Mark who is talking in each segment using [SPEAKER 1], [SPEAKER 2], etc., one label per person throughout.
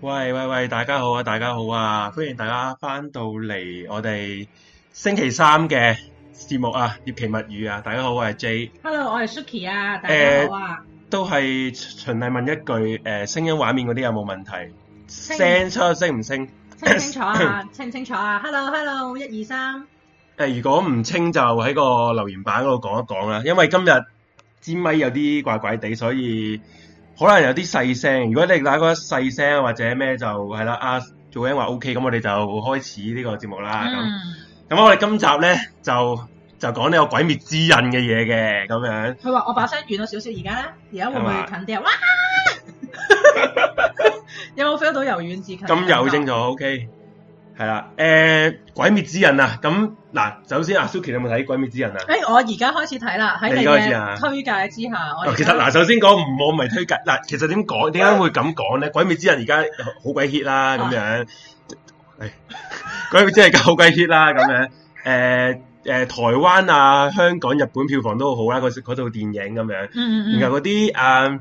[SPEAKER 1] 喂喂喂，大家好啊，大家好啊，歡迎大家翻到嚟我哋星期三嘅節目啊，《獵奇物語》啊，大家好，我係 J，
[SPEAKER 2] Hello，我係 Suki 啊，大家好 啊，
[SPEAKER 1] 都係循例問一句，誒、聲音畫面嗰啲有冇問題？
[SPEAKER 2] 清
[SPEAKER 1] 聲出聲唔清？誒、
[SPEAKER 2] 清唔清楚啊，清唔清楚啊，Hello，Hello，一二三，
[SPEAKER 1] 如果唔清就喺個留言板嗰度講一講啊啦，因為今日支咪有啲怪怪地，所以可能有啲細聲。如果你大家覺得細聲或者咩就係啦，阿做英話 OK，咁我哋就開始呢個節目啊啦，咁、
[SPEAKER 2] 嗯，
[SPEAKER 1] 咁我哋今集咧就就講呢個鬼滅之刃嘅嘢嘅咁樣，
[SPEAKER 2] 佢話我把聲遠咗少少，而家咧，而家會唔會近啲啊？哇！ 有冇 feel 到由遠至近？啊
[SPEAKER 1] 咁有清楚，OK，係啦，誒、鬼滅之刃啊，咁嗱，首先阿 Suki 你有冇睇鬼滅之刃啊？
[SPEAKER 2] 誒，我而家開始睇啦，喺你
[SPEAKER 1] 你而家開始啊
[SPEAKER 2] 嘅推介之下，我而
[SPEAKER 1] 哦
[SPEAKER 2] 家
[SPEAKER 1] 其實嗱，首先講唔我唔係推介嗱，其實點講？點解會咁講咧？鬼滅之刃而家好鬼 hit 啦，咁樣，唉鬼滅之刃而家好鬼 hit 啦，咁樣，誒、誒、台灣啊、香港、日本票房都好好啦，嗰嗰套電影咁樣。
[SPEAKER 2] 嗯嗯
[SPEAKER 1] 然
[SPEAKER 2] 嗯，
[SPEAKER 1] 後嗰啲誒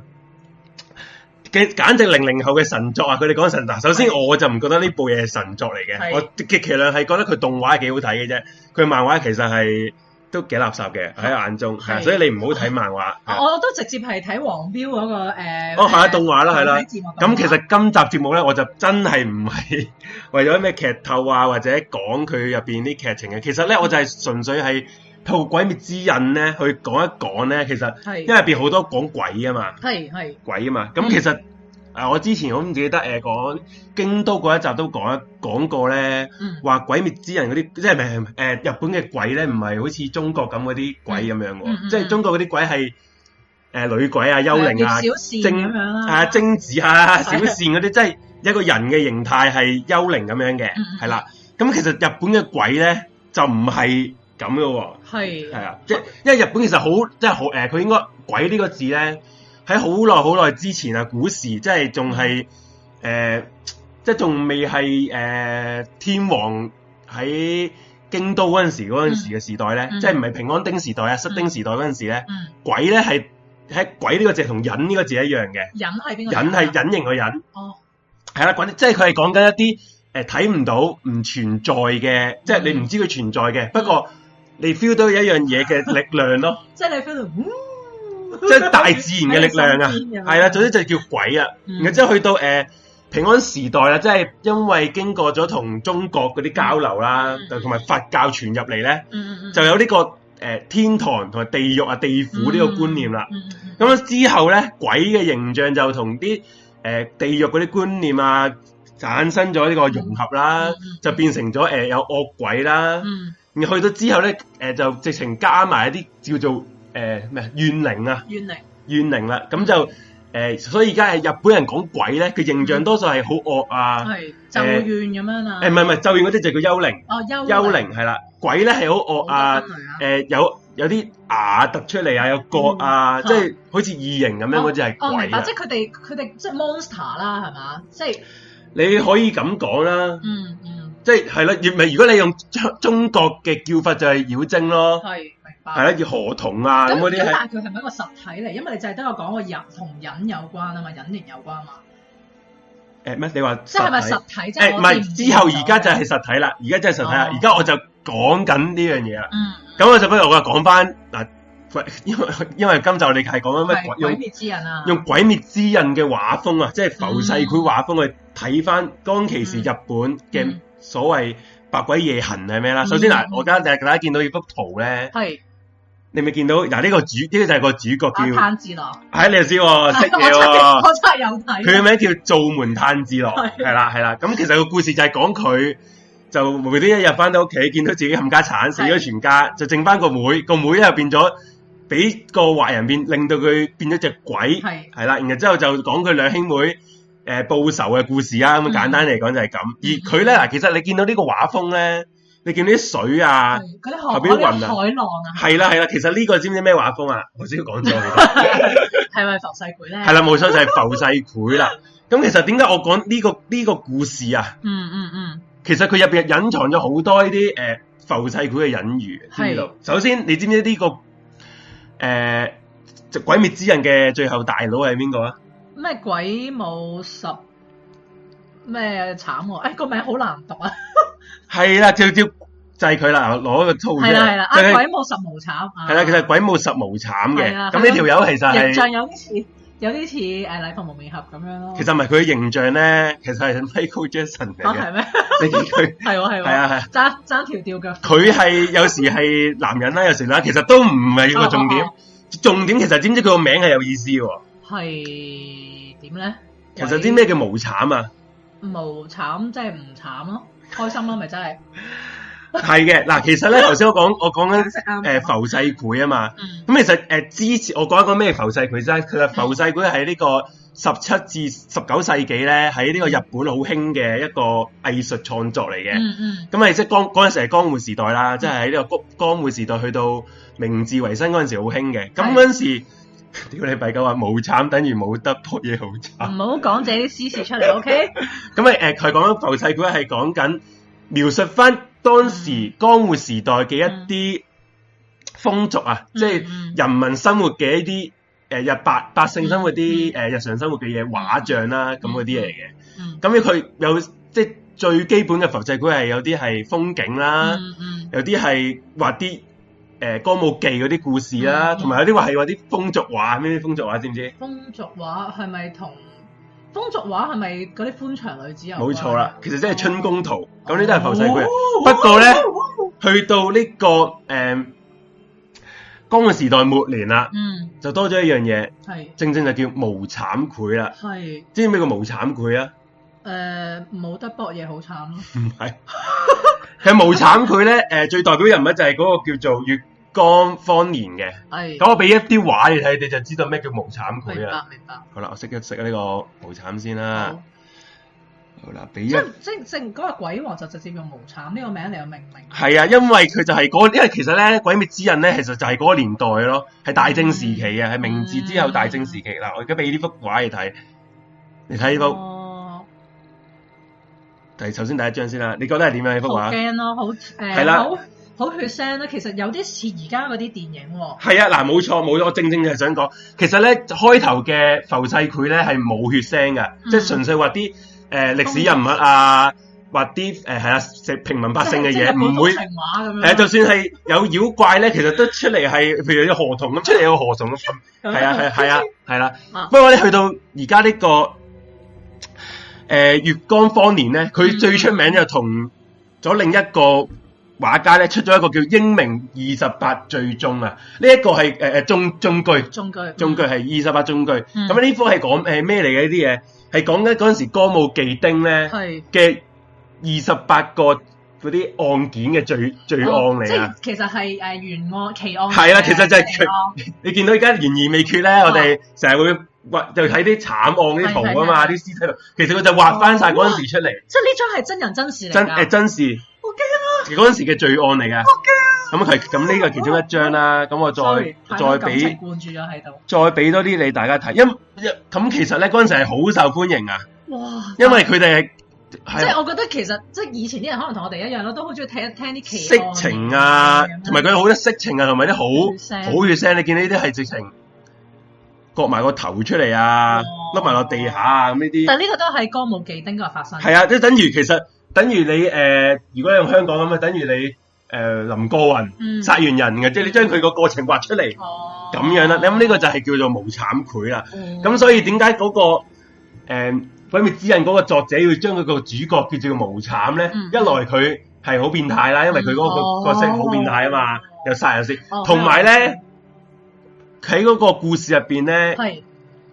[SPEAKER 1] 嘅簡直零零後嘅神作啊！佢哋講神作，首先我就唔覺得呢部嘢係神作嚟嘅，
[SPEAKER 2] 係
[SPEAKER 1] 我極其量係覺得佢動畫係幾好睇嘅啫，佢漫畫其實係都幾垃圾嘅喺我眼中，係啊
[SPEAKER 2] 係
[SPEAKER 1] 所以你唔好睇漫畫。係啊
[SPEAKER 2] 我我都直接係睇黃標嗰個誒，
[SPEAKER 1] 哦係啊動畫啦係啦
[SPEAKER 2] 睇字幕
[SPEAKER 1] 咁其實今集節目咧，我就真係唔係為咗咩劇透啊，或者講佢入邊啲劇情嘅。其實咧，我就係純粹係透過《鬼滅之刃》咧去講一講咧。其實
[SPEAKER 2] 係
[SPEAKER 1] 因為入邊好多講鬼啊嘛。
[SPEAKER 2] 係係
[SPEAKER 1] 鬼啊嘛。
[SPEAKER 2] 嗯
[SPEAKER 1] 咁其實啊，我之前我唔記得誒講京都嗰一集都講一講過咧，
[SPEAKER 2] 嗯
[SPEAKER 1] 話鬼滅之刃嗰啲，即係咪誒日本嘅鬼咧，唔係好似中國咁嗰啲鬼咁樣喎，
[SPEAKER 2] 嗯嗯嗯
[SPEAKER 1] 即係中國嗰啲鬼係誒、呃女鬼啊、幽靈啊
[SPEAKER 2] 葉、小倩
[SPEAKER 1] 精
[SPEAKER 2] 咁樣啦，
[SPEAKER 1] 啊、精子 啊、小
[SPEAKER 2] 係
[SPEAKER 1] 倩嗰啲，即係一個人嘅形態係幽靈咁樣嘅
[SPEAKER 2] 嗯嗯，
[SPEAKER 1] 係啦。咁其實日本嘅鬼咧就唔係咁嘅喎。
[SPEAKER 2] 係
[SPEAKER 1] 係啊，即係因為日本其實好，即係好誒，佢、應該鬼呢個字咧，喺好耐好耐之前啊，古時即係仲係誒，即係仲未係誒天皇喺京都嗰陣時嗰陣時嘅時代咧，
[SPEAKER 2] 嗯
[SPEAKER 1] 即係唔係平安丁時代啊、室町時代嗰陣時咧，
[SPEAKER 2] 嗯，
[SPEAKER 1] 鬼咧係喺鬼呢個字同忍呢個字一樣嘅，
[SPEAKER 2] 忍係邊個？
[SPEAKER 1] 忍係隱形個忍，
[SPEAKER 2] 啊哦。
[SPEAKER 1] 係啦，鬼即係佢係講緊一啲誒睇唔到、唔存在嘅，即係你唔知佢存在嘅，不過你 feel 到有一樣嘢嘅力量咯。
[SPEAKER 2] 即係你嗯 feel 到，
[SPEAKER 1] 即係大自然嘅力量啊，係啦，總之就叫鬼啊。
[SPEAKER 2] 嗯
[SPEAKER 1] 然後之後去到誒、呃平安時代啦，啊即係因為經過咗同中國嗰啲交流啦
[SPEAKER 2] 嗯，
[SPEAKER 1] 就同埋佛教傳入嚟咧，
[SPEAKER 2] 嗯嗯
[SPEAKER 1] 就有呢、個呃天堂同埋地獄啊、地府呢個觀念啦。
[SPEAKER 2] 嗯嗯
[SPEAKER 1] 咁樣之後咧，鬼嘅形象就同啲誒地獄嗰啲觀念啊，產生咗呢個融合啦
[SPEAKER 2] 嗯嗯，
[SPEAKER 1] 就變成咗誒、呃有惡鬼啦。
[SPEAKER 2] 嗯，
[SPEAKER 1] 然後去到之後咧，誒、就直情加埋一啲叫做誒咩、怨靈啊。
[SPEAKER 2] 怨靈
[SPEAKER 1] 怨靈啦，咁就誒、呃所以而家係日本人講鬼咧，佢形象多數係好惡啊，
[SPEAKER 2] 嗯係咒怨咁樣啊，
[SPEAKER 1] 誒唔係唔係，咒怨嗰啲就叫幽靈，
[SPEAKER 2] 哦幽哦
[SPEAKER 1] 幽靈係啦，鬼咧係好惡啊，誒、有有啲牙突出嚟啊，有角啊，
[SPEAKER 2] 嗯
[SPEAKER 1] 即係好似異形咁樣嗰只係
[SPEAKER 2] 哦
[SPEAKER 1] 鬼
[SPEAKER 2] 明白，
[SPEAKER 1] 啊
[SPEAKER 2] 即，係佢哋佢哋即係 monster 啦，係嘛？即係
[SPEAKER 1] 你可以咁講啦，
[SPEAKER 2] 嗯嗯
[SPEAKER 1] 即係係啦，如咪如果你用中中國嘅叫法就係妖精咯，
[SPEAKER 2] 嗯係明
[SPEAKER 1] 係
[SPEAKER 2] 白。
[SPEAKER 1] 啦，要河童啊
[SPEAKER 2] 咁
[SPEAKER 1] 咁嗰啲係。
[SPEAKER 2] 但係佢係咪一個實體嚟？因為你就係得我講個人同忍有關啊嘛，隱形有關啊嘛，
[SPEAKER 1] 誒咩？你話
[SPEAKER 2] 即係咪
[SPEAKER 1] 實體
[SPEAKER 2] 實體？即
[SPEAKER 1] 誒
[SPEAKER 2] 係
[SPEAKER 1] 唔係之後而家就係實體啦，而家真係實體啦
[SPEAKER 2] 啊哦，
[SPEAKER 1] 而家我就講緊呢樣嘢啦。
[SPEAKER 2] 嗯，
[SPEAKER 1] 咁我就不如我就講翻嗱，鬼 因為因為今集我哋係講緊咩鬼
[SPEAKER 2] 係鬼
[SPEAKER 1] 用
[SPEAKER 2] 滅之人啊，嗯
[SPEAKER 1] 用鬼滅之刃嘅畫風啊，即係浮世繪畫風去睇翻當其時日本嘅
[SPEAKER 2] 嗯
[SPEAKER 1] 所謂百鬼夜行係咩啦？首先嗱，
[SPEAKER 2] 嗯
[SPEAKER 1] 我而家大家見到呢幅圖咧，
[SPEAKER 2] 係
[SPEAKER 1] 你咪見到嗱呢個主呢個就係個主角
[SPEAKER 2] 阿
[SPEAKER 1] 叫，哎
[SPEAKER 2] 炭治郎，
[SPEAKER 1] 係你啊又知 喎，識
[SPEAKER 2] 啊我
[SPEAKER 1] 嘢
[SPEAKER 2] 真係
[SPEAKER 1] 喎。
[SPEAKER 2] 我真係有睇，啊
[SPEAKER 1] 佢嘅名叫做門炭治郎，
[SPEAKER 2] 係
[SPEAKER 1] 係啦係啦。咁其實個故事就係講佢就無端一日翻到屋企，見到自己冚家鏟，死咗全家，就剩翻個妹。個妹又變咗俾個壞人變，令到佢變咗隻鬼，
[SPEAKER 2] 係
[SPEAKER 1] 係啦。然後之後就講佢兩兄妹誒、呃、報仇嘅故事啊。咁
[SPEAKER 2] 嗯
[SPEAKER 1] 簡單嚟講就係咁。而佢咧嗱，其實你見到呢個畫風咧，你見到啲水啊，
[SPEAKER 2] 係嗰啲
[SPEAKER 1] 後
[SPEAKER 2] 海
[SPEAKER 1] 邊啲
[SPEAKER 2] 嗰
[SPEAKER 1] 雲啊
[SPEAKER 2] 啲海浪啊，
[SPEAKER 1] 係啦係啦。其實呢個知唔知咩畫風啊？我先 講咗你。
[SPEAKER 2] 係咪浮世繪咧？
[SPEAKER 1] 係啦，冇錯就係浮世繪啦。咁其實點解我講呢、個呢、個故事啊？
[SPEAKER 2] 嗯嗯嗯，
[SPEAKER 1] 其實佢入邊隱藏咗好多呢啲誒浮世繪嘅隱喻，知唔知道？首先，你知唔知呢、個誒、呃就鬼滅之刃》嘅最後大佬係邊個啊？
[SPEAKER 2] 咩鬼舞十咩慘喎？哎誒個名好難讀啊！
[SPEAKER 1] 係啦，就要就係佢啦，攞個粗
[SPEAKER 2] 係啦係啦，啊
[SPEAKER 1] 就係
[SPEAKER 2] 鬼冇十無慘啊！
[SPEAKER 1] 係啦，其實鬼冇十無慘嘅
[SPEAKER 2] 係，啊
[SPEAKER 1] 咁呢條友其實
[SPEAKER 2] 形
[SPEAKER 1] 係
[SPEAKER 2] 象有啲似有啲似誒禮服無面俠咁樣咯。
[SPEAKER 1] 其實唔係佢嘅形象咧，其實係 Michael Jackson 嚟
[SPEAKER 2] 啊
[SPEAKER 1] 嘅，
[SPEAKER 2] 係咩？
[SPEAKER 1] 你見佢
[SPEAKER 2] 係喎係
[SPEAKER 1] 係
[SPEAKER 2] 喎，
[SPEAKER 1] 啊係啊，
[SPEAKER 2] 爭爭條吊腳。
[SPEAKER 1] 佢係有時係男人啦，有時啦，其實都唔係個重點
[SPEAKER 2] 哦，
[SPEAKER 1] 重點其實知唔知佢個名係有意思喎？
[SPEAKER 2] 係點咧？
[SPEAKER 1] 其實知咩叫無慘 啊？
[SPEAKER 2] 無慘即係唔慘咯，開心啦咪真係。
[SPEAKER 1] 係嘅，嗱，其實咧頭先我講我講 緊
[SPEAKER 2] 食啱
[SPEAKER 1] 誒浮世繪啊嘛，
[SPEAKER 2] 嗯
[SPEAKER 1] 咁其實誒之前我講一個咩浮世繪啫，其實浮世繪係呢個十七至十九世紀咧喺呢個日本好興嘅一個藝術創作嚟嘅。
[SPEAKER 2] 嗯嗯
[SPEAKER 1] 咁啊，即係江嗰陣時係江戶時代啦，即係喺呢個江江戶時代去到明治維新嗰陣時好興嘅。咁嗰陣時， 屌你弊鳩話冇慘等於冇得撲嘢好慘。
[SPEAKER 2] 唔好講自己啲私事出 嚟，OK？
[SPEAKER 1] 咁咪誒佢講緊浮世繪係講緊描述翻當
[SPEAKER 2] 嗯
[SPEAKER 1] 時江戶時代嘅一啲風俗啊，即係
[SPEAKER 2] 嗯嗯
[SPEAKER 1] 人民生活嘅一啲誒日百百姓生活啲誒日常生活嘅嘢畫像啦，咁嗰啲嘢嚟嘅。
[SPEAKER 2] 嗯
[SPEAKER 1] 咁佢有即係最基本嘅浮世繪係有啲係風景啦。
[SPEAKER 2] 嗯嗯
[SPEAKER 1] 有啲係畫啲誒歌舞伎嗰啲故事啦，
[SPEAKER 2] 嗯
[SPEAKER 1] 同埋有啲話係畫啲風俗畫，咩咩風俗畫知唔知？
[SPEAKER 2] 風俗畫係咪同風俗畫係咪嗰啲寬長女子有關？
[SPEAKER 1] 冇錯啦，其實真係春宮圖，咁呢都係浮世繪。
[SPEAKER 2] 嗯哦。
[SPEAKER 1] 不過咧，去到呢、個誒、江嘅時代末年啦，
[SPEAKER 2] 嗯，
[SPEAKER 1] 就多咗一樣嘢，
[SPEAKER 2] 係
[SPEAKER 1] 正正就叫無慘繪啦。
[SPEAKER 2] 係
[SPEAKER 1] 知唔知咩叫無慘繪啊？
[SPEAKER 2] 誒，冇得搏嘢好慘咯。
[SPEAKER 1] 唔 係，佢無慘繪咧，誒、最代表人物就係嗰個叫做月光方年嘅。
[SPEAKER 2] 係
[SPEAKER 1] 咁我俾一啲畫你睇，你就知道咩叫無啊慘繪
[SPEAKER 2] 明
[SPEAKER 1] 啦。
[SPEAKER 2] 白明白。
[SPEAKER 1] 好啦，我識一識啊呢個無慘先啦
[SPEAKER 2] 好。
[SPEAKER 1] 好啦，俾一
[SPEAKER 2] 即
[SPEAKER 1] 係
[SPEAKER 2] 即即嗰個鬼王就直接用無慘呢個名，你又明唔明？
[SPEAKER 1] 啊，因為佢就係嗰、因為其實咧《鬼滅之刃》咧，其實就係嗰個年代咯，係大正時期
[SPEAKER 2] 嗯
[SPEAKER 1] 嘅，係明治之後大正時期。嗱，我而家俾呢幅畫你睇，你睇呢幅，
[SPEAKER 2] 哦，
[SPEAKER 1] 第首先第一張先啦，你覺得係點樣啊呢幅
[SPEAKER 2] 好
[SPEAKER 1] 畫？
[SPEAKER 2] 驚咯，好誒，
[SPEAKER 1] 係啦
[SPEAKER 2] 好好血腥啦。其實有啲似而家嗰啲電影喎。
[SPEAKER 1] 係啊，嗱，冇錯冇錯，我正正就係想講，其實咧開頭嘅浮世繪咧係冇血腥嘅，
[SPEAKER 2] 嗯哦
[SPEAKER 1] 即係純粹畫啲誒歷史人物啊，畫啲誒係啊食平民百姓嘅
[SPEAKER 2] 即
[SPEAKER 1] 嘢，
[SPEAKER 2] 係即係
[SPEAKER 1] 唔
[SPEAKER 2] 普通
[SPEAKER 1] 會。
[SPEAKER 2] 情話咁樣。
[SPEAKER 1] 誒、就算係有妖怪咧，其實都出嚟係，譬如有啲河童咁，出嚟有個河童咁，
[SPEAKER 2] 咁樣
[SPEAKER 1] 係啊， 係係啊，係啦、
[SPEAKER 2] 啊
[SPEAKER 1] 不過咧，去到而家呢個誒、呃月光方年咧，佢
[SPEAKER 2] 嗯
[SPEAKER 1] 最出名就同咗另一個畫家咧，出咗一個叫《英明二十八最終》啊，呢、一個係誒誒中中句，
[SPEAKER 2] 中句
[SPEAKER 1] 中句係二十八中句。
[SPEAKER 2] 嗯
[SPEAKER 1] 咁呢幅係講誒咩嚟嘅呢啲嘢？係講緊嗰陣時歌舞伎町咧
[SPEAKER 2] 嗯係
[SPEAKER 1] 嘅二十八個嗰啲案件嘅罪罪案
[SPEAKER 2] 哦即
[SPEAKER 1] 嚟啊
[SPEAKER 2] 係！其實係誒原案奇案嚟嘅。
[SPEAKER 1] 係啊其實就係
[SPEAKER 2] 奇案
[SPEAKER 1] 你見到而家懸而未決咧，
[SPEAKER 2] 哦
[SPEAKER 1] 我哋成日會畫就睇啲慘案啲圖啊嘛，
[SPEAKER 2] 係哦
[SPEAKER 1] 啲屍體度，其實佢就畫翻晒嗰陣時出嚟，
[SPEAKER 2] 即係呢張係真人真事嚟
[SPEAKER 1] 真
[SPEAKER 2] 㗎。
[SPEAKER 1] 誒真事
[SPEAKER 2] 我驚啊
[SPEAKER 1] 嗰陣時嘅罪案嚟嘅。咁佢咁呢個其中一張啦，咁我
[SPEAKER 2] 啊！sorry，
[SPEAKER 1] 再
[SPEAKER 2] 太
[SPEAKER 1] 再
[SPEAKER 2] 多感情
[SPEAKER 1] 俾
[SPEAKER 2] 灌注咗喺度。
[SPEAKER 1] 再俾多啲你大家睇，因因咁其實咧嗰陣時係好受歡迎啊，
[SPEAKER 2] 哇！
[SPEAKER 1] 因為佢哋
[SPEAKER 2] 即
[SPEAKER 1] 係
[SPEAKER 2] 係我覺得其實即係以前啲人可能同我哋一樣咯，都好中意聽聽啲奇
[SPEAKER 1] 色
[SPEAKER 2] 案嗯
[SPEAKER 1] 情啊，同埋佢好多色情啊，同埋啲好。好血腥，你見呢啲係直情割埋個頭出嚟啊，
[SPEAKER 2] 哦
[SPEAKER 1] 碌埋落地下啊，咁呢啲
[SPEAKER 2] 但呢個都係歌舞伎町嗰日發生。
[SPEAKER 1] 係啊，即係等於其實等於你誒、呃如果用香港咁啊，等於你誒、呃林過雲
[SPEAKER 2] 嗯
[SPEAKER 1] 殺完人嘅，即係你將佢個過程畫出嚟
[SPEAKER 2] 哦
[SPEAKER 1] 咁樣啦。你諗呢個就係叫做無慘繪啦。
[SPEAKER 2] 嗯
[SPEAKER 1] 咁所以點解嗰個誒、呃鬼滅之刃嗰個作者要將佢個主角叫做無慘咧？
[SPEAKER 2] 嗯
[SPEAKER 1] 一來佢係好變態啦，因為佢嗰
[SPEAKER 2] 嗯
[SPEAKER 1] 個角色好變態啊嘛
[SPEAKER 2] 哦，
[SPEAKER 1] 又殺人食
[SPEAKER 2] 哦，
[SPEAKER 1] 同埋咧喺嗰個故事入邊咧，
[SPEAKER 2] 係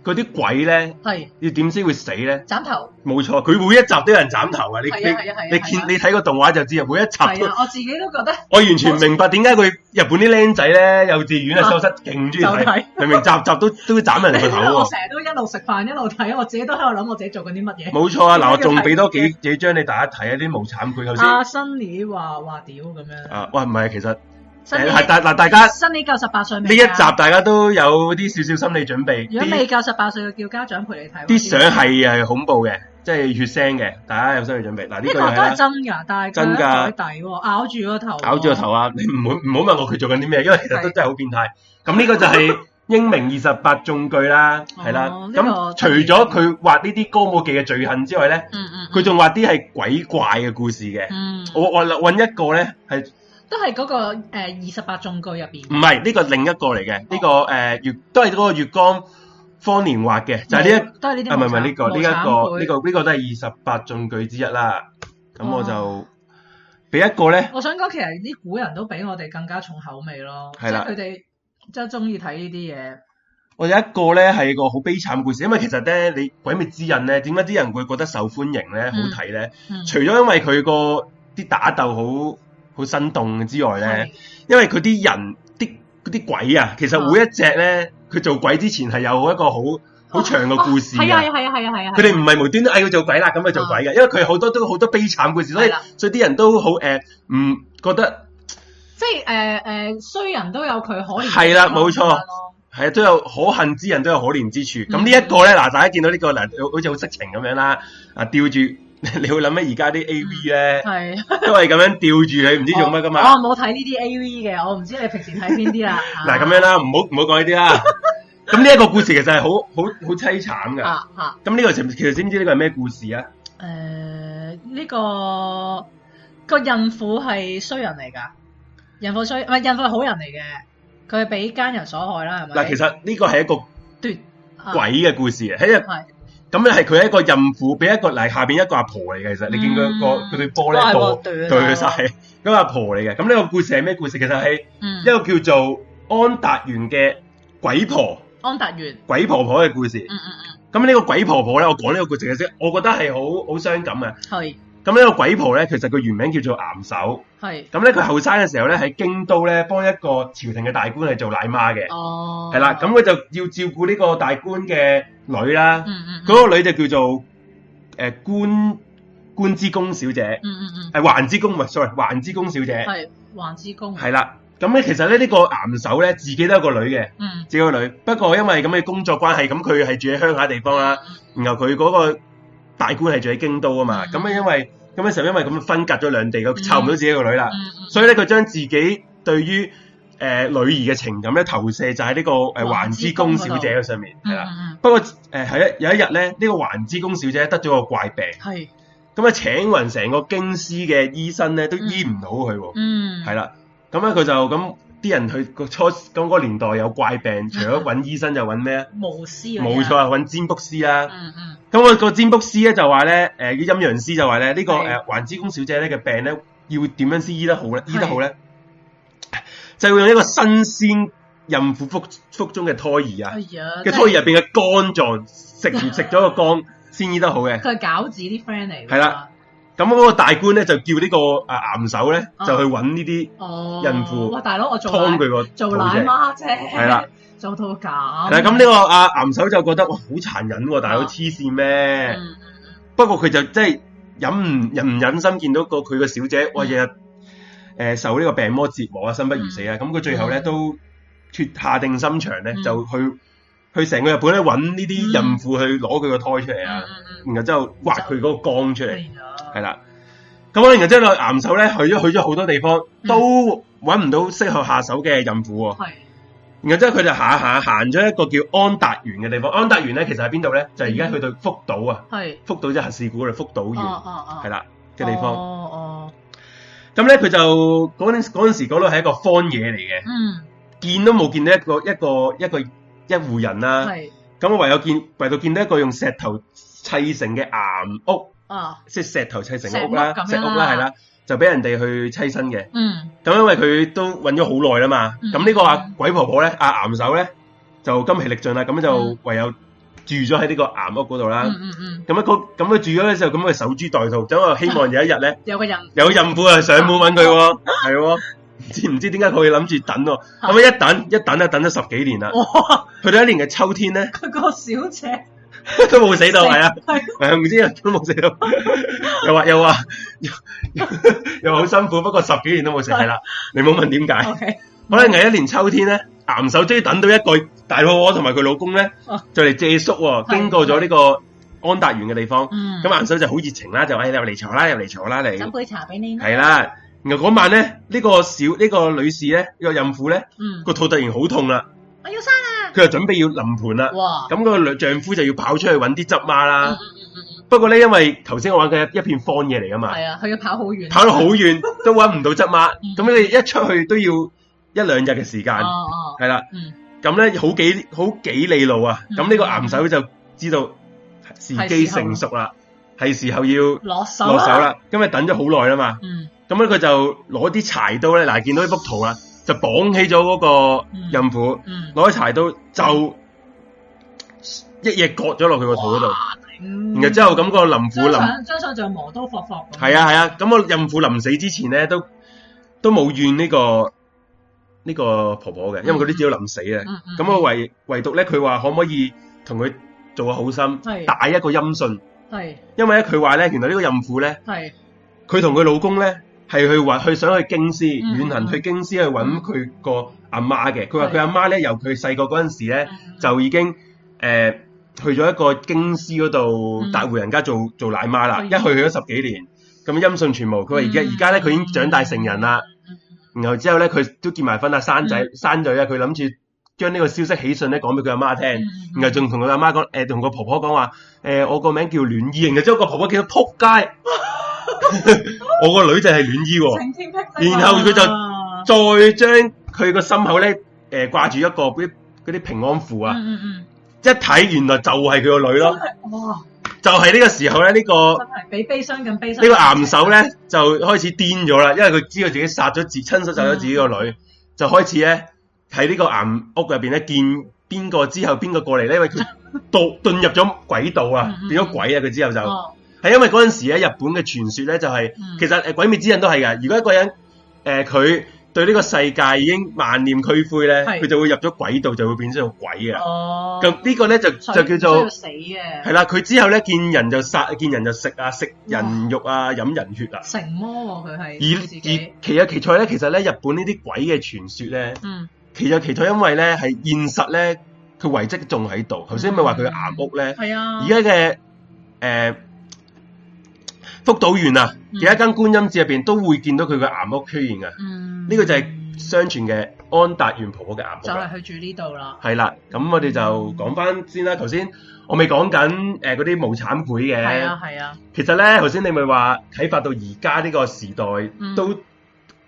[SPEAKER 1] 嗰啲鬼咧
[SPEAKER 2] 係
[SPEAKER 1] 要點先會死咧？
[SPEAKER 2] 斬頭
[SPEAKER 1] 冇錯，佢每一集都有人斬頭啊！你
[SPEAKER 2] 係啊係啊係啊
[SPEAKER 1] 你你
[SPEAKER 2] 係
[SPEAKER 1] 見
[SPEAKER 2] 啊
[SPEAKER 1] 你睇個動畫就知啊，每一集
[SPEAKER 2] 係
[SPEAKER 1] 都
[SPEAKER 2] 啊！我自己都覺得
[SPEAKER 1] 我完全明白點解佢日本啲僆仔咧幼稚園啊、
[SPEAKER 2] 啊
[SPEAKER 1] 收室勁中意
[SPEAKER 2] 就
[SPEAKER 1] 睇
[SPEAKER 2] 睇，
[SPEAKER 1] 明明集集都都斬 人個頭
[SPEAKER 2] 我
[SPEAKER 1] 喎。
[SPEAKER 2] 成日都一路食飯一路睇，我自己都喺度諗我自己做緊啲乜嘢。
[SPEAKER 1] 冇錯啊！嗱，我
[SPEAKER 2] 呢個
[SPEAKER 1] 仲
[SPEAKER 2] 係
[SPEAKER 1] 俾多幾幾張你大家睇啊，啲無慘佢頭先
[SPEAKER 2] 阿新年話話屌咁樣，
[SPEAKER 1] 啊，哇，唔係，其實
[SPEAKER 2] 新
[SPEAKER 1] 誒
[SPEAKER 2] 年
[SPEAKER 1] 係大嗱，大家
[SPEAKER 2] 新年夠十八歲
[SPEAKER 1] 呢
[SPEAKER 2] 未
[SPEAKER 1] 一
[SPEAKER 2] 㗎
[SPEAKER 1] 集大家都有啲少少心理準備，
[SPEAKER 2] 如果未
[SPEAKER 1] 啲
[SPEAKER 2] 夠十八歲，就叫家長陪你睇。
[SPEAKER 1] 啲相係係恐怖嘅，即係血腥嘅，大家有心理準備。嗱，呢
[SPEAKER 2] 呢
[SPEAKER 1] 個
[SPEAKER 2] 個
[SPEAKER 1] 又
[SPEAKER 2] 哦都係
[SPEAKER 1] 係啦，
[SPEAKER 2] 真㗎，但係
[SPEAKER 1] 真
[SPEAKER 2] 佢
[SPEAKER 1] 㗎
[SPEAKER 2] 喺袋底喎，咬住個頭喎，
[SPEAKER 1] 咬住個頭啊！你唔好唔好問我佢做緊啲咩，因為其實都
[SPEAKER 2] 係
[SPEAKER 1] 真係好變態。咁呢個就係英明二十八中據啦，係啦。
[SPEAKER 3] 哦呢
[SPEAKER 1] 咁、
[SPEAKER 3] 個
[SPEAKER 1] 除咗佢畫呢啲高武記嘅罪行之外咧，
[SPEAKER 3] 嗯嗯，
[SPEAKER 1] 佢仲畫啲係鬼怪嘅故事嘅。
[SPEAKER 3] 嗯
[SPEAKER 1] 我我揾一個咧係
[SPEAKER 2] 都係嗰、個誒二十八中句入邊
[SPEAKER 1] 唔。係呢個另一個嚟嘅？呢、個誒月都係嗰個月光方年畫嘅，就係呢一
[SPEAKER 2] 都係嗯呢啲
[SPEAKER 1] 啊，唔係唔係呢個呢
[SPEAKER 2] 無
[SPEAKER 1] 一
[SPEAKER 2] 產
[SPEAKER 1] 個
[SPEAKER 2] 無
[SPEAKER 1] 呢
[SPEAKER 2] 產
[SPEAKER 1] 個呢個都係二十八進句之一啦。咁我就俾一個咧，
[SPEAKER 2] 輩我想講其實啲古人都比我哋更加重口味咯，即
[SPEAKER 1] 係啦
[SPEAKER 2] 係佢哋即係中意睇呢啲嘢。
[SPEAKER 1] 我有一個咧係個好悲慘故事，因為其實咧你《鬼滅之刃》咧，點解啲人會覺得受歡迎咧、好
[SPEAKER 3] 嗯
[SPEAKER 1] 睇咧？
[SPEAKER 3] 嗯
[SPEAKER 1] 除咗因為佢個啲打鬥好好生動之外咧，
[SPEAKER 2] 係
[SPEAKER 1] 因為佢啲人啲嗰啲鬼啊，其實每一隻咧，佢做鬼之前係有一個好好長嘅故事
[SPEAKER 2] 哦
[SPEAKER 3] 係
[SPEAKER 1] 㗎
[SPEAKER 3] 啊係啊係啊係啊，啊
[SPEAKER 1] 佢哋唔係無端哎端嗌佢做鬼啦，咁佢做鬼嘅，因為佢好多都好多悲慘故事，所以
[SPEAKER 3] 係啦
[SPEAKER 1] 所以啲人都好誒，唔、覺得嗯
[SPEAKER 2] 即係誒誒衰人都有佢可憐嘅地方
[SPEAKER 1] 係啦冇錯
[SPEAKER 2] 咁樣咯
[SPEAKER 1] 係啊都有可恨之人都有可憐之處。咁
[SPEAKER 3] 嗯
[SPEAKER 1] 呢一個咧，嗱大家見到呢、個嗱，好好似好色情咁樣啦，啊吊住 你會諗起而家啲 A V 咧，
[SPEAKER 2] 係
[SPEAKER 1] 都係咁樣吊住你，唔知做乜噶
[SPEAKER 3] 哦
[SPEAKER 1] 嘛。。
[SPEAKER 2] 我我冇睇呢啲 A V 嘅，我唔知你平時睇邊啲啦
[SPEAKER 1] 嗱咁樣啦，唔好唔好講呢啲 啦。咁呢一個故事其實係好好好凄慘
[SPEAKER 2] 樣
[SPEAKER 1] 嘅。
[SPEAKER 2] 啊啊
[SPEAKER 1] 咁呢個其實其實知唔知呢個係咩故事啊？
[SPEAKER 2] 誒呃呢個個孕婦係衰人嚟㗎，孕婦衰唔係孕婦係好人嚟嘅，佢係俾奸人所害啦，係咪？
[SPEAKER 1] 嗱，其實呢個係一個
[SPEAKER 2] 奪啊
[SPEAKER 1] 鬼嘅故事，係一個
[SPEAKER 2] 係
[SPEAKER 1] 咁咧係佢係一個孕婦俾一個嚟下邊一個阿婆嚟嘅，其實你見佢個
[SPEAKER 3] 嗯
[SPEAKER 1] 佢對波
[SPEAKER 3] 都
[SPEAKER 1] 咧
[SPEAKER 3] 係
[SPEAKER 1] 度
[SPEAKER 3] 個短
[SPEAKER 1] 對晒，咁阿婆嚟嘅。咁呢個故事係咩故事？其實係
[SPEAKER 3] 嗯
[SPEAKER 1] 一個叫做安達原嘅鬼婆、
[SPEAKER 2] 安達源
[SPEAKER 1] 鬼婆婆嘅故事。
[SPEAKER 3] 嗯嗯
[SPEAKER 1] 咁呢個鬼婆婆咧，我講呢個故事嘅啫，我覺得係好好傷感啊。
[SPEAKER 2] 係
[SPEAKER 1] 咁呢個鬼婆咧，其實佢原名叫做岩手。
[SPEAKER 2] 係
[SPEAKER 1] 咁咧佢後生嘅時候咧，喺京都咧幫一個朝廷嘅大官係做奶媽嘅，
[SPEAKER 3] 哦
[SPEAKER 1] 係啦。咁佢就要照顧呢個大官嘅女啦。
[SPEAKER 3] 嗯嗯嗯
[SPEAKER 1] 嗰個女就叫做诶、呃官官之公小姐，
[SPEAKER 3] 嗯嗯
[SPEAKER 1] 係環之公，唔係 sorry，環之公小姐
[SPEAKER 2] 嗯係環之公
[SPEAKER 1] 係啦。咁咧，其實咧呢、個岩手咧自己都有個女嘅，
[SPEAKER 3] 嗯
[SPEAKER 1] 自己個女。不過因為咁嘅工作關係，咁佢係住喺鄉下地方啦。然後佢嗰個大官係住喺京都啊嘛。
[SPEAKER 3] 嗯
[SPEAKER 1] 咁啊，因為咁嘅時候，因為咁分隔咗兩地，佢湊唔到自己個女啦。
[SPEAKER 3] 嗯嗯
[SPEAKER 1] 所以咧，佢將自己對於诶、呃女兒嘅情感咧投射就喺呢、個个诶、呃、
[SPEAKER 2] 環
[SPEAKER 1] 環
[SPEAKER 2] 之
[SPEAKER 1] 之公
[SPEAKER 2] 公嗰度嗯
[SPEAKER 1] 小姐嘅上面，係啦。
[SPEAKER 3] 啦，
[SPEAKER 1] 不過誒係一有一日咧，呢、個環之公小姐得咗個怪病，
[SPEAKER 2] 係
[SPEAKER 1] 咁啊請暈成個京師嘅醫生咧都醫唔到佢喎，
[SPEAKER 3] 嗯
[SPEAKER 1] 係啦、咁啊咧佢就咁啲人去個初咁嗰個年代有怪 病，除咗揾醫生就揾咩啊？
[SPEAKER 2] 無私嗰啲啊
[SPEAKER 1] 冇錯啊，揾占卜師啦。
[SPEAKER 3] 嗯嗯
[SPEAKER 1] 咁、我個占卜師咧就話咧，誒、啲陰陽師就話咧，呢、個誒、
[SPEAKER 2] 係
[SPEAKER 1] 環之公小姐咧嘅病咧，要點樣先醫得好咧？醫得
[SPEAKER 2] 係
[SPEAKER 1] 好咧，就會用一個新鮮孕婦腹腹中嘅胎兒啊
[SPEAKER 2] 哎。呀
[SPEAKER 1] 嘅
[SPEAKER 2] 真
[SPEAKER 1] 胎
[SPEAKER 2] 係
[SPEAKER 1] 兒入邊嘅肝臟食 完食咗個肝先醫得好嘅。
[SPEAKER 2] 佢係餃子啲 friend 嚟㗎
[SPEAKER 1] 係啦，咁嗰個大官咧就叫呢個啊岩手咧
[SPEAKER 2] 啊
[SPEAKER 1] 就去揾呢啲
[SPEAKER 2] 哦
[SPEAKER 1] 孕婦
[SPEAKER 2] 哇大佬我做
[SPEAKER 1] 劏
[SPEAKER 2] 奶
[SPEAKER 1] 佢個肚
[SPEAKER 2] 做奶
[SPEAKER 1] 啫。
[SPEAKER 2] 媽啫，
[SPEAKER 1] 係啦，
[SPEAKER 2] 做到咁
[SPEAKER 1] 係啦，咁呢個啊岩手就覺得哇好殘忍喎，大佬
[SPEAKER 3] 啊
[SPEAKER 1] 黐線咩？
[SPEAKER 3] 嗯
[SPEAKER 1] 不過佢就真係忍唔忍唔忍心見到個佢個小姐，哇日日誒受呢個病魔折磨啊，生不如死啊！咁佢最後咧
[SPEAKER 3] 嗯
[SPEAKER 1] 都決下定心腸咧，
[SPEAKER 3] 嗯
[SPEAKER 1] 就去去成個日本咧揾呢啲孕婦去攞佢個胎出嚟
[SPEAKER 2] 嗯
[SPEAKER 1] 啊！然後之後挖佢嗰個缸出
[SPEAKER 2] 哎
[SPEAKER 1] 嚟，
[SPEAKER 2] 呀
[SPEAKER 1] 係啦。咁我然後之後岩手咧去咗去咗好多地方，
[SPEAKER 3] 嗯
[SPEAKER 1] 都揾唔到適合下手嘅孕婦喎。
[SPEAKER 2] 係
[SPEAKER 1] 然後之後佢就下下行咗一個叫安達園嘅地方。安達園咧其實喺邊度咧？就係而家去到福島啊，
[SPEAKER 2] 係
[SPEAKER 1] 福島即係核事故嗰度，福島
[SPEAKER 2] 哦
[SPEAKER 1] 縣
[SPEAKER 2] 哦哦
[SPEAKER 1] 係啦嘅地方。
[SPEAKER 2] 哦哦
[SPEAKER 1] 咁咧佢就嗰陣嗰陣時嗰度係一個荒野嚟嘅，
[SPEAKER 3] 嗯
[SPEAKER 1] 見都冇見到一個一個一個一戶人啦。
[SPEAKER 2] 係
[SPEAKER 1] 咁我唯有見唯獨見到一個用石頭砌成嘅岩屋。
[SPEAKER 2] 啊
[SPEAKER 1] 即係石頭砌成嘅屋啦，石
[SPEAKER 3] 石屋咁樣啊
[SPEAKER 1] 屋
[SPEAKER 3] 啦
[SPEAKER 1] 啦係啦，就俾人哋去砌身嘅。
[SPEAKER 3] 嗯
[SPEAKER 1] 咁因為佢都揾咗好耐啦嘛，
[SPEAKER 3] 嗯
[SPEAKER 1] 咁呢個阿鬼婆婆咧，阿岩手咧就筋疲力盡啦，咁就
[SPEAKER 3] 嗯
[SPEAKER 1] 唯有住咗喺呢個岩屋嗰度啦。
[SPEAKER 3] 嗯嗯
[SPEAKER 1] 咁樣啊佢咁佢住咗嘅時候，咁佢守株待兔，咁啊我希望有一日
[SPEAKER 3] 嗯
[SPEAKER 1] 咧
[SPEAKER 2] 有個人
[SPEAKER 1] 有孕婦啊上門揾佢喎，係喎。唔知唔知點解佢諗住等喎，咁樣一等一等啊，等咗十幾年啦。
[SPEAKER 3] 哦
[SPEAKER 2] 哇
[SPEAKER 1] 去到一年嘅秋天咧，
[SPEAKER 2] 佢個小姐
[SPEAKER 1] 都冇死到，係啊。
[SPEAKER 2] 係
[SPEAKER 1] 係唔知啊，都冇食到，又話又話又又話好辛苦，不過十幾年都冇食係 啦。你冇問點解？
[SPEAKER 2] OK
[SPEAKER 1] 可能係一年秋天咧，岩手終於等到一個大老婆同埋佢老公咧
[SPEAKER 2] 哦，
[SPEAKER 1] 就嚟借宿喎。
[SPEAKER 2] 係
[SPEAKER 1] 經過咗呢個安達園嘅地方，
[SPEAKER 3] 嗯
[SPEAKER 1] 咁岩手就好熱情啦，就誒入嚟坐啦，入嚟坐啦，你
[SPEAKER 2] 斟杯茶俾你啦
[SPEAKER 1] 係啦。然後嗰晚咧，呢個小呢個女士咧，呢個孕婦咧，
[SPEAKER 3] 嗯
[SPEAKER 1] 個肚突然好痛啦，
[SPEAKER 2] 我要生啊
[SPEAKER 1] 佢就準備要臨盤啦。
[SPEAKER 2] 哇！
[SPEAKER 1] 咁個女丈夫就要跑出去揾啲執媽
[SPEAKER 2] 嗯嗯
[SPEAKER 1] 啦。
[SPEAKER 2] 嗯嗯
[SPEAKER 1] 不過咧，因為頭先我玩嘅一片荒嘢嚟噶
[SPEAKER 2] 嗯，
[SPEAKER 1] 嘛，
[SPEAKER 2] 係啊，佢要跑好遠，
[SPEAKER 1] 跑到好 遠都揾唔到執媽。
[SPEAKER 2] 嗯
[SPEAKER 1] 咁你一出去都要一兩日嘅時間，
[SPEAKER 2] 哦哦，
[SPEAKER 1] 係啦。
[SPEAKER 2] 嗯，
[SPEAKER 1] 咁咧好幾好幾里路啊！
[SPEAKER 2] 嗯
[SPEAKER 1] 咁呢個岩手就知道時機成熟啦，係時候要
[SPEAKER 2] 落手
[SPEAKER 1] 落手，啦。因為等咗好耐啦嘛，
[SPEAKER 2] 嗯
[SPEAKER 1] 咁咧佢就攞啲柴刀咧，嗱見到呢幅圖啦，就綁起咗嗰個孕婦，
[SPEAKER 2] 嗯，
[SPEAKER 1] 攞啲柴刀就一嘢割咗落佢個肚嗰度，然後之後咁個林婦
[SPEAKER 2] 張
[SPEAKER 1] 臨
[SPEAKER 2] 相張相就磨刀霍霍咁，
[SPEAKER 1] 係啊係啊，咁個孕婦臨死之前咧都都冇怨呢個呢個婆婆嘅，因為佢都知道臨死啊。
[SPEAKER 2] 嗯，嗯
[SPEAKER 1] 咁我唯唯獨咧，佢話可唔可以同佢做個好心，
[SPEAKER 2] 係
[SPEAKER 1] 打一個音信，
[SPEAKER 2] 係
[SPEAKER 1] 因為咧佢話咧，原來呢個孕婦咧，
[SPEAKER 2] 係
[SPEAKER 1] 佢同佢老公咧係去揾，去想去京師
[SPEAKER 2] 嗯
[SPEAKER 1] 遠行去京師去揾佢個阿媽嘅。佢話
[SPEAKER 2] 係
[SPEAKER 1] 佢阿媽咧，由佢細個嗰陣時咧
[SPEAKER 2] 嗯
[SPEAKER 1] 就已經誒、呃去咗一個京師嗰度
[SPEAKER 2] 嗯
[SPEAKER 1] 大戶人家做做奶媽啦，
[SPEAKER 2] 係
[SPEAKER 1] 一去去咗十幾年，咁音信全無。佢話而家
[SPEAKER 2] 嗯
[SPEAKER 1] 而家咧佢已經長大成人啦。
[SPEAKER 2] 嗯
[SPEAKER 1] 然後之後咧，佢都結埋婚啦，生仔生女啊，佢諗住將呢個消息喜訊咧講俾佢阿媽
[SPEAKER 2] 嗯
[SPEAKER 1] 聽，
[SPEAKER 2] 嗯
[SPEAKER 1] 然後仲同佢阿媽講，誒同個婆婆講話，誒我個名叫暖意，然後之後個婆婆見到撲街， 我個女就係暖意喎，
[SPEAKER 2] 晴天霹靂啊
[SPEAKER 1] 然後佢就再將佢個心口咧誒掛住一個嗰啲嗰啲平安符啊，
[SPEAKER 2] 嗯嗯
[SPEAKER 1] 一睇原來就係佢個女咯，
[SPEAKER 2] 嗯，哇！
[SPEAKER 1] 就係呢個時候咧，呢個
[SPEAKER 2] 真係比悲傷更悲傷。
[SPEAKER 1] 呢個岩手咧就開始癲咗啦，因為佢知道自己殺咗自親手殺咗自己個女，
[SPEAKER 2] 嗯
[SPEAKER 1] 就開始咧喺呢個岩屋入邊咧見邊個之後邊個過嚟咧，因為 佢到遁入咗鬼道啊
[SPEAKER 2] 嗯，嗯
[SPEAKER 1] 變咗鬼啊！佢之後就係、
[SPEAKER 2] 哦，
[SPEAKER 1] 因為嗰陣時咧日本嘅傳說咧就係、
[SPEAKER 2] 嗯
[SPEAKER 1] 其實誒鬼滅之刃都係㗎，如果一個人誒佢、對呢個世界已經萬念俱灰咧，
[SPEAKER 2] 係
[SPEAKER 1] 佢就會入咗鬼道，就會變咗做鬼啊！
[SPEAKER 2] 哦，
[SPEAKER 1] 咁、呢個咧就
[SPEAKER 2] 所
[SPEAKER 1] 就
[SPEAKER 2] 以
[SPEAKER 1] 叫
[SPEAKER 2] 需
[SPEAKER 1] 做
[SPEAKER 2] 要。死嘅，
[SPEAKER 1] 係啦，佢之後咧見人就殺，見人就食啊，食人肉啊，飲人血啊。
[SPEAKER 2] 成魔喎佢
[SPEAKER 1] 而而
[SPEAKER 2] 係自己，
[SPEAKER 1] 其有其在咧，其實咧日本呢啲鬼嘅傳說咧，
[SPEAKER 2] 嗯
[SPEAKER 1] 其有其在，因為咧係現實咧，佢遺跡仲喺度。頭先咪話佢
[SPEAKER 2] 嗯
[SPEAKER 1] 岩屋咧，
[SPEAKER 2] 係啊，
[SPEAKER 1] 而家嘅誒福島縣啊，有
[SPEAKER 2] 嗯
[SPEAKER 1] 一間觀音寺入邊都會見到佢嘅岩屋出現嘅。
[SPEAKER 2] 嗯
[SPEAKER 1] 呢個就係相傳嘅安達縣婆婆嘅岩屋
[SPEAKER 2] 就
[SPEAKER 1] 啦。
[SPEAKER 2] 係佢住呢度啦，
[SPEAKER 1] 係啦，咁我哋就講翻先啦。頭先我咪講緊呃誒嗰啲無產會嘅，
[SPEAKER 2] 係啊係啊，
[SPEAKER 1] 其實咧頭先你咪話啟發到而家呢個時代、
[SPEAKER 2] 嗯
[SPEAKER 1] 都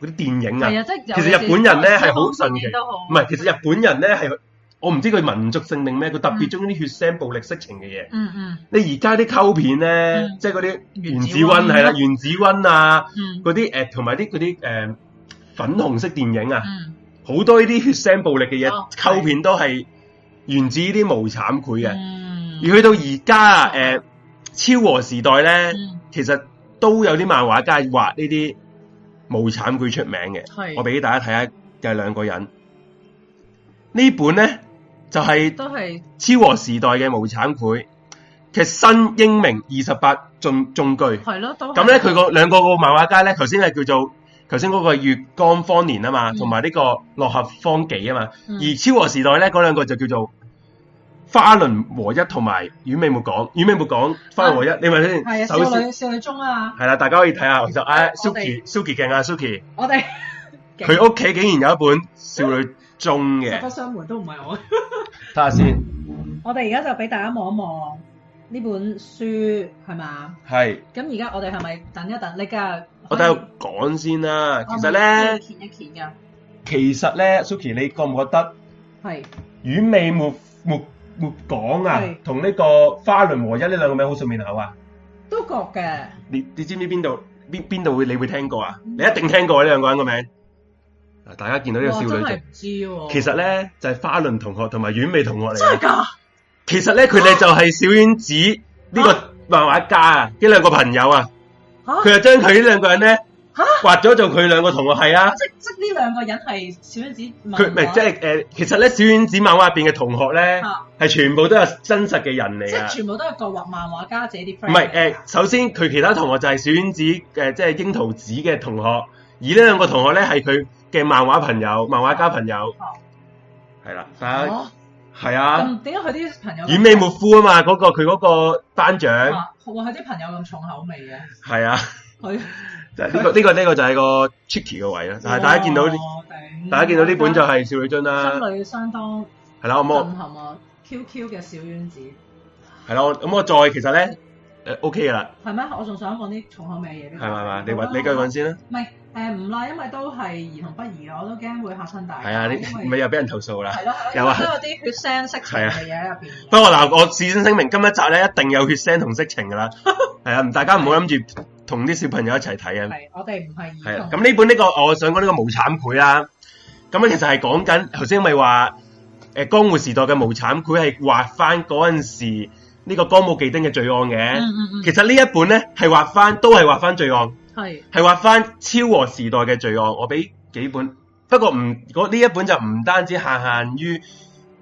[SPEAKER 1] 嗰啲電影
[SPEAKER 2] 係
[SPEAKER 1] 啊，
[SPEAKER 2] 啊，即係
[SPEAKER 1] 其實日本人咧係好神奇唔
[SPEAKER 2] 唔
[SPEAKER 1] 係，其實日本人咧係我唔知佢民族性定咩，佢特別中意啲血腥暴力色情嘅嘢。
[SPEAKER 2] 嗯嗯
[SPEAKER 1] 你而家啲溝片咧，
[SPEAKER 2] 嗯
[SPEAKER 1] 即係嗰啲
[SPEAKER 2] 原
[SPEAKER 1] 原
[SPEAKER 2] 子
[SPEAKER 1] 子
[SPEAKER 2] 溫啊
[SPEAKER 1] 溫係啦，原子溫啊，
[SPEAKER 2] 嗯
[SPEAKER 1] 嗰啲誒同埋啲嗰啲誒粉紅色電影啊。
[SPEAKER 2] 嗯
[SPEAKER 1] 好多呢啲血腥暴力嘅嘢
[SPEAKER 2] 哦，
[SPEAKER 1] 溝片都係源自呢啲無慘繪嘅。
[SPEAKER 2] 嗯
[SPEAKER 1] 而去到而家誒超和時代咧，
[SPEAKER 2] 嗯
[SPEAKER 1] 其實都有啲漫畫家畫呢啲無慘繪出名嘅。
[SPEAKER 2] 係
[SPEAKER 1] 我俾大家睇下，就係兩個人。呢本咧就係
[SPEAKER 2] 都係
[SPEAKER 1] 超和時代嘅無慘繪嘅新英明二十八中中句。
[SPEAKER 2] 係咯，都係
[SPEAKER 1] 咁咧，佢個兩個個漫畫家咧，頭先係叫做頭先嗰個月光方年啊嘛，
[SPEAKER 2] 嗯
[SPEAKER 1] 同埋呢個落合方紀啊嘛。
[SPEAKER 2] 嗯
[SPEAKER 1] 而超和時代咧，嗰兩個就叫做花輪和一同埋丸尾末講，丸尾末講花輪和一，你咪先。
[SPEAKER 2] 係啊
[SPEAKER 1] 首
[SPEAKER 2] 少
[SPEAKER 1] 先
[SPEAKER 2] 女少女中啊，
[SPEAKER 1] 係啦，大家可以睇下，其實唉
[SPEAKER 2] 我哋
[SPEAKER 1] ，Suki Suki 勁啊，Suki
[SPEAKER 2] 我哋
[SPEAKER 1] 佢屋企竟然有一本少女中嘅
[SPEAKER 2] 實，不相瞞都唔係我。
[SPEAKER 1] 睇 下先，
[SPEAKER 2] 我哋而家就俾大家望一望呢本書係嘛？
[SPEAKER 1] 係
[SPEAKER 2] 咁而家我哋係咪等一等？你嘅
[SPEAKER 1] 我等下講先啦。
[SPEAKER 2] 嗯
[SPEAKER 1] 其實咧，
[SPEAKER 2] 揭一揭㗎，
[SPEAKER 1] 其實咧，Suki 你覺唔覺得？
[SPEAKER 2] 係
[SPEAKER 1] 丸尾末末末講啊
[SPEAKER 2] 係，
[SPEAKER 1] 同呢個花輪和一呢兩個名好順面口啊！
[SPEAKER 2] 都覺嘅。
[SPEAKER 1] 你你知唔知邊度邊邊度會你會聽過啊？你一定聽過呢兩個人個名。嗱，大家見到呢個少
[SPEAKER 2] 哇真
[SPEAKER 1] 女
[SPEAKER 2] 係
[SPEAKER 1] 像，
[SPEAKER 2] 唔知喎。
[SPEAKER 1] 其實咧就係、花輪同學同埋丸尾同學嚟
[SPEAKER 2] 真
[SPEAKER 1] 嘅。
[SPEAKER 2] 係㗎，
[SPEAKER 1] 其實咧佢哋就係小丸子呢個漫畫家啊，呢兩個朋友啊，
[SPEAKER 2] 嚇
[SPEAKER 1] 佢就將佢呢兩個人咧
[SPEAKER 2] 嚇
[SPEAKER 1] 畫咗做佢兩個同學係啊。
[SPEAKER 2] 即即呢兩個人係小丸子漫畫
[SPEAKER 1] 佢唔係即啊係誒，其實咧小丸子漫畫入邊嘅同學咧
[SPEAKER 2] 啊
[SPEAKER 1] 係全部都係真實嘅人
[SPEAKER 2] 即
[SPEAKER 1] 嚟啊
[SPEAKER 2] 係。全部都係各畫漫畫家自己啲
[SPEAKER 1] 唔
[SPEAKER 2] friend
[SPEAKER 1] 係
[SPEAKER 2] 嚟㗎。
[SPEAKER 1] 誒，首先佢其他同學就係小丸子誒、呃即係櫻桃子嘅同學，而呢兩個同學咧係佢嘅漫畫朋友、漫畫家朋友，係啦，大家
[SPEAKER 2] 哦
[SPEAKER 1] 係啊，
[SPEAKER 2] 咁點解佢啲朋友咁
[SPEAKER 1] 遠尾末夫啊嘛，嗰、個佢嗰個班長
[SPEAKER 2] 啊哇！佢啲朋友咁重口味嘅，
[SPEAKER 1] 係啊，
[SPEAKER 2] 佢
[SPEAKER 1] 就係呢、個呢、個呢、個就係個
[SPEAKER 2] 哦
[SPEAKER 1] tricky 嘅位啦。但係大家見到呢，啊
[SPEAKER 2] 哇頂
[SPEAKER 1] 大家見到呢本就係少女津啦，
[SPEAKER 2] 心裏相當
[SPEAKER 1] 係啦，咁我
[SPEAKER 2] 震撼我 QQ 嘅小丸子
[SPEAKER 1] 係啦，我咁我再其實咧誒 OK 嘅啦，
[SPEAKER 2] 係咩？我仲想講啲重口味嘅嘢俾
[SPEAKER 1] 係啊
[SPEAKER 2] 你
[SPEAKER 1] 咪係咪？你揾你繼續揾先啦。
[SPEAKER 2] 唔係誒唔啦，因為都係兒童不宜，啊我都驚會嚇親大家。
[SPEAKER 1] 係啊，你
[SPEAKER 2] 因
[SPEAKER 1] 咪
[SPEAKER 2] 為
[SPEAKER 1] 又俾人投訴啦。
[SPEAKER 2] 係咯，
[SPEAKER 1] 有
[SPEAKER 2] 有
[SPEAKER 1] 啊
[SPEAKER 2] 啊，因為都有啲血腥色情嘅嘢喺入邊。
[SPEAKER 1] 不過嗱，我事先聲明，今一集咧一定有血腥同色情噶 啦，係啊，唔大家唔好諗住同啲小朋友一齊睇啊，
[SPEAKER 2] 係，我哋唔係兒
[SPEAKER 1] 係啊
[SPEAKER 2] 童。。
[SPEAKER 1] 咁呢本呢、個我想講呢個無慘繪啦，咁啊其實係講緊頭先咪話誒江湖時代嘅無慘繪係畫翻嗰陣時呢個歌舞伎町嘅罪案嘅，
[SPEAKER 2] 嗯嗯嗯，
[SPEAKER 1] 其實呢一本咧係畫翻都係畫翻罪案，
[SPEAKER 2] 係
[SPEAKER 1] 係畫翻昭和時代嘅罪案，我俾幾本，不過唔嗰呢一本就唔單止限限於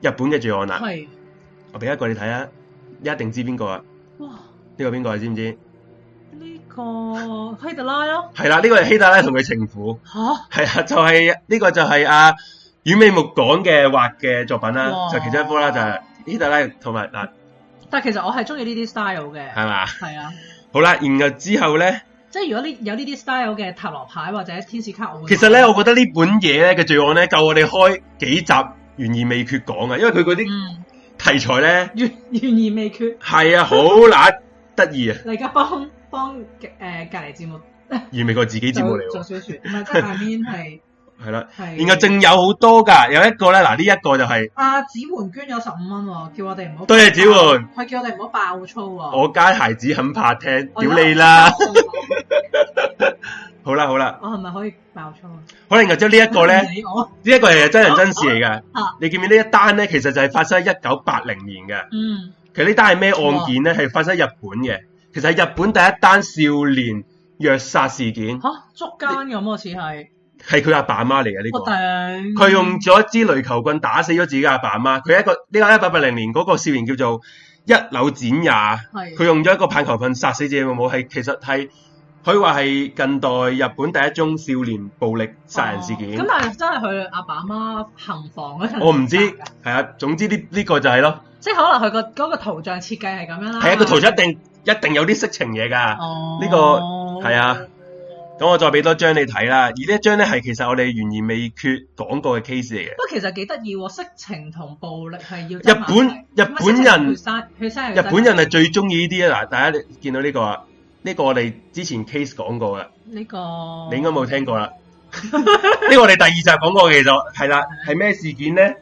[SPEAKER 1] 日本嘅罪案啦。
[SPEAKER 2] 係，
[SPEAKER 1] 我俾一個你睇啊，你一定知邊個啊？
[SPEAKER 2] 哇！
[SPEAKER 1] 呢、個邊個啊？知唔知？
[SPEAKER 2] 呢個希特拉咯
[SPEAKER 1] 係啦，呢、個係希特拉同佢情婦，
[SPEAKER 2] 嚇，
[SPEAKER 1] 係啊，就係、呢、個就係阿、啊、阮美木講嘅畫嘅作品啦，
[SPEAKER 2] 哇
[SPEAKER 1] 就其中一幅啦，就係、希特拉同埋嗱，
[SPEAKER 2] 但係其實我係中意呢啲 style 嘅，
[SPEAKER 1] 係嘛？
[SPEAKER 2] 係啊，
[SPEAKER 1] 好啦，然後之後咧，
[SPEAKER 2] 即係如果呢有呢啲 style 嘅塔羅牌或者天使卡，我會
[SPEAKER 1] 其實咧，我覺得呢本嘢咧嘅罪案咧，夠我哋開幾集懸而未決講啊，因為佢嗰啲
[SPEAKER 2] 嗯
[SPEAKER 1] 題材咧
[SPEAKER 2] 懸懸而未決。
[SPEAKER 1] 係啊，好乸得意啊，
[SPEAKER 2] 你而家幫幫誒隔離節目
[SPEAKER 1] 而美國自己節目嚟
[SPEAKER 2] 做做
[SPEAKER 1] 喎，
[SPEAKER 2] 小説，唔係即係下面係
[SPEAKER 1] 係啦，
[SPEAKER 2] 係。
[SPEAKER 1] 然後仲有好多㗎，有一個咧，嗱呢一個就係、
[SPEAKER 2] 阿子媛捐咗十五蚊喎，叫我哋唔好。
[SPEAKER 1] 多謝子媛，
[SPEAKER 2] 佢叫我哋唔好爆粗喎。
[SPEAKER 1] 我家孩子很怕聽，
[SPEAKER 2] 我
[SPEAKER 1] 屌你啦！
[SPEAKER 2] 我我
[SPEAKER 1] 好啦好啦，
[SPEAKER 2] 我啊哦係咪可以爆粗啊？
[SPEAKER 1] 好啦，然後之後呢一個咧，
[SPEAKER 2] 唔
[SPEAKER 1] 呢
[SPEAKER 2] 理我
[SPEAKER 1] 一個係真人真事嚟㗎。
[SPEAKER 2] 嗯啊
[SPEAKER 1] 你見唔見呢一單咧？其實就係發生喺一九八零年嘅。
[SPEAKER 2] 嗯
[SPEAKER 1] 其實呢單係咩案件咧？係發生喺日本嘅。其實係日本第一單少年虐殺事件，
[SPEAKER 2] 嚇捉奸咁喎，似係
[SPEAKER 1] 係佢阿爸阿媽嚟嘅呢
[SPEAKER 2] 我
[SPEAKER 1] 個。
[SPEAKER 2] 頂。
[SPEAKER 1] 佢用咗一支雷球棍打死咗自己阿爸阿媽。佢一個呢個一八八零年嗰個少年叫做一柳展也。
[SPEAKER 2] 係
[SPEAKER 1] 佢用咗一個棒球棍殺死自己老母，係其實係可以話係近代日本第一宗少年暴力殺人事件。
[SPEAKER 2] 哦咁但係真係佢阿爸阿媽行房嗰陣，
[SPEAKER 1] 我唔知，係啊，總之呢呢、個就係咯，
[SPEAKER 2] 即係可能佢個嗰個圖像設計係咁樣啦。
[SPEAKER 1] 係啊一個圖像一定一定有啲色情嘢㗎。
[SPEAKER 2] 哦，
[SPEAKER 1] 呢個係啊，咁我再俾多張你睇啦。而呢一張咧係其實我哋懸而未決講過嘅 case 嚟嘅。
[SPEAKER 2] 不過其實幾得意喎，色情同暴力係要
[SPEAKER 1] 日
[SPEAKER 2] 執埋
[SPEAKER 1] 本
[SPEAKER 2] 一
[SPEAKER 1] 日
[SPEAKER 2] 齊唔係
[SPEAKER 1] 本
[SPEAKER 2] 色情
[SPEAKER 1] 人
[SPEAKER 2] 血腥血腥係
[SPEAKER 1] 日
[SPEAKER 2] 要
[SPEAKER 1] 本
[SPEAKER 2] 執
[SPEAKER 1] 人係最中意呢啲啊！嗱，大家見到呢、個啊，呢、個我哋之前 case 講過啦，
[SPEAKER 2] 埋呢個
[SPEAKER 1] 你應該冇聽 過啦。呢個我哋第二集講過嘅，其實係啦，係咩事件咧？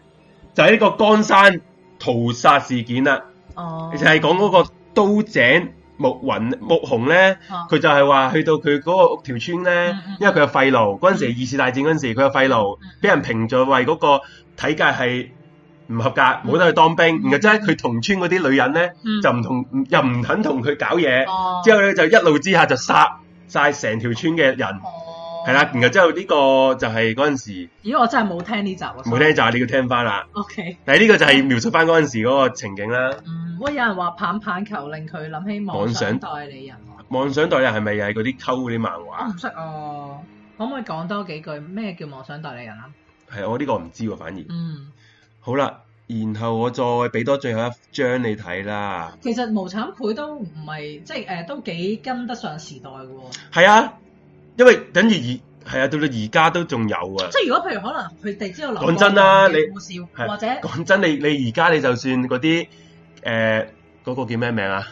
[SPEAKER 1] 就係、呢個江山屠殺事件啦。
[SPEAKER 2] 哦，
[SPEAKER 1] 就係講嗰個刀井木雲木紅咧，
[SPEAKER 2] 啊
[SPEAKER 1] 佢就係話去到佢嗰個條村咧
[SPEAKER 2] 嗯嗯，
[SPEAKER 1] 因為佢有肺癆，嗰陣時二次大戰嗰陣時佢有肺癆
[SPEAKER 2] 嗯，
[SPEAKER 1] 俾人評咗為嗰個體格係唔合格，冇得去當兵。然後之後佢同村嗰啲女人咧
[SPEAKER 2] 嗯
[SPEAKER 1] 就唔同，又唔肯同佢搞嘢，
[SPEAKER 2] 哦
[SPEAKER 1] 之後咧就一怒之下就殺晒成條村嘅人，係
[SPEAKER 2] 哦
[SPEAKER 1] 啦。然後之後呢個就係嗰陣時
[SPEAKER 2] 咦，我真係冇聽呢集啊喎。
[SPEAKER 1] 冇聽就係你要聽翻啦。
[SPEAKER 2] O K，
[SPEAKER 1] 但係呢個就係描述翻嗰陣時嗰個情景啦。
[SPEAKER 2] 嗯，喂，有人話棒棒球令佢諗起妄想代理人喎，
[SPEAKER 1] 妄想代理人係咪又係嗰啲溝嗰啲漫畫
[SPEAKER 2] 我？唔識哦，可唔可以講多幾句咩叫妄想代理人啊？
[SPEAKER 1] 係我呢個唔知喎，反而
[SPEAKER 2] 嗯，
[SPEAKER 1] 好啦，然後我再俾多最後一張你睇啦。
[SPEAKER 2] 其實無產配都唔係即係誒，都幾跟得上時代嘅喎。
[SPEAKER 1] 係啊，因為等住而係啊，到到而家都仲有啊。
[SPEAKER 2] 即係如果譬如可能佢哋知道劉
[SPEAKER 1] 講真啦
[SPEAKER 2] 國華嘅故事
[SPEAKER 1] 係
[SPEAKER 2] 或者
[SPEAKER 1] 講真，你你而家你就算嗰啲誒嗰個叫咩名啊？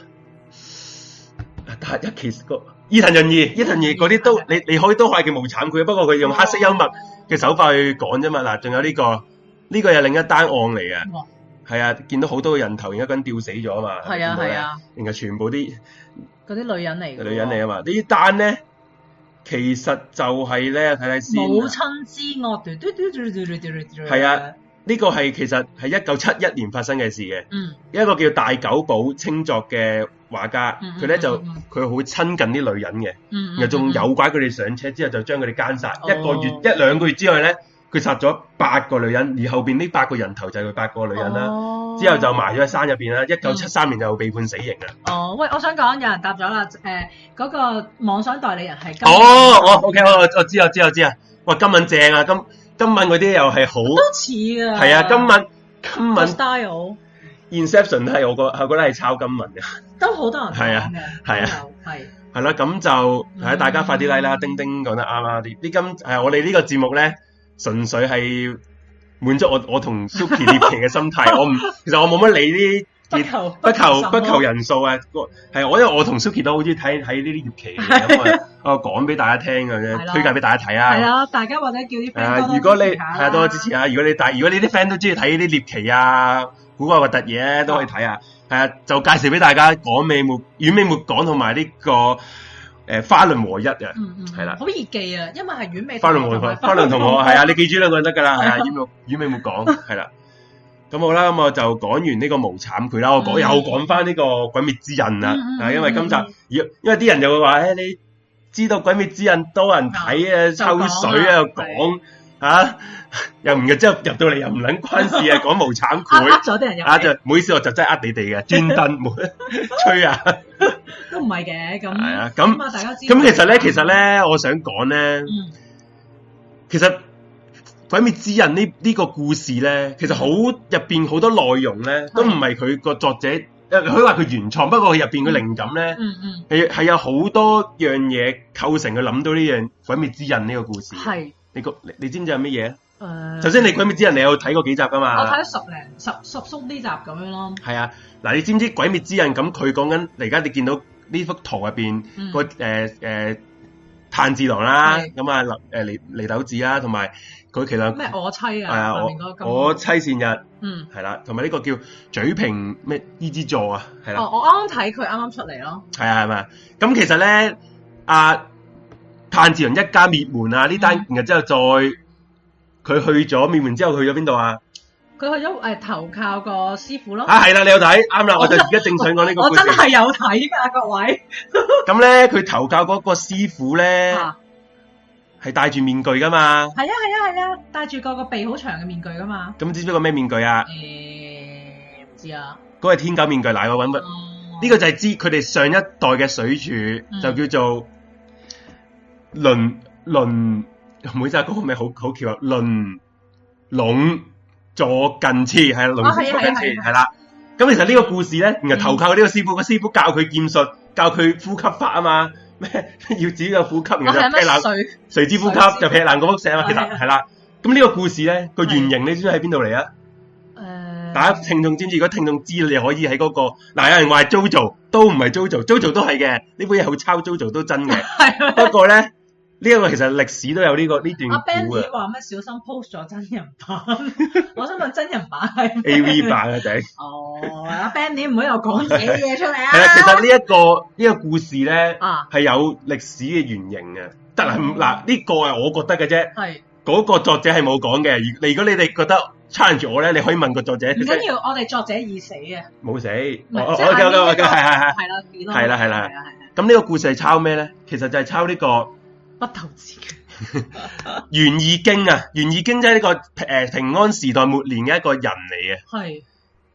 [SPEAKER 1] 但係一其個伊藤潤二、伊藤潤二嗰啲都你你可以都係叫無慘佢，不過佢用黑色幽默嘅手法去講啫嘛。嗱，仲有呢、個呢、個又另一單案嚟嘅，
[SPEAKER 2] 哇
[SPEAKER 1] 係啊，見到好多個人頭而家跟吊死咗啊嘛。
[SPEAKER 2] 係啊
[SPEAKER 1] 見到咧
[SPEAKER 2] 係，啊，
[SPEAKER 1] 然後全部啲。
[SPEAKER 2] 嗰啲女人嚟嘅
[SPEAKER 1] 女人嚟啊嘛。呢單咧，其實就係咧，睇睇
[SPEAKER 2] 母
[SPEAKER 1] 先啊。
[SPEAKER 2] 親之惡，嘟嘟嘟嘟嘟嘟嘟嘟
[SPEAKER 1] 係啊，呢個係其實係一九七一年發生嘅事嘅。
[SPEAKER 2] 嗯
[SPEAKER 1] 一個叫大久保清作嘅畫家，
[SPEAKER 2] 嗯嗯
[SPEAKER 1] 佢咧就
[SPEAKER 2] 嗯嗯
[SPEAKER 1] 佢好親近啲女人嘅，
[SPEAKER 2] 嗯，
[SPEAKER 1] 然後仲
[SPEAKER 2] 嗯
[SPEAKER 1] 誘拐佢哋上車之後就將佢哋奸殺。
[SPEAKER 2] 哦
[SPEAKER 1] 一個月一兩個月之內咧，佢殺咗八個女人，而後邊呢八個人頭就係佢八個女人啦。
[SPEAKER 2] 哦
[SPEAKER 1] 之後就埋咗喺山入邊
[SPEAKER 2] 嗯
[SPEAKER 1] 啦。一九七三年就被判死刑啊啦。
[SPEAKER 2] 哦，喂，我想講有人答咗啦，誒、呃嗰、個妄想代理人係金，
[SPEAKER 1] 哦，我 OK，我我知我知我知啊。哇，今敏正啊，今今敏嗰啲又係好。
[SPEAKER 2] 都似㗎，
[SPEAKER 1] 係啊，今晚今
[SPEAKER 2] 個
[SPEAKER 1] 晚
[SPEAKER 2] style
[SPEAKER 1] Inception 係我個，我覺得係抄今晚嘅，
[SPEAKER 2] 都好多人
[SPEAKER 1] 係啊
[SPEAKER 2] 講嘅，
[SPEAKER 1] 係啊
[SPEAKER 2] 啊，係
[SPEAKER 1] 係啦，咁就係啊
[SPEAKER 2] 嗯
[SPEAKER 1] 大家快啲啊 like 啦，丁丁講得啱啦，啲啲今係我哋呢個節目咧，純粹係滿足我我同 Suki 獵奇嘅心態。我唔其實我冇乜理呢
[SPEAKER 2] 不
[SPEAKER 1] 啲
[SPEAKER 2] 求
[SPEAKER 1] 不 求不求
[SPEAKER 2] 人，
[SPEAKER 1] 人數啊，個係我因為我同 Suki 都好中意睇睇呢啲獵奇 嘅嘢，咁我我講俾大家聽嘅
[SPEAKER 2] 係
[SPEAKER 1] 啫，
[SPEAKER 2] 啦
[SPEAKER 1] 推介俾大家睇
[SPEAKER 2] 係
[SPEAKER 1] 啊。
[SPEAKER 2] 啦，大家或者叫啲
[SPEAKER 1] 係啊
[SPEAKER 2] friend 多，多
[SPEAKER 1] 如果你
[SPEAKER 2] 支持下啦
[SPEAKER 1] 係多支持下，如果你大，如果你啲 friend 都中意睇呢啲獵奇啊、古怪核突嘢咧，都可以睇啊。係啊，就介紹俾大家港美末、遠美末港同埋呢個誒、呃花輪和一啊，
[SPEAKER 2] 嗯嗯，
[SPEAKER 1] 係啦
[SPEAKER 2] 好易記啊，因為係丸尾
[SPEAKER 1] 花輪
[SPEAKER 2] 同
[SPEAKER 1] 和
[SPEAKER 2] 埋
[SPEAKER 1] 花輪同學係啊，你記住兩個就得㗎啦，係
[SPEAKER 2] 係
[SPEAKER 1] 啊
[SPEAKER 2] 啊，
[SPEAKER 1] 遠美遠美末港係啦。咁好啦，咁我就講完呢個無慘佢啦，我講
[SPEAKER 2] 嗯
[SPEAKER 1] 又講翻呢個鬼滅之刃啦，
[SPEAKER 2] 嗯嗯
[SPEAKER 1] 啊，因為今集
[SPEAKER 2] 嗯嗯
[SPEAKER 1] 因因為啲人就會話誒你知道鬼滅之刃多人睇啊，
[SPEAKER 2] 就講啦
[SPEAKER 1] 抽水啊，又講啊，又唔即係入到嚟又唔撚關事 啊，講無慘
[SPEAKER 2] 呃呃
[SPEAKER 1] 佢
[SPEAKER 2] 咗啲人入
[SPEAKER 1] 啊，就
[SPEAKER 2] 嚟，
[SPEAKER 1] 唔好意思，我就真係呃你哋嘅，專登 冇吹啊，
[SPEAKER 2] 都唔係嘅咁。
[SPEAKER 1] 係啊，咁
[SPEAKER 2] 啊，大家知道
[SPEAKER 1] 咁其實咧，其實，咧，我想講咧，
[SPEAKER 2] 嗯
[SPEAKER 1] 其實《鬼滅之刃》呢呢個故事咧，其實好入邊好多內容咧，都唔係佢個作者，呃佢話佢原創，不過佢入邊嘅靈感咧。
[SPEAKER 2] 嗯嗯，
[SPEAKER 1] 係係有好多樣嘢構成佢諗到呢樣《鬼滅之刃》呢個故事。
[SPEAKER 2] 係
[SPEAKER 1] 你個你你知唔知係乜嘢？
[SPEAKER 2] 誒，
[SPEAKER 1] 首先，你啊《鬼滅之刃》你有睇過幾集噶
[SPEAKER 2] 我
[SPEAKER 1] 嘛？
[SPEAKER 2] 睇咗十零十十叔呢集咁樣咯，
[SPEAKER 1] 係啊，嗱，你知唔知《鬼滅之刃》咁佢講緊而家你見到呢幅圖入邊
[SPEAKER 2] 嗯
[SPEAKER 1] 個誒誒呃炭治郎啦，
[SPEAKER 2] 係
[SPEAKER 1] 咁啊立誒離離豆子啊啦，同埋佢其實
[SPEAKER 2] 咩我妻
[SPEAKER 1] 係
[SPEAKER 2] 啊，
[SPEAKER 1] 啊
[SPEAKER 2] 下面嗰個
[SPEAKER 1] 我我妻善日
[SPEAKER 2] 嗯，
[SPEAKER 1] 係啦，同埋呢個叫嘴平咩伊之助啊，係啦
[SPEAKER 2] 哦，。我啱啱睇佢啱啱出嚟咯，
[SPEAKER 1] 係啊，係咪？咁其實咧，阿炭治郎一家滅門啊，呢單然
[SPEAKER 2] 嗯，
[SPEAKER 1] 後之後再佢去咗滅門之後去咗邊度啊？
[SPEAKER 2] 佢去咗誒投靠個師傅咯，
[SPEAKER 1] 啊，係啦，你有睇啱啦，
[SPEAKER 2] 我
[SPEAKER 1] 我就而家正想講呢個
[SPEAKER 2] 我
[SPEAKER 1] 故
[SPEAKER 2] 哦真
[SPEAKER 1] 事。
[SPEAKER 2] 係有睇㗎各位，
[SPEAKER 1] 咁咧，佢投教嗰個師傅咧，
[SPEAKER 2] 啊
[SPEAKER 1] 係戴住面具噶嘛？
[SPEAKER 2] 係啊係啊係啊，戴住個個鼻好長嘅面具㗎嘛，
[SPEAKER 1] 咁知唔知個咩面具啊？
[SPEAKER 2] 誒唔知啊，
[SPEAKER 1] 嗰個係天狗面具，嗱，我揾乜？
[SPEAKER 2] 哦
[SPEAKER 1] 呢個就係知佢哋上一代嘅水柱，
[SPEAKER 2] 嗯
[SPEAKER 1] 就叫做輪輪，唔好意思啊，嗰個名好好巧啊，輪籠坐近次係輪
[SPEAKER 2] 哦係啊
[SPEAKER 1] 籠坐近次
[SPEAKER 2] 係啊係啊嗯
[SPEAKER 1] 係啦。咁其實呢個故事咧，然後投靠呢個師傅，個師傅教佢劍術，教佢呼吸法啊嘛， 咩要自己有呼吸，
[SPEAKER 2] 我
[SPEAKER 1] 然後
[SPEAKER 2] 哦係啊
[SPEAKER 1] 就劈
[SPEAKER 2] 乜
[SPEAKER 1] 爛
[SPEAKER 2] 水？
[SPEAKER 1] 垂之呼吸
[SPEAKER 2] 垂直
[SPEAKER 1] 就劈爛個輻射啊嘛，其
[SPEAKER 2] 係
[SPEAKER 1] 實
[SPEAKER 2] 啊
[SPEAKER 1] 係啦。咁呢個故事咧個原
[SPEAKER 2] 係
[SPEAKER 1] 型你知唔知喺邊度嚟啊？
[SPEAKER 2] 誒，
[SPEAKER 1] 大家聽眾知唔知？如果聽眾知，你可以喺嗰、個嗱，有人話係 JoJo 都唔係 JoJo，JoJo 都係嘅，呢本嘢好抄 JoJo 都真 嘅。
[SPEAKER 2] 係啊
[SPEAKER 1] 不過咧，呢、一個其實歷史都有呢、個呢
[SPEAKER 2] 阿
[SPEAKER 1] 段啊
[SPEAKER 2] Ben
[SPEAKER 1] 古嘅
[SPEAKER 2] 子話咩小心 post 咗真人 版，我想問真人版係咩
[SPEAKER 1] A V 版啊，頂。
[SPEAKER 2] 哦，阿 Ben 你唔好又講自己啲嘢出嚟
[SPEAKER 1] 係啦，其實
[SPEAKER 2] 啊！
[SPEAKER 1] 呢、一個呢、個故事咧
[SPEAKER 2] 啊，
[SPEAKER 1] 係有歷史嘅原型嘅。得啦，
[SPEAKER 2] 嗯
[SPEAKER 1] 唔嗱呢個係我覺得嘅啫，
[SPEAKER 2] 係
[SPEAKER 1] 嗰、個作者係冇講嘅。如如果你哋覺得 challenge 我咧，你可以問個作者。
[SPEAKER 2] 唔緊要，我哋作者已死嘅，
[SPEAKER 1] 冇死，
[SPEAKER 2] 唔
[SPEAKER 1] 我
[SPEAKER 2] 係
[SPEAKER 1] 我
[SPEAKER 2] 即係
[SPEAKER 1] OK
[SPEAKER 2] 呢
[SPEAKER 1] OK
[SPEAKER 2] 個
[SPEAKER 1] OK，係係係。
[SPEAKER 2] 係啦，幾多
[SPEAKER 1] 係啦係啦
[SPEAKER 2] 係啦，係啦
[SPEAKER 1] 咁呢個故事係抄咩咧？其實就係抄呢、個。
[SPEAKER 2] 不投資嘅，
[SPEAKER 1] 《源義經》啊，《源義經》即係呢個诶平安時代末年嘅一個人嚟嘅。
[SPEAKER 2] 係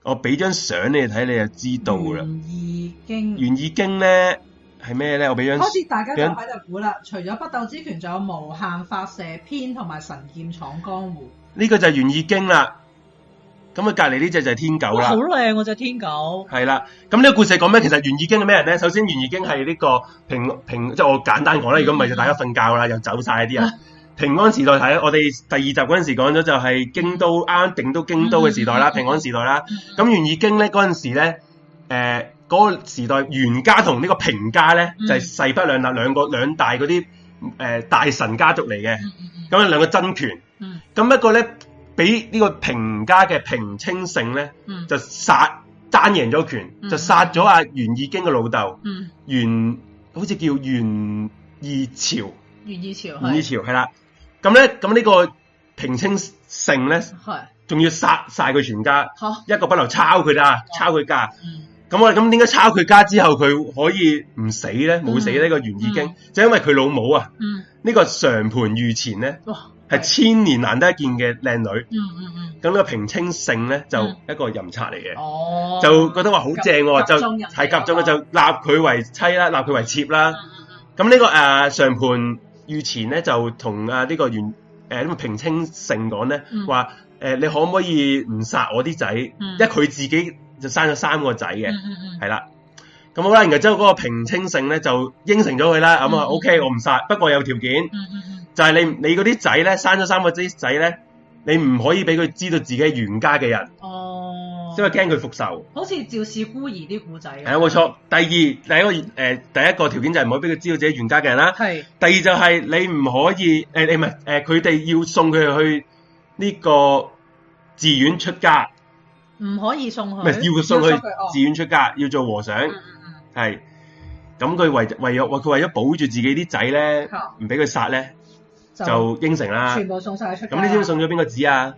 [SPEAKER 1] 我俾張相你哋睇，你就知道啦。
[SPEAKER 2] 嗯已
[SPEAKER 1] 《
[SPEAKER 2] 經
[SPEAKER 1] 源義經》咧係咩咧？我俾張
[SPEAKER 2] 開始大家就喺度估啦。除咗不鬥之拳，仲有無限發射篇同埋神劍闖江湖。
[SPEAKER 1] 呢個就係《源義經》啦。咁啊，隔離呢只就係天狗
[SPEAKER 2] 哇
[SPEAKER 1] 啦
[SPEAKER 2] 好。靚喎只天狗，
[SPEAKER 1] 係啦，咁呢個故事講咩？其實《源義經》係咩人咧？首先，《源義經》係呢個平平，即係我簡單講
[SPEAKER 2] 嗯
[SPEAKER 1] 啦。如果唔係就大家瞓覺啦，又走晒啲
[SPEAKER 2] 啊
[SPEAKER 1] 人。平安時代睇，我哋第二集嗰陣時講咗就係京都啱啱定都京都嘅時代啦，
[SPEAKER 2] 嗯
[SPEAKER 1] 平安時代啦。咁《源義經》咧嗰陣時咧，誒、嗰、個時代袁家同呢個平家咧，
[SPEAKER 2] 嗯
[SPEAKER 1] 就係、勢不兩立兩個兩大嗰啲誒大臣家族嚟嘅，
[SPEAKER 2] 嗯嗯嗯
[SPEAKER 1] 咁啊兩個爭權，
[SPEAKER 2] 嗯
[SPEAKER 1] 咁一個咧俾呢個平家嘅平清盛咧
[SPEAKER 2] 嗯
[SPEAKER 1] 就殺單贏咗權，
[SPEAKER 2] 嗯
[SPEAKER 1] 就殺咗阿袁義經嘅老豆
[SPEAKER 2] 嗯，
[SPEAKER 1] 袁，好似叫袁義朝，
[SPEAKER 2] 袁以朝
[SPEAKER 1] 袁義
[SPEAKER 2] 係
[SPEAKER 1] 朝係啦，咁咧咁呢個平清盛咧
[SPEAKER 2] 係
[SPEAKER 1] 仲要殺晒佢全家，
[SPEAKER 2] 好
[SPEAKER 1] 一個不留抄佢
[SPEAKER 2] 哦
[SPEAKER 1] 啦，抄佢家。
[SPEAKER 2] 嗯
[SPEAKER 1] 咁我哋咁點解抄佢家之後佢可以唔死咧？冇死呢個原意經，
[SPEAKER 2] 嗯
[SPEAKER 1] 就因為佢老母啊，
[SPEAKER 2] 嗯
[SPEAKER 1] 呢、個常盤御前咧
[SPEAKER 2] 哇
[SPEAKER 1] 係千年難得一見嘅靚女。
[SPEAKER 2] 嗯嗯嗯。
[SPEAKER 1] 咁呢個平清盛咧就
[SPEAKER 2] 嗯
[SPEAKER 1] 一個淫賊嚟嘅，
[SPEAKER 2] 哦，
[SPEAKER 1] 就覺得話好正喎，
[SPEAKER 2] 夾
[SPEAKER 1] 就
[SPEAKER 2] 中人
[SPEAKER 1] 係夾咗佢就
[SPEAKER 2] 嗯
[SPEAKER 1] 立佢為妻啦，立佢為妾啦。咁呢、個誒、呃上盤御前咧就同啊呢個袁誒呢個平清盛講咧
[SPEAKER 2] 嗯
[SPEAKER 1] 話誒你可唔可以唔殺我啲仔？
[SPEAKER 2] 嗯
[SPEAKER 1] 因為佢自己就生咗三個仔嘅，
[SPEAKER 2] 嗯嗯嗯
[SPEAKER 1] 係啦。咁好啦，然後之後嗰個平清盛咧就應承咗佢啦，咁啊
[SPEAKER 2] 嗯
[SPEAKER 1] OK 我唔殺，不過有條件
[SPEAKER 2] 嗯嗯嗯
[SPEAKER 1] 就係你你嗰啲仔咧生咗三個仔仔咧，你唔可以俾佢知道自己係袁家嘅人，
[SPEAKER 2] 哦，
[SPEAKER 1] 因為驚佢復仇。
[SPEAKER 2] 好似趙氏孤兒啲古仔咁。
[SPEAKER 1] 係啊，冇錯。第二，第一個誒，第一個條件就係唔可以俾佢知道自己係袁家嘅人啦。
[SPEAKER 2] 係
[SPEAKER 1] 第二就係你唔可以誒、你唔係誒，佢、哋要送佢去呢個寺院出家，
[SPEAKER 2] 唔可以啊送佢，
[SPEAKER 1] 唔係要佢送去
[SPEAKER 2] 哦
[SPEAKER 1] 寺院出家，要做和尚
[SPEAKER 2] 嗯嗯
[SPEAKER 1] 係。咁佢為為咗佢為咗保住自己啲仔咧
[SPEAKER 2] 嚇，
[SPEAKER 1] 唔俾佢殺咧，
[SPEAKER 2] 嗯就
[SPEAKER 1] 就應承啦。
[SPEAKER 2] 全部送晒出街
[SPEAKER 1] 咁
[SPEAKER 2] 啦。
[SPEAKER 1] 你知唔知送咗邊個紙啊？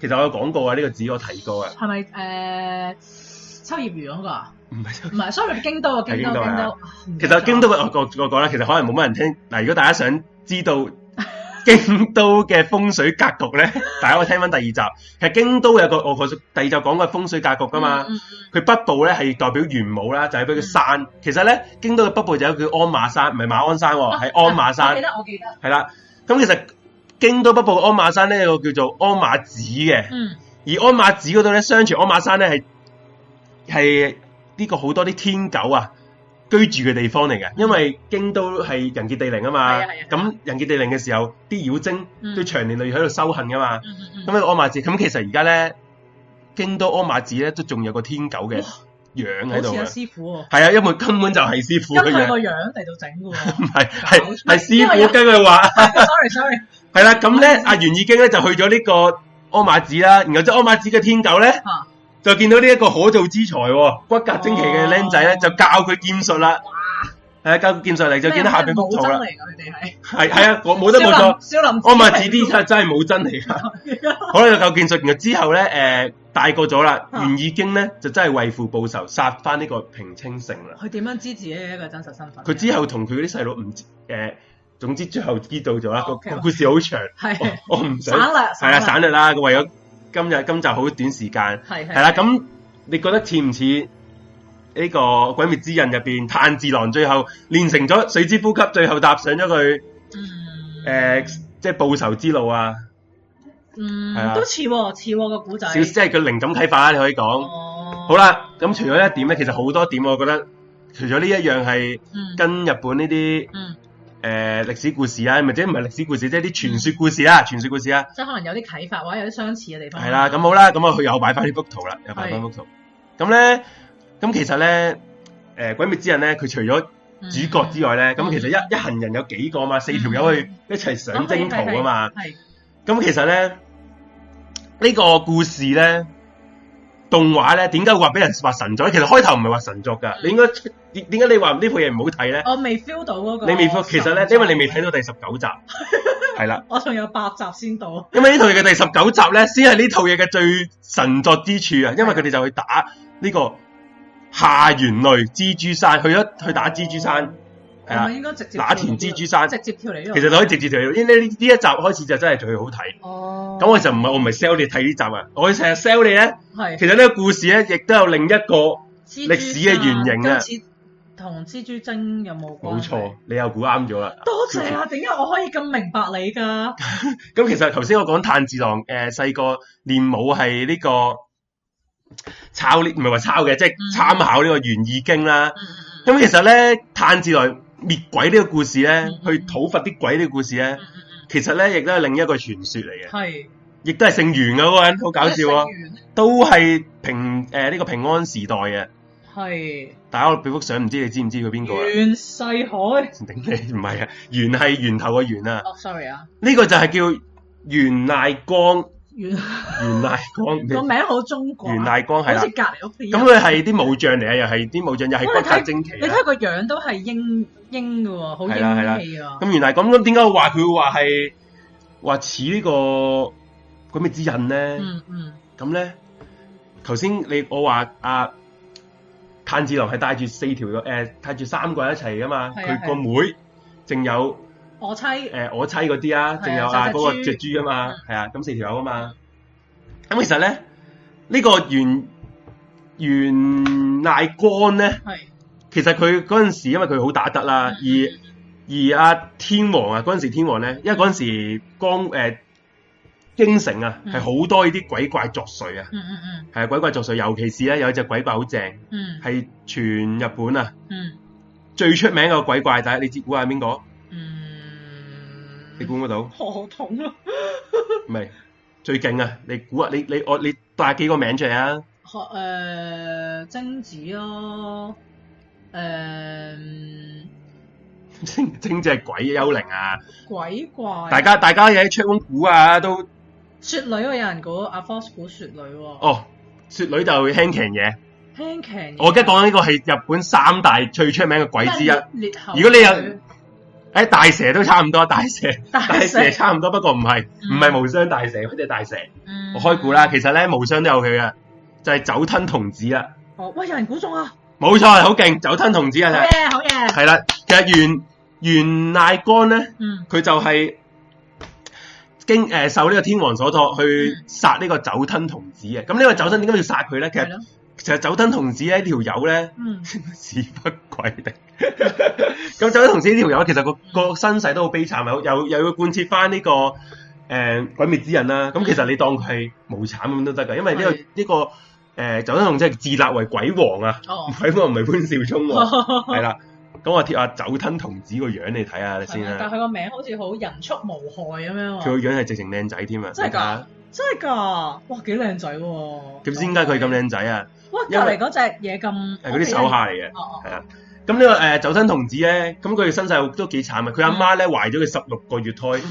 [SPEAKER 1] 其實我有講過啊，呢、個紙我提過啊，
[SPEAKER 2] 係咪誒秋葉原嗰個啊？
[SPEAKER 1] 唔係
[SPEAKER 2] 唔係，sorry，京都啊，京都，
[SPEAKER 1] 係京都
[SPEAKER 2] 京
[SPEAKER 1] 啊
[SPEAKER 2] 都。
[SPEAKER 1] 其實京都嘅哦我我我講啦，其實可能冇乜人聽。嗱，如果大家想知道 京都嘅風水格局咧，大家可以聽翻第二集。其實京都有個我我第二集講過風水格局噶啊嘛，
[SPEAKER 2] 嗯，嗯
[SPEAKER 1] 佢北部咧係代表玄武啦，就係俾佢山。其實咧，京都嘅北部就有叫鞍馬山，唔係馬鞍山 喎、
[SPEAKER 2] 嗯
[SPEAKER 1] 係鞍馬
[SPEAKER 2] 我記
[SPEAKER 1] 山，
[SPEAKER 2] 得，我記得。
[SPEAKER 1] 係啦。咁其實京都北部嘅鞍馬山咧有個叫做鞍馬寺嘅，
[SPEAKER 2] 嗯
[SPEAKER 1] 而鞍馬寺嗰度咧，相傳鞍馬山咧係係呢個好多啲天狗啊居住嘅地方嚟嘅，因為京都係人傑地靈啊嘛
[SPEAKER 2] 嗯係啊係啊，
[SPEAKER 1] 咁人傑地靈嘅時候，啲妖精
[SPEAKER 2] 嗯
[SPEAKER 1] 都長年累月喺度修行噶嘛，
[SPEAKER 2] 嗯嗯
[SPEAKER 1] 咁
[SPEAKER 2] 嗯。
[SPEAKER 1] 喺鞍馬寺，咁其實而家咧京都鞍馬寺咧都仲有個天狗嘅樣喺
[SPEAKER 2] 好
[SPEAKER 1] 度
[SPEAKER 2] 似有
[SPEAKER 1] 嘅，
[SPEAKER 2] 師傅喎，
[SPEAKER 1] 係啊，因為根本就係師傅
[SPEAKER 2] 跟
[SPEAKER 1] 嘅
[SPEAKER 2] 佢
[SPEAKER 1] 樣，
[SPEAKER 2] 個樣嚟到整嘅
[SPEAKER 1] 唔
[SPEAKER 2] 喎。
[SPEAKER 1] 係
[SPEAKER 2] 搞
[SPEAKER 1] 係
[SPEAKER 2] 出
[SPEAKER 1] 係師
[SPEAKER 2] 因為有
[SPEAKER 1] 傅跟佢話。
[SPEAKER 2] Sorry，sorry。
[SPEAKER 1] 系啦，咁咧，阿袁已經咧就去咗呢個鞍馬寺啦，然後即係鞍馬寺嘅天狗咧
[SPEAKER 2] 啊，
[SPEAKER 1] 就見到呢一個可造之才喎，骨骼精奇嘅僆仔咧，就教佢劍術啦。係啊，教佢劍術嚟就見到下邊幅圖啦
[SPEAKER 2] 咩。武僧嚟㗎，佢哋係。
[SPEAKER 1] 係係啊，我冇得冇錯，
[SPEAKER 2] 少林
[SPEAKER 1] 鞍馬寺啲真係冇真嚟噶。好啦，就教劍術，然後之後咧，诶、大個咗啦，
[SPEAKER 2] 啊
[SPEAKER 1] 袁已經咧就真係為父報仇，殺翻呢個平清盛啦。
[SPEAKER 2] 佢點樣知自己一個真實身份？
[SPEAKER 1] 佢之後同佢啲細佬唔知诶、總之最後知道咗啦。個
[SPEAKER 2] OK，
[SPEAKER 1] 個故事好長，
[SPEAKER 2] 係
[SPEAKER 1] 我我唔想
[SPEAKER 2] 省。略，
[SPEAKER 1] 係啊，省略啦。佢為咗今日今集好短時間，
[SPEAKER 2] 係係
[SPEAKER 1] 係啦。咁你覺得似唔似呢個《鬼滅之刃》入邊炭治郎最後練成咗水之呼吸，最後踏上咗佢
[SPEAKER 2] 嗯
[SPEAKER 1] 誒即係報仇之路啊？係
[SPEAKER 2] 嗯
[SPEAKER 1] 啊
[SPEAKER 2] 都似喎，似喎個古仔
[SPEAKER 1] 少。即係佢靈感啟發啦，你可以講。
[SPEAKER 2] 哦，
[SPEAKER 1] 好，啦，咁除咗呢一點咧，其實好多點，我覺得除咗呢一樣係
[SPEAKER 2] 嗯
[SPEAKER 1] 跟日本呢啲
[SPEAKER 2] 嗯，
[SPEAKER 1] 誒歷史故事啊，或者唔係歷史故事，即係啲傳說故事
[SPEAKER 2] 嗯
[SPEAKER 1] 啦，傳說故事啊。
[SPEAKER 2] 即係可能有啲啟發或者有啲相似嘅地方。
[SPEAKER 1] 系啦，咁好啦，咁啊佢又擺翻呢幅圖啦，又擺翻幅圖。咁咧，咁其實咧，诶、鬼滅之刃》咧，佢除咗
[SPEAKER 2] 嗯，
[SPEAKER 1] 主角之外咧，咁、
[SPEAKER 2] 嗯
[SPEAKER 1] 其實一一行人有幾個嘛，四條友去一齊上征途啊嘛。
[SPEAKER 2] 哦係，係
[SPEAKER 1] 咁其實咧，呢、個故事咧，動畫咧，點解會話俾人話神作咧？其實開頭唔係話神作噶，你應該點點解你話呢部嘢唔好睇咧？
[SPEAKER 2] 我哦未 feel 到嗰個。
[SPEAKER 1] 你未其實咧，因為你未睇，到第十九集，係啦。
[SPEAKER 2] 我仲有八集先到。
[SPEAKER 1] 因為呢套嘢嘅第十九集咧，先係呢套嘢嘅最神作之處啊！因為佢哋就去打呢個下元類蜘蛛山，去咗去打蜘蛛山，係
[SPEAKER 2] 係
[SPEAKER 1] 啦
[SPEAKER 2] 咪應該直接
[SPEAKER 1] 打田蜘蛛山
[SPEAKER 2] 直接跳嚟呢度？
[SPEAKER 1] 其實就可以直接睇到，因為呢呢一集開始就真係最好睇。
[SPEAKER 2] 哦，
[SPEAKER 1] 咁我就唔係我唔係 sell 你睇呢集啊，我成日 sell 你咧。
[SPEAKER 2] 係
[SPEAKER 1] 其實呢個故事咧，亦都有另一個歷史嘅原型啊
[SPEAKER 2] 今次同蜘蛛精有冇關？
[SPEAKER 1] 冇錯，，你又估啱咗啦。
[SPEAKER 2] 多謝啊！點解我可以咁明白你㗎？
[SPEAKER 1] 咁其實頭先我講炭治郎呃誒細個練武係呢個抄呢，唔係話抄嘅，即係
[SPEAKER 2] 嗯
[SPEAKER 1] 參考呢個《源義經》啦。
[SPEAKER 2] 嗯嗯
[SPEAKER 1] 咁其實咧，炭治郎滅鬼呢個故事咧
[SPEAKER 2] 嗯，
[SPEAKER 1] 去討伐啲鬼呢個故事咧
[SPEAKER 2] 嗯，嗯嗯
[SPEAKER 1] 其實咧亦都係另一個傳說嚟
[SPEAKER 2] 嗯，
[SPEAKER 1] 嘅，
[SPEAKER 2] 係
[SPEAKER 1] 亦都係姓袁嘅嗰個人，好搞笑
[SPEAKER 2] 嗯
[SPEAKER 1] 啊！！都係平呃誒呢、個平安時代嘅，
[SPEAKER 2] 係
[SPEAKER 1] 大家我俾幅相，唔知你知唔知佢邊個啊？
[SPEAKER 2] 袁世海。
[SPEAKER 1] 頂你唔係啊，袁係源頭嘅源啊！
[SPEAKER 2] 哦，sorry 啊，
[SPEAKER 1] 呢、個就係叫袁賴光，
[SPEAKER 2] 袁
[SPEAKER 1] 袁賴光，
[SPEAKER 2] 個名好中國啊，
[SPEAKER 1] 袁賴光係
[SPEAKER 2] 好
[SPEAKER 1] 啦
[SPEAKER 2] 似。隔離屋企人。
[SPEAKER 1] 咁佢係啲武將嚟啊，又係啲武將，又係骨骼精奇
[SPEAKER 2] 你
[SPEAKER 1] 啊。
[SPEAKER 2] 睇個樣都係英英嘅喎，好英
[SPEAKER 1] 係啦係啦
[SPEAKER 2] 氣啊！
[SPEAKER 1] 咁原來係咁，咁點解我話佢會話係話似呢個鬼滅之刃咧？
[SPEAKER 2] 嗯嗯，
[SPEAKER 1] 咁咧、頭先你我話啊，炭治郎係帶住四條誒、呃，帶住三個人一齊噶嘛，
[SPEAKER 2] 係啊
[SPEAKER 1] 佢
[SPEAKER 2] 係
[SPEAKER 1] 個
[SPEAKER 2] 啊
[SPEAKER 1] 妹，仲有
[SPEAKER 2] 嗯我妻係
[SPEAKER 1] 誒、呃我妻嗰啲啊，
[SPEAKER 2] 係啊
[SPEAKER 1] 仲有啊
[SPEAKER 2] 就隻
[SPEAKER 1] 嗰個
[SPEAKER 2] 豬嗯
[SPEAKER 1] 隻豬啊嘛，係啊，咁四條友啊嘛。咁其實咧，呢、個原原賴光咧。其實佢嗰陣時，因為佢好打得啦，
[SPEAKER 2] 嗯
[SPEAKER 1] 而而阿天王啊，嗰陣時天王咧，因為嗰陣時江誒、呃京城啊，
[SPEAKER 2] 嗯
[SPEAKER 1] 係好多呢啲鬼怪作祟啊，
[SPEAKER 2] 嗯嗯嗯
[SPEAKER 1] 係啊鬼怪作祟，尤其是咧有一隻鬼怪好正，
[SPEAKER 2] 嗯
[SPEAKER 1] 係全日本啊
[SPEAKER 2] 嗯
[SPEAKER 1] 最出名嘅鬼怪，但係你知估下係邊個？
[SPEAKER 2] 嗯，
[SPEAKER 1] 你估唔估到？
[SPEAKER 2] 何桶啊？
[SPEAKER 1] 唔係最勁啊！你估下，你你我你帶幾個名出嚟啊？
[SPEAKER 2] 學誒、呃、精子咯，呃誒、
[SPEAKER 1] 精精只鬼幽靈啊！
[SPEAKER 2] 鬼怪。
[SPEAKER 1] 大家大家喺 check room 估啊，都
[SPEAKER 2] 雪女喎，有人估阿 Force 估雪女喎、
[SPEAKER 1] 哦，雪女就輕騎嘢。
[SPEAKER 2] 輕騎。
[SPEAKER 1] 我而家講緊呢個係日本三大最出名嘅鬼之一。
[SPEAKER 2] 咩烈烈喉
[SPEAKER 1] 啊如果你有
[SPEAKER 2] 水
[SPEAKER 1] 誒大蛇都差唔多，大蛇
[SPEAKER 2] 大
[SPEAKER 1] 大
[SPEAKER 2] 蛇
[SPEAKER 1] 蛇差唔多，不過唔係唔
[SPEAKER 2] 嗯
[SPEAKER 1] 係無雙大蛇，嗰只大蛇。
[SPEAKER 2] 嗯
[SPEAKER 1] 我開估啦，其實咧無雙都有佢嘅，就係、酒吞童子啦。
[SPEAKER 2] 哦，喂，有人估中啊！
[SPEAKER 1] 冇錯，好勁，酒吞童子
[SPEAKER 2] 好
[SPEAKER 1] 啊！
[SPEAKER 2] 嘢，好嘢。
[SPEAKER 1] 係啦，其實原原賴干咧，
[SPEAKER 2] 嗯
[SPEAKER 1] 佢就係經誒、呃受呢個天皇所託去
[SPEAKER 2] 嗯
[SPEAKER 1] 殺呢個酒吞童子嘅。咁呢個酒吞點解要殺佢咧？其
[SPEAKER 2] 係
[SPEAKER 1] 實
[SPEAKER 2] 咯，
[SPEAKER 1] 其實酒吞童子呢 條友咧
[SPEAKER 2] 嗯
[SPEAKER 1] 屎不鬼定。 咁酒吞童子呢條友其實個個身世都好悲慘，又又又要貫徹翻呢個誒、呃鬼滅之刃啦。咁其實你當佢係無慘咁都得㗎，因為呢、個
[SPEAKER 2] 係
[SPEAKER 1] 呢、個誒、呃酒吞童子係自立為鬼王啊，
[SPEAKER 2] 哦，
[SPEAKER 1] 鬼王唔係潘少聰 喎。
[SPEAKER 2] 係
[SPEAKER 1] 係啦，咁我貼下酒吞童子個樣你睇下先
[SPEAKER 2] 但
[SPEAKER 1] 啦，
[SPEAKER 2] 係佢個名好似好人畜無害咁
[SPEAKER 1] 佢
[SPEAKER 2] 樣喎，
[SPEAKER 1] 個樣係直情靚仔添啊！
[SPEAKER 2] 哦真係㗎
[SPEAKER 1] 你睇下？
[SPEAKER 2] 真係㗎，哇幾靚仔喎！
[SPEAKER 1] 咁先解佢咁？靚仔啊？
[SPEAKER 2] 哇隔
[SPEAKER 1] 因為
[SPEAKER 2] 離嗰隻嘢咁，
[SPEAKER 1] 係嗰啲手下嚟嘅。
[SPEAKER 2] 哦，哦
[SPEAKER 1] 係啊咁呢個誒酒吞童子咧，咁佢身世都幾慘啊！佢阿媽咧懷咗佢十六個月 胎，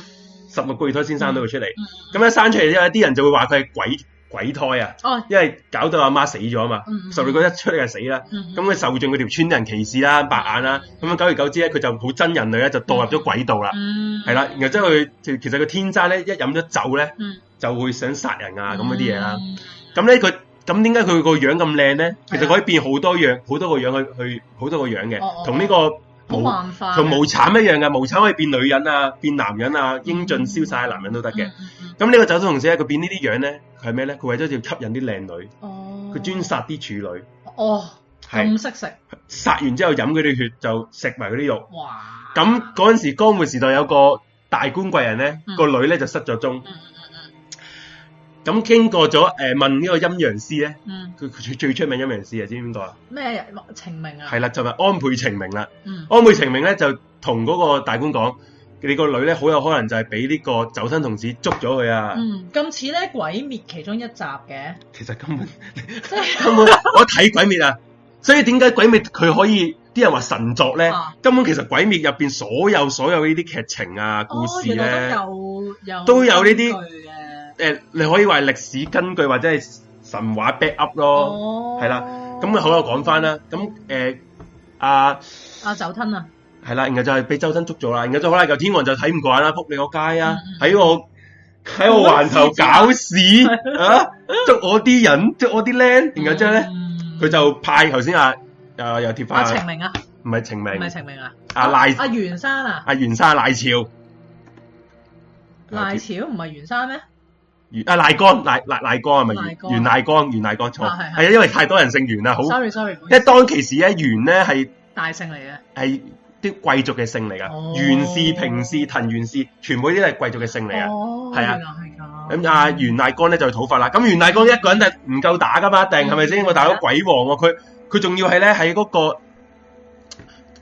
[SPEAKER 1] 十六個月胎先生到佢出
[SPEAKER 2] 嗯
[SPEAKER 1] 嚟。咁咧生出嚟之後，啲人就會話佢係鬼鬼胎啊，
[SPEAKER 2] 哦，
[SPEAKER 1] 因為搞到阿媽死咗啊嘛。
[SPEAKER 2] 嗯
[SPEAKER 1] 十六個一出嚟就死啦，
[SPEAKER 2] 嗯
[SPEAKER 1] 咁佢受盡佢條村人歧視啦、白眼啦，咁樣久而久之咧，佢就好憎人類咧，就墮入咗鬼道啦。
[SPEAKER 2] 嗯
[SPEAKER 1] 係啦，然後之後佢其其實佢天生咧一飲咗酒咧
[SPEAKER 2] 嗯
[SPEAKER 1] 就會想殺人啊咁嗰啲嘢啦。
[SPEAKER 2] 嗯
[SPEAKER 1] 咁咧佢咁點解佢個樣咁靚咧？其
[SPEAKER 2] 係
[SPEAKER 1] 實
[SPEAKER 2] 啊
[SPEAKER 1] 可以變好多樣，好多個樣去去好多個樣
[SPEAKER 2] 哦哦啊
[SPEAKER 1] 嘅，
[SPEAKER 2] 哦
[SPEAKER 1] 同呢個
[SPEAKER 2] 好
[SPEAKER 1] 無
[SPEAKER 2] 幻化嘅，
[SPEAKER 1] 同無慘一樣嘅，無慘可以變女人啊，變男人啊，英俊瀟灑嘅男人都得嘅。
[SPEAKER 2] 嗯，嗯嗯
[SPEAKER 1] 咁呢個酒同事咧，佢變呢啲樣咧，佢係咩咧？佢為咗要吸引啲靚女，
[SPEAKER 2] 哦，
[SPEAKER 1] 佢專殺啲處女，
[SPEAKER 2] 哦，
[SPEAKER 1] 係
[SPEAKER 2] 咁識食，
[SPEAKER 1] 殺完之後飲佢啲血就食埋佢啲肉。
[SPEAKER 2] 哇！
[SPEAKER 1] 咁嗰陣時江戶時代有個大官貴人咧，
[SPEAKER 2] 嗯
[SPEAKER 1] 個女咧就失咗蹤。
[SPEAKER 2] 嗯嗯嗯
[SPEAKER 1] 咁經過咗誒、呃、問呢個陰陽師咧，
[SPEAKER 2] 嗯
[SPEAKER 1] 佢佢最最出名陰陽師啊，知唔知邊個啊？
[SPEAKER 2] 嗯咩情明啊？
[SPEAKER 1] 係啦，就係、安倍晴明啦。
[SPEAKER 2] 嗯
[SPEAKER 1] 安倍晴明咧就同嗰個大官講：你個女咧好有可能就係俾呢個酒吞童子捉咗佢啊！
[SPEAKER 2] 嗯，咁似咧鬼滅其中一集嘅，
[SPEAKER 1] 其實 根本
[SPEAKER 2] 即係
[SPEAKER 1] 根本我睇鬼滅啊，所以點解鬼滅佢可以啲人話神作咧？
[SPEAKER 2] 啊
[SPEAKER 1] 根本其實鬼滅入邊所有所有呢啲劇情啊、故
[SPEAKER 2] 哦，
[SPEAKER 1] 事
[SPEAKER 2] 原來
[SPEAKER 1] 咧，誒、
[SPEAKER 2] 都有有
[SPEAKER 1] 都有呢啲
[SPEAKER 2] 根據嘅，
[SPEAKER 1] 呃你可以話係歷史根據或者係神話 back up 咯。
[SPEAKER 2] 哦，
[SPEAKER 1] 係啦，咁啊好啦，講翻啦，咁呃誒啊
[SPEAKER 2] 阿酒吞啊，
[SPEAKER 1] 係啦，然後就係俾周身捉咗啦，然後就好啦，由天王就睇唔慣啦，撲你個街啊，
[SPEAKER 2] 嗯
[SPEAKER 1] 喺我喺我環頭搞事 啊，捉我啲人，捉我啲僆，然後之後咧，
[SPEAKER 2] 嗯
[SPEAKER 1] 佢就派頭先啊啊又貼
[SPEAKER 2] 阿
[SPEAKER 1] 翻啊，
[SPEAKER 2] 程明啊，
[SPEAKER 1] 唔係程
[SPEAKER 2] 唔係
[SPEAKER 1] 明，
[SPEAKER 2] 程明啊，
[SPEAKER 1] 阿賴
[SPEAKER 2] 阿袁山啊，
[SPEAKER 1] 阿袁生賴潮，
[SPEAKER 2] 賴朝唔係袁山咩？
[SPEAKER 1] 袁啊賴江賴賴賴江係咪
[SPEAKER 2] 賴
[SPEAKER 1] 袁
[SPEAKER 2] 江
[SPEAKER 1] 袁賴江袁賴江錯
[SPEAKER 2] 啊係係
[SPEAKER 1] 係啊，因為太多人姓袁啦，好，因
[SPEAKER 2] sorry sorry，唔好意
[SPEAKER 1] 為
[SPEAKER 2] 思
[SPEAKER 1] 當其時咧袁咧係。
[SPEAKER 2] 大姓嚟嘅，
[SPEAKER 1] 係啲貴族嘅姓嚟
[SPEAKER 2] 哦
[SPEAKER 1] 噶，袁氏、平氏、滕袁氏，全部呢啲係貴族嘅姓嚟啊。
[SPEAKER 2] 哦，
[SPEAKER 1] 係啊
[SPEAKER 2] 原來係咁，
[SPEAKER 1] 咁啊，袁大光咧就討伐啦。咁袁大光一個人就唔夠打噶嘛，一定係咪先？
[SPEAKER 2] 嗯
[SPEAKER 1] 我大佬
[SPEAKER 2] 係啊
[SPEAKER 1] 鬼王喎，佢佢仲要係咧喺嗰個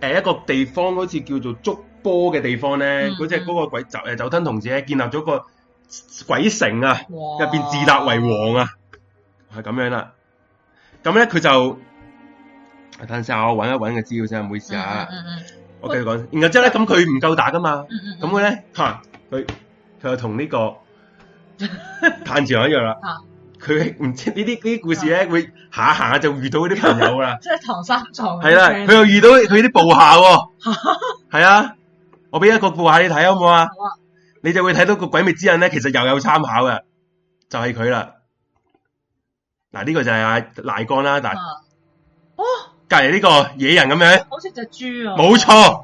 [SPEAKER 1] 誒一個地方，好似叫做竹波嘅地方咧，
[SPEAKER 2] 嗯
[SPEAKER 1] 嗰只嗰個鬼酒誒酒吞童子咧建立咗個鬼城啊，
[SPEAKER 2] 入
[SPEAKER 1] 入邊自立為王啊，係咁樣啦。咁咧佢就等陣先啊，我揾一揾個資料先啊，唔好意思啊。
[SPEAKER 2] 嗯嗯
[SPEAKER 1] 我繼續講，然後之後咧，咁佢唔夠打噶嘛，
[SPEAKER 2] 嗯嗯
[SPEAKER 1] 咁佢咧嚇佢佢又同呢 個炭治郎一樣啦
[SPEAKER 2] 啊。。
[SPEAKER 1] 佢唔知呢啲呢啲故事咧，會行下行下就遇到嗰啲朋友啦
[SPEAKER 2] 即係唐三藏
[SPEAKER 1] 係啦，佢又遇到佢啲部下喎。係啊，我俾一個部下你睇好唔好啊？
[SPEAKER 2] 好啊
[SPEAKER 1] 你就會睇到個鬼滅之刃咧，其實又有參考嘅，就係佢啦。嗱，呢個就係阿賴光啦，但
[SPEAKER 2] 啊哦，
[SPEAKER 1] 隔離呢個野人咁樣，
[SPEAKER 2] 好似隻豬啊，
[SPEAKER 1] 冇錯。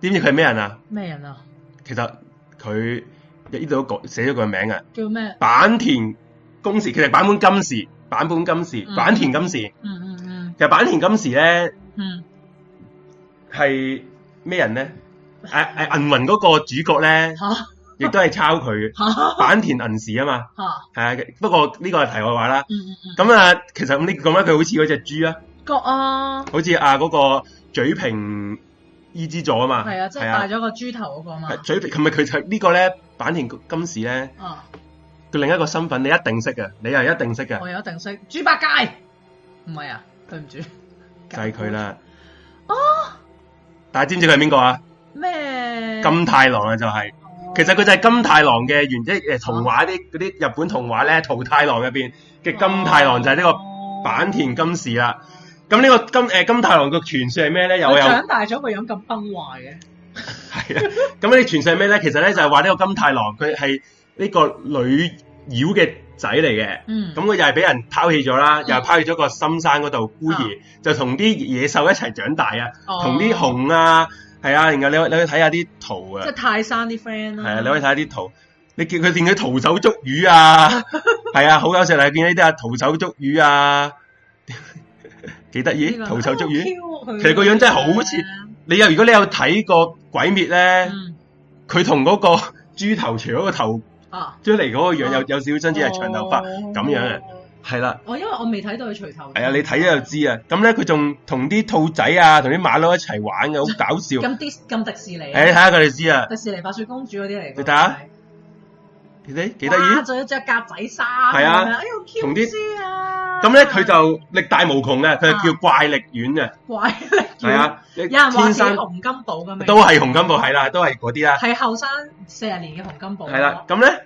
[SPEAKER 1] 點知佢係咩人啊？
[SPEAKER 2] 咩人啊？
[SPEAKER 1] 其實佢呢度都講寫咗個名啊，
[SPEAKER 2] 叫咩？
[SPEAKER 1] 坂田公時，其實坂本金時，坂本金時，
[SPEAKER 2] 嗯
[SPEAKER 1] 坂田金時。
[SPEAKER 2] 嗯嗯嗯
[SPEAKER 1] 其實坂田金時咧
[SPEAKER 2] 嗯，
[SPEAKER 1] 係咩人 咧？誒誒，銀魂嗰個主角咧，
[SPEAKER 2] 嚇
[SPEAKER 1] 亦都係抄佢嘅
[SPEAKER 2] 嚇
[SPEAKER 1] 坂田銀時啊嘛。
[SPEAKER 2] 嚇，
[SPEAKER 1] 係啊，不過呢個係題外話啦。
[SPEAKER 2] 嗯嗯嗯，
[SPEAKER 1] 咁啊，其實咁呢講咧，佢好似嗰隻豬啊，
[SPEAKER 2] 角啊，
[SPEAKER 1] 好似啊嗰個嘴平伊之助啊嘛。
[SPEAKER 2] 係啊，即係
[SPEAKER 1] 係
[SPEAKER 2] 戴咗個豬頭嗰個嘛
[SPEAKER 1] 係，嘴平，係咪佢就係呢個咧？坂田金時咧，
[SPEAKER 2] 啊，
[SPEAKER 1] 佢另一個身份，你一定識嘅，你係一定識嘅，
[SPEAKER 2] 我有一定識豬八戒，唔係啊，對唔住，
[SPEAKER 1] 就係佢。啦。
[SPEAKER 2] 哦，
[SPEAKER 1] 但係知唔知佢係邊個啊？
[SPEAKER 2] 咩？
[SPEAKER 1] 金太郎啊，就係、其實佢就係金太郎嘅原即係童話啲嗰啲日本童話咧，桃太郎入邊
[SPEAKER 2] 哦
[SPEAKER 1] 嘅金太郎就係呢個
[SPEAKER 2] 個
[SPEAKER 1] 坂田金時啦。咁呢個金誒、金太郎嘅傳說係咩咧？又有
[SPEAKER 2] 佢
[SPEAKER 1] 係啊
[SPEAKER 2] 長大咗個樣咁崩壞嘅，，
[SPEAKER 1] 咁呢傳說係咩咧？其實咧就係話呢個金太郎佢係呢個女妖嘅仔嚟嘅。
[SPEAKER 2] 嗯，
[SPEAKER 1] 咁佢又係俾人拋棄咗啦，又係拋棄咗個深山嗰度孤兒，就同啲野獸一齊長大啊，
[SPEAKER 2] 哦
[SPEAKER 1] 同啲
[SPEAKER 2] 紅
[SPEAKER 1] 熊啊，係啊，然後你可你去睇下啲圖啊
[SPEAKER 2] 即係，泰山啲 friend 啦，
[SPEAKER 1] 係啊，你可以睇下啲圖，你見佢見佢徒手捉魚 啊，係啊，好搞笑，你見呢啲啊徒手捉魚啊， 幾得意
[SPEAKER 2] 呢，個
[SPEAKER 1] 徒手捉魚。
[SPEAKER 2] 啊好 Q 佢
[SPEAKER 1] 其實個樣真係好似你有如果你有睇過鬼滅咧，
[SPEAKER 2] 嗯
[SPEAKER 1] 佢同嗰個豬頭除咗個頭
[SPEAKER 2] 啊，
[SPEAKER 1] 出嚟嗰個樣有
[SPEAKER 2] 哦
[SPEAKER 1] 有少少相似係長頭髮，
[SPEAKER 2] 髮
[SPEAKER 1] 咁樣嘅係啦。
[SPEAKER 2] 哦我因為我未睇到佢除頭。
[SPEAKER 1] 係啊，你睇咗就知啊。咁咧，佢仲同啲兔仔啊，同啲馬騮一齊玩嘅，好搞笑。誒，
[SPEAKER 2] 咁迪咁迪士尼
[SPEAKER 1] 你
[SPEAKER 2] 啊，
[SPEAKER 1] 睇下佢哋知啊，
[SPEAKER 2] 迪士尼白雪公主嗰啲嚟㗎。
[SPEAKER 1] 你睇下你睇幾得意。
[SPEAKER 2] 哇仲有着格仔衫。係
[SPEAKER 1] 啊
[SPEAKER 2] 哎呦
[SPEAKER 1] 同
[SPEAKER 2] Q
[SPEAKER 1] 啲
[SPEAKER 2] 啲啊！
[SPEAKER 1] 咁咧，佢就力大無窮嘅，佢
[SPEAKER 2] 啊
[SPEAKER 1] 係叫怪力丸啊。
[SPEAKER 2] 怪
[SPEAKER 1] 係，啊，
[SPEAKER 2] 有人話
[SPEAKER 1] 天
[SPEAKER 2] 似
[SPEAKER 1] 生
[SPEAKER 2] 洪金寶咁樣，
[SPEAKER 1] 都係紅金部，係啦，都係嗰啲啦，
[SPEAKER 2] 係後生四十年嘅洪金寶。
[SPEAKER 1] 係啦。，咁咧，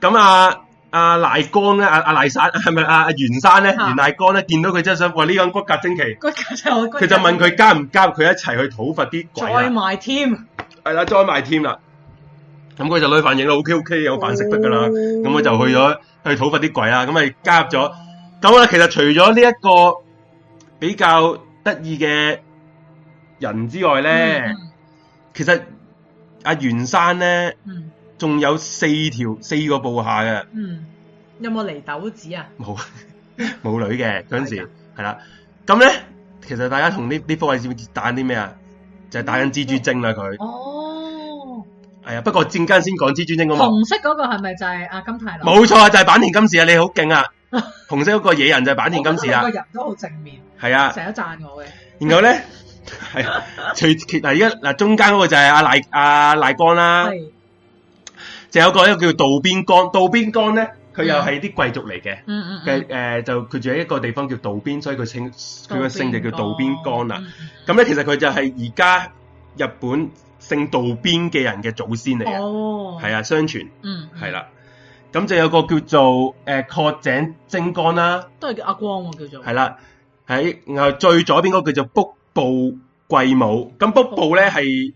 [SPEAKER 1] 咁啊。阿賴光咧，阿阿賴山係咪阿阿袁山咧？
[SPEAKER 2] 啊
[SPEAKER 1] 袁賴光咧，見到佢真係想，哇！呢個人骨骼精奇，
[SPEAKER 2] 佢就
[SPEAKER 1] 佢就問佢加唔加入佢一齊去討伐啲鬼
[SPEAKER 2] 再
[SPEAKER 1] 啊？
[SPEAKER 2] 埋添，
[SPEAKER 1] 係啦，再埋添啦。咁佢就女反應啦，OK OK，有飯食得㗎啦。
[SPEAKER 2] 咁
[SPEAKER 1] 咁佢就去咗去討伐啲鬼啦，咁咪加入咗。咁啊咧，其實除咗呢一個比較得意嘅人之外咧，
[SPEAKER 2] 嗯
[SPEAKER 1] 其實阿袁山咧
[SPEAKER 2] 嗯
[SPEAKER 1] 仲有四條四個部下嘅，
[SPEAKER 2] 嗯嗯，有冇嚟豆子啊？
[SPEAKER 1] 冇 冇女嘅嗰陣時
[SPEAKER 2] 係㗎啊
[SPEAKER 1] 係啦。咁咧，其實大家同呢呢幅位置打緊啲咩啊？就係打緊蜘蛛精啦，佢
[SPEAKER 2] 哦，
[SPEAKER 1] 係啊。不過陣間先講蜘蛛精啊嘛，
[SPEAKER 2] 紅色嗰個係咪就係阿金太郎？
[SPEAKER 1] 冇錯啊，就係坂田金時啊，你好勁啊！紅色嗰個野人就係坂田金時
[SPEAKER 2] 哦我
[SPEAKER 1] 啊
[SPEAKER 2] 覺，得佢個人都好正面，
[SPEAKER 1] 係啊。
[SPEAKER 2] 成日都讚我嘅。
[SPEAKER 1] 然後咧，係啊除其嗱而家嗱中間嗰個就係阿賴阿賴光啦，
[SPEAKER 2] 係，
[SPEAKER 1] 就有個一個叫渡邊光，渡邊光咧佢又係啲貴族嚟嘅。
[SPEAKER 2] 嗯嗯
[SPEAKER 1] 嘅誒、
[SPEAKER 2] 嗯
[SPEAKER 1] 呃就佢住喺一個地方叫渡邊，所以佢姓
[SPEAKER 2] 哦
[SPEAKER 1] 佢個姓就叫渡啊邊光啦。
[SPEAKER 2] 嗯。
[SPEAKER 1] 咁咧、其實佢就係而家日本姓渡邊嘅人嘅祖先嚟
[SPEAKER 2] 嗯
[SPEAKER 1] 嘅，
[SPEAKER 2] 哦，
[SPEAKER 1] 係、啊，相傳
[SPEAKER 2] 嗯，嗯
[SPEAKER 1] 係，啦。咁就有個叫做誒、呃、確井精光啦，
[SPEAKER 2] 都係叫阿光喎，叫做
[SPEAKER 1] 係啦，喺然後最左邊嗰個叫做北部貴母。咁北部咧係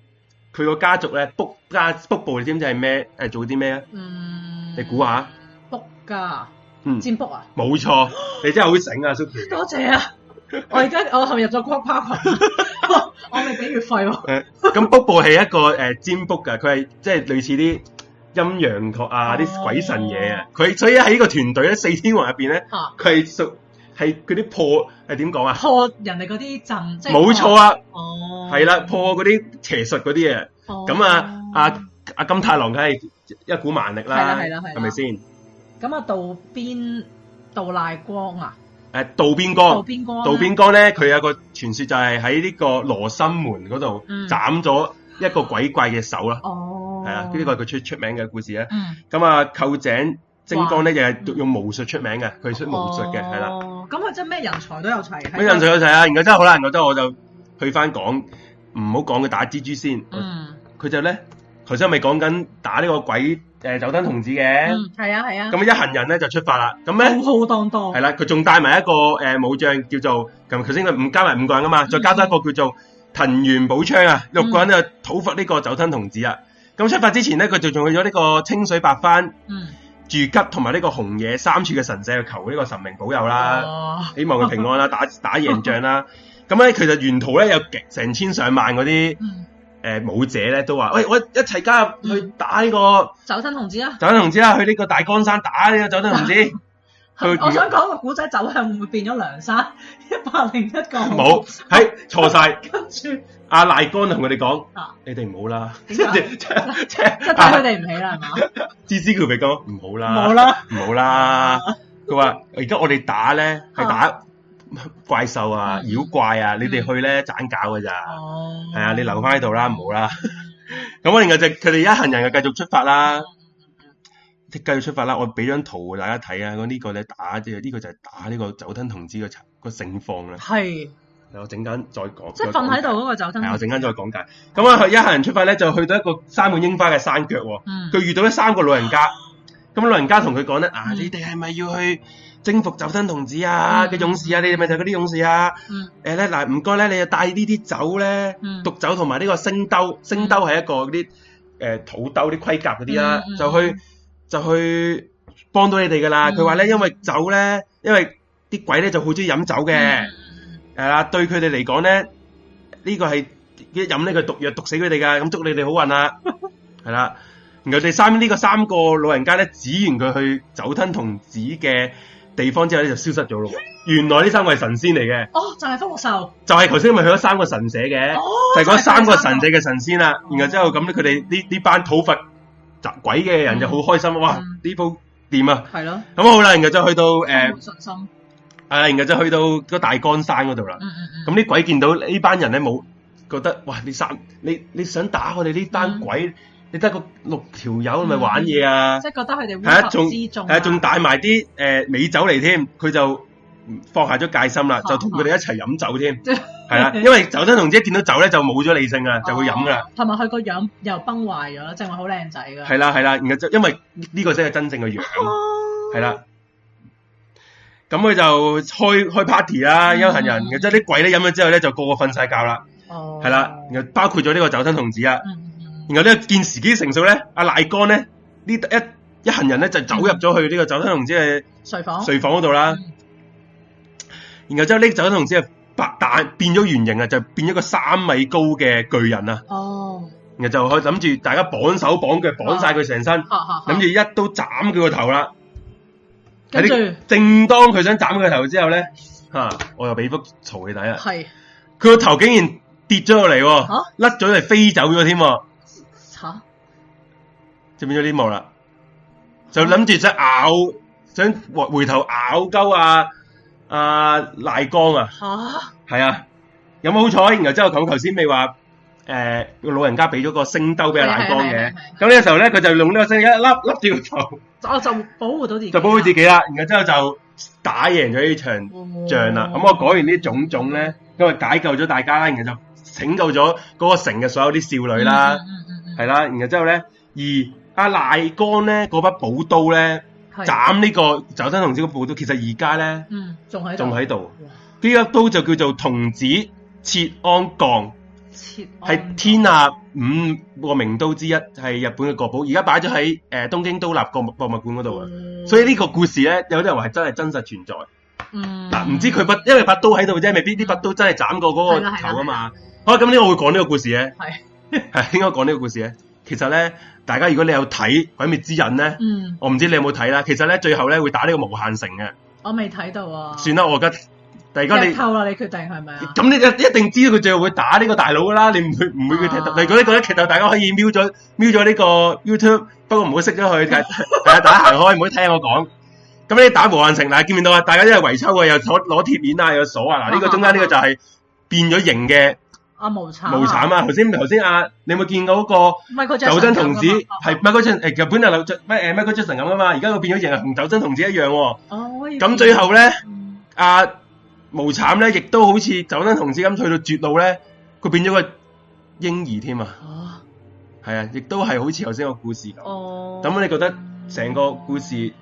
[SPEAKER 1] 佢個家族咧，北家北部你知唔知係咩？誒做啲咩啊？
[SPEAKER 2] 嗯，
[SPEAKER 1] 你估下？
[SPEAKER 2] 卜噶，
[SPEAKER 1] 嗯，
[SPEAKER 2] 占卜啊！
[SPEAKER 1] 冇錯，你真係好醒啊，Suki。
[SPEAKER 2] 多謝 啊！我而家我陷入咗 group 群，我我未俾月費喎。
[SPEAKER 1] 誒咁卜部係一個誒、呃占卜㗎，佢係即係類似啲陰陽學啊、啲
[SPEAKER 2] 哦
[SPEAKER 1] 鬼神嘢啊。佢所以喺呢個團隊咧，四天王入邊咧，
[SPEAKER 2] 嚇
[SPEAKER 1] 佢係屬係嗰啲破係點講啊？
[SPEAKER 2] 啊破人哋嗰啲陣，即係
[SPEAKER 1] 冇錯
[SPEAKER 2] 啊！
[SPEAKER 1] 啊，
[SPEAKER 2] 哦，
[SPEAKER 1] 係啦，破嗰啲邪術嗰啲嘢。
[SPEAKER 2] 哦。
[SPEAKER 1] 咁啊，阿阿金太郎梗係一股蠻力啦，
[SPEAKER 2] 係啦係啦係啦
[SPEAKER 1] 係咪先？
[SPEAKER 2] 咁啊，道邊道賴光啊，
[SPEAKER 1] 誒渡邊
[SPEAKER 2] 道
[SPEAKER 1] 光，
[SPEAKER 2] 邊光啊，
[SPEAKER 1] 哦渡邊光咧，佢有個傳說就係喺呢個羅生門嗰度
[SPEAKER 2] 嗯
[SPEAKER 1] 斬咗一個鬼怪嘅手啦，
[SPEAKER 2] 哦，
[SPEAKER 1] 係啊，呢個係佢出出名嘅故事啊。
[SPEAKER 2] 嗯
[SPEAKER 1] 咁啊，寇井精光咧，又係用巫術出名嘅，佢出巫術嘅，係啦。
[SPEAKER 2] 哦，咁啊，即係咩人才都有齊。
[SPEAKER 1] 咁印象有睇啊，然後真係好啦，然後真係我就去翻講，唔好講佢打蜘蛛先。
[SPEAKER 2] 嗯，
[SPEAKER 1] 佢就咧，頭先咪講緊打呢個鬼誒酒燈童子嘅，
[SPEAKER 2] 嗯，係啊係啊，
[SPEAKER 1] 咁一行人咧就出發啦。咁咧
[SPEAKER 2] 浩浩蕩蕩，
[SPEAKER 1] 係啦，佢仲帶埋一個誒武將叫做，咁頭先佢五加埋五個人啊嘛，再加多一個叫做藤原寶昌啊，六個人咧討伐呢個酒燈童子啊。咁出發之前咧，佢就仲去咗呢個清水白番。
[SPEAKER 2] 嗯，
[SPEAKER 1] 住吉同埋呢個紅野三處嘅神社去求呢個神明保佑啦，
[SPEAKER 2] 哦，
[SPEAKER 1] 希望佢平安啦，打 打贏仗啦。咁咧，其實沿途咧有極成千上萬嗰啲
[SPEAKER 2] 嗯，
[SPEAKER 1] 誒武者咧都話：喂，我一齊加入去打呢個
[SPEAKER 2] 酒吞童子啊，
[SPEAKER 1] 酒吞童子啦，去呢個大江山打呢個酒吞童子。佢
[SPEAKER 2] 我想講個古仔走向會唔會變咗梁山 一百零一個？
[SPEAKER 1] 冇，係錯晒。
[SPEAKER 2] 跟住
[SPEAKER 1] 阿賴光同佢哋講
[SPEAKER 2] 啊：
[SPEAKER 1] 你哋唔好啦，即
[SPEAKER 2] 點解
[SPEAKER 1] 係即係 啊
[SPEAKER 2] 即係睇佢哋唔起啦，係嘛？
[SPEAKER 1] 芝芝佢咪講唔好啦，
[SPEAKER 2] 冇啦，
[SPEAKER 1] 唔好啦。佢話：而家我哋打咧係打怪獸啊、
[SPEAKER 2] 啊嗯
[SPEAKER 1] 妖怪啊，你哋
[SPEAKER 2] 嗯
[SPEAKER 1] 去咧盞搞㗎咋。
[SPEAKER 2] 哦，
[SPEAKER 1] 係啊，你留 翻喺度啦，唔好啦。咁我然後就佢哋一行人就繼續出發啦。繼續出發啦！我俾張圖大家睇啊，咁呢個咧打即係呢個就係打呢個酒吞同志嘅個盛況啦。
[SPEAKER 2] 係，
[SPEAKER 1] 我陣間再講，
[SPEAKER 2] 即係瞓喺度嗰個酒
[SPEAKER 1] 係我啊
[SPEAKER 2] 燈，
[SPEAKER 1] 陣間再講解。咁啊，一行人出發咧，就去到一個三滿櫻花嘅山腳喎。
[SPEAKER 2] 嗯，
[SPEAKER 1] 佢遇到咗三個老人家，咁老人家同佢講咧：啊，
[SPEAKER 2] 嗯
[SPEAKER 1] 你哋係咪要去征服酒吞童子啊
[SPEAKER 2] 嗯
[SPEAKER 1] 嘅勇士啊？你哋咪就係嗰啲勇士啊？
[SPEAKER 2] 嗯，
[SPEAKER 1] 誒咧嗱，唔該咧，你就帶呢啲酒咧
[SPEAKER 2] 嗯，
[SPEAKER 1] 毒酒同埋呢個星兜，星兜係一個嗰啲誒土兜啲盔甲嗰啲啦
[SPEAKER 2] 嗯嗯，
[SPEAKER 1] 就去就去幫到你哋噶啦。
[SPEAKER 2] 嗯
[SPEAKER 1] 佢話咧，因為酒咧，因為啲鬼咧就好中意飲酒嘅。
[SPEAKER 2] 嗯
[SPEAKER 1] 係啦，對佢哋嚟講咧，呢、個係一飲呢個毒藥毒死佢哋噶，咁祝你哋好運 啦，係啦。然後第三呢、個三個老人家咧，指完佢去酒吞童子嘅地方之後咧，就消失咗 咯喎。原來呢三個係神仙嚟嘅，
[SPEAKER 2] 哦，就係福祿壽，
[SPEAKER 1] 就係頭先咪去咗三個神社嘅，
[SPEAKER 2] 哦
[SPEAKER 1] 就係嗰三個神
[SPEAKER 2] 就
[SPEAKER 1] 社
[SPEAKER 2] 係
[SPEAKER 1] 嘅神仙啦。然後之後咁咧，佢哋呢呢班討伐鬼嘅人就好開心，啊哇！
[SPEAKER 2] 嗯
[SPEAKER 1] 呢鋪掂啊！
[SPEAKER 2] 係咯，
[SPEAKER 1] 咁好啦，然後就去到誒，
[SPEAKER 2] 誒
[SPEAKER 1] 係，
[SPEAKER 2] 信心，
[SPEAKER 1] 啦然後就去到個大江山嗰度啦。
[SPEAKER 2] 嗯嗯
[SPEAKER 1] 咁啲鬼見到呢班人咧，冇覺得哇！你殺你你想打我哋呢
[SPEAKER 2] 嗯
[SPEAKER 1] 班鬼，你得個六條友咪玩嘢啊
[SPEAKER 2] 嗯，！即係覺得佢哋
[SPEAKER 1] 係一
[SPEAKER 2] 烏
[SPEAKER 1] 仲
[SPEAKER 2] 合之眾
[SPEAKER 1] 係啊，仲帶埋啲誒美酒嚟添，佢就嗯放下咗戒心啦，
[SPEAKER 2] 嚇
[SPEAKER 1] 就同佢哋一齊飲酒 添，
[SPEAKER 2] 即係
[SPEAKER 1] 係啦，因為酒吞同志一見到酒咧就冇咗理性啊，就會飲噶啦，
[SPEAKER 2] 哦，同埋佢個樣又崩壞咗啦，正話好靚仔噶，
[SPEAKER 1] 係啦係啦，然後就因為呢個先係真正嘅樣，
[SPEAKER 2] 哦
[SPEAKER 1] 係，啦。咁佢就開開 party 啦，休閒人，
[SPEAKER 2] 嗯
[SPEAKER 1] 即係啲鬼咧飲咗之後咧就個個瞓晒覺啦，
[SPEAKER 2] 哦，
[SPEAKER 1] 係啦，然後包括咗呢個酒吞同志啊。
[SPEAKER 2] 嗯，嗯嗯
[SPEAKER 1] 然後呢個見時機成熟咧，阿賴江咧呢一一行人咧就走入咗去呢個酒吞童子
[SPEAKER 2] 睡
[SPEAKER 1] 嘅
[SPEAKER 2] 房，
[SPEAKER 1] 睡房嗰度啦。
[SPEAKER 2] 嗯
[SPEAKER 1] 然後之後呢個酒吞童子係白蛋變咗原形啊，就變咗個三米高嘅巨人啊。
[SPEAKER 2] 哦，
[SPEAKER 1] 然後就去諗住大家綁手綁腳綁晒佢成身，
[SPEAKER 2] 嚇嚇嚇
[SPEAKER 1] 諗住一刀斬佢個頭啦。
[SPEAKER 2] 跟住
[SPEAKER 1] 喺呢正當佢想斬佢個頭之後咧，吓、我又俾幅嘈你睇啦。
[SPEAKER 2] 係
[SPEAKER 1] 佢個頭竟然跌咗落嚟喎，
[SPEAKER 2] 嚇
[SPEAKER 1] 甩咗嚟飛走咗添喎。
[SPEAKER 2] 嚇，
[SPEAKER 1] 就變咗呢幕啦。就諗住想咬，想回回頭咬鳩啊啊賴江啊，
[SPEAKER 2] 嚇
[SPEAKER 1] 係啊。有冇好彩？然後之後咁頭先咪話誒個老人家俾咗個星兜俾阿賴江嘅
[SPEAKER 2] 係係係係。
[SPEAKER 1] 咁呢個時候咧，佢就用呢個星一粒粒住個頭，
[SPEAKER 2] 我就保護到自己，
[SPEAKER 1] 就保護自己啦。然後之後就打贏咗呢場
[SPEAKER 2] 哦
[SPEAKER 1] 仗啦。咁我講完呢種種咧，因為解救咗大家啦，然後就拯救咗嗰個城嘅所有啲少女啦。
[SPEAKER 2] 嗯，嗯嗯嗯
[SPEAKER 1] 係啦，然後之後咧，而阿賴江咧嗰把寶刀咧
[SPEAKER 2] 嗯係
[SPEAKER 1] 斬呢個酒吞童子嗰把寶刀，其實而家咧
[SPEAKER 2] 嗯，仲喺度
[SPEAKER 1] 仲喺度。
[SPEAKER 2] 哇
[SPEAKER 1] 呢一刀就叫做童子切安降，
[SPEAKER 2] 切
[SPEAKER 1] 係天下五個名刀之一，係日本嘅國寶，而家擺咗喺誒東京都立國博物館嗰度啊。
[SPEAKER 2] 嗯
[SPEAKER 1] 所以呢個故事咧，有啲人話係真係真實存在。
[SPEAKER 2] 嗯
[SPEAKER 1] 嗱、唔知佢把，因為把刀喺度啫，未必呢把刀真係斬過嗰
[SPEAKER 2] 係啦
[SPEAKER 1] 個
[SPEAKER 2] 係啦
[SPEAKER 1] 頭啊嘛。好，咁呢個我會講呢個故事咧。
[SPEAKER 2] 係
[SPEAKER 1] 係 應該講呢個故事咧。其實咧，大家如果你有睇《鬼滅之刃》咧，
[SPEAKER 2] 嗯，
[SPEAKER 1] 我唔知你有冇睇啦。其實咧，最後咧會打呢個無限城嘅。
[SPEAKER 2] 我未睇到啊，
[SPEAKER 1] 算啦，我而家，但而家
[SPEAKER 2] 劇
[SPEAKER 1] 你
[SPEAKER 2] 透啦，你決定係咪啊？
[SPEAKER 1] 咁你一一定知道佢最後會打呢個大佬噶啦。你唔會唔會去踢
[SPEAKER 2] 啊
[SPEAKER 1] 鬥？你覺得覺得劇透，大家可以瞄咗瞄咗呢個 YouTube，不過唔好熄咗 佢，但係大家行開，唔好聽我講。咁你打無限城嗱，見唔見到啊？大家因為圍抽啊，又攞攞鐵鏈啊，又鎖啊。嗱，呢個中間呢個就係變咗形嘅
[SPEAKER 2] 阿無慘，
[SPEAKER 1] 無慘，啊。頭先頭先啊，你有冇見到嗰個？
[SPEAKER 2] 唔係佢啊
[SPEAKER 1] 酒真童子係 Michael Jackson 誒日本就就咩誒 Michael Jackson 咁啊噶嘛，而家佢變咗型係同酒真童子一樣喎、
[SPEAKER 2] 哦，
[SPEAKER 1] 咁最後咧，
[SPEAKER 2] 嗯
[SPEAKER 1] 阿、無慘咧，亦都好似酒真童子咁去到絕路咧，佢變咗個嬰兒添啊，
[SPEAKER 2] 啊
[SPEAKER 1] 係啊，亦都係好似頭先個故事咁。
[SPEAKER 2] 哦，
[SPEAKER 1] 咁、你覺得成個故事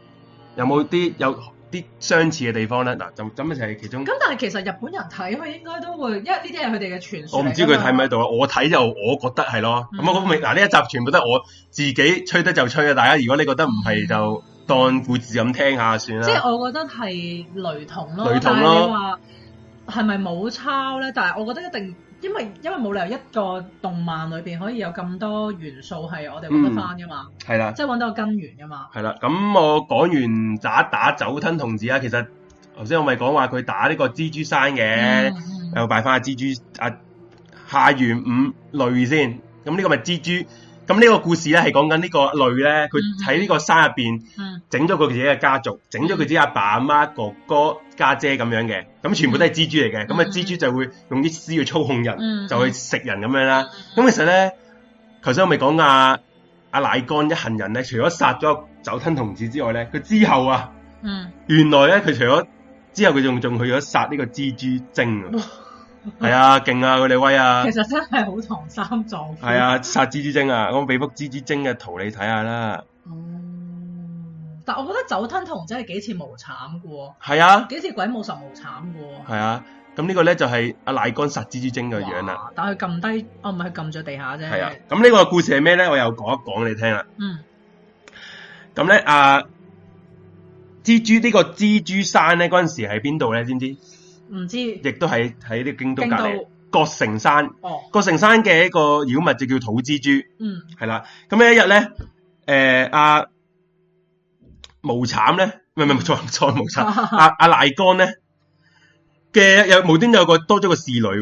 [SPEAKER 1] 有冇啲有啲相似嘅地方咧？嗱，就咁就係其中。
[SPEAKER 2] 咁但係其實日本人睇佢應該都會，因為呢啲係佢哋嘅傳說
[SPEAKER 1] 我
[SPEAKER 2] 嚟㗎嘛。
[SPEAKER 1] 唔知佢睇唔睇到啊！我睇就我覺得係咯。咁
[SPEAKER 2] 嗯
[SPEAKER 1] 我明嗱呢一集全部都係我自己吹得就吹啊！大家如果你覺得唔係就當故事咁聽下算
[SPEAKER 2] 嗯即
[SPEAKER 1] 啦。
[SPEAKER 2] 係我覺得係雷同咯，
[SPEAKER 1] 雷同
[SPEAKER 2] 但係你
[SPEAKER 1] 咯
[SPEAKER 2] 話係咪冇抄咧？但係我覺得一定，因為因為冇理由一個動漫裏邊可以有咁多元素係我哋揾得翻噶嘛，
[SPEAKER 1] 係啦，
[SPEAKER 2] 即係揾到個根源噶嘛。
[SPEAKER 1] 係啦。咁我講完打打酒吞童子啊，其實頭先我咪講話佢打呢個蜘蛛山嘅，
[SPEAKER 2] 嗯
[SPEAKER 1] 又敗翻阿蜘蛛啊下元五類先。咁呢個咪蜘蛛。咁呢個故事咧係講緊呢個類咧，佢喺呢個山入邊。
[SPEAKER 2] 嗯
[SPEAKER 1] 整咗佢自己嘅家族，整咗佢自己阿爸阿媽、哥哥、家姐咁樣嘅，咁全部都係蜘蛛嚟嘅，咁啊
[SPEAKER 2] 嗯
[SPEAKER 1] 蜘蛛就會用啲絲去操控人，
[SPEAKER 2] 嗯
[SPEAKER 1] 就去食人咁樣啦。咁其實咧，頭先我咪講阿阿賴干一行人咧，除咗殺咗酒吞童子之外咧，佢之後啊，
[SPEAKER 2] 嗯，
[SPEAKER 1] 原來咧佢除咗之後佢仲仲去咗殺呢個蜘蛛精 啊，係啊，勁啊，佢哋威啊
[SPEAKER 2] 其，實真係好唐三藏。
[SPEAKER 1] 係，啊，殺蜘蛛精啊，我俾幅蜘蛛精嘅圖你睇下啦，
[SPEAKER 2] 哦，嗯但我覺得酒吞童真係幾似無慘嘅喎，
[SPEAKER 1] 係啊，
[SPEAKER 2] 幾似鬼舞神無慘嘅喎。
[SPEAKER 1] 係啊，咁呢個咧就係阿賴干殺蜘蛛精嘅樣啦，
[SPEAKER 2] 哇！但係佢撳低，哦唔係佢撳咗地下啫。
[SPEAKER 1] 係啊，咁呢個故事係咩咧？我又講一講你聽啦。
[SPEAKER 2] 嗯
[SPEAKER 1] 咁咧啊，蜘蛛呢、個蜘蛛山咧，嗰陣時喺邊度咧？知唔知？亦
[SPEAKER 2] 唔知
[SPEAKER 1] 都係喺呢個京都隔
[SPEAKER 2] 京
[SPEAKER 1] 離
[SPEAKER 2] 都
[SPEAKER 1] 郭城山。
[SPEAKER 2] 哦，
[SPEAKER 1] 郭城山嘅一個妖物就叫土蜘蛛，
[SPEAKER 2] 嗯
[SPEAKER 1] 係啦。咁呢一日咧，诶、阿、無慘咧，唔係 唔係錯錯無慘，阿阿賴干咧嘅有無端有個多咗個侍女、喎，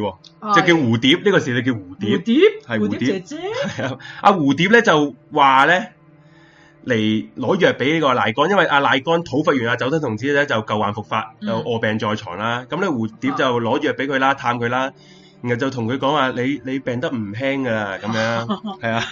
[SPEAKER 1] 就叫蝴蝶。呢、個侍女叫蝴蝶
[SPEAKER 2] 蝴。蝶，
[SPEAKER 1] 係
[SPEAKER 2] 蝴
[SPEAKER 1] 蝴
[SPEAKER 2] 蝶
[SPEAKER 1] 蝶
[SPEAKER 2] 姐姐。
[SPEAKER 1] 係啊， 阿蝴蝶咧就話咧嚟攞藥俾呢個賴干，因為阿賴干討伐完阿酒吞童子咧就舊患復發，
[SPEAKER 2] 嗯哦
[SPEAKER 1] 就卧病在床啦。咁咧蝴蝶就攞藥俾佢啦，探佢啦，然後就同佢講話：你你病得唔輕噶啦，咁樣 係啊，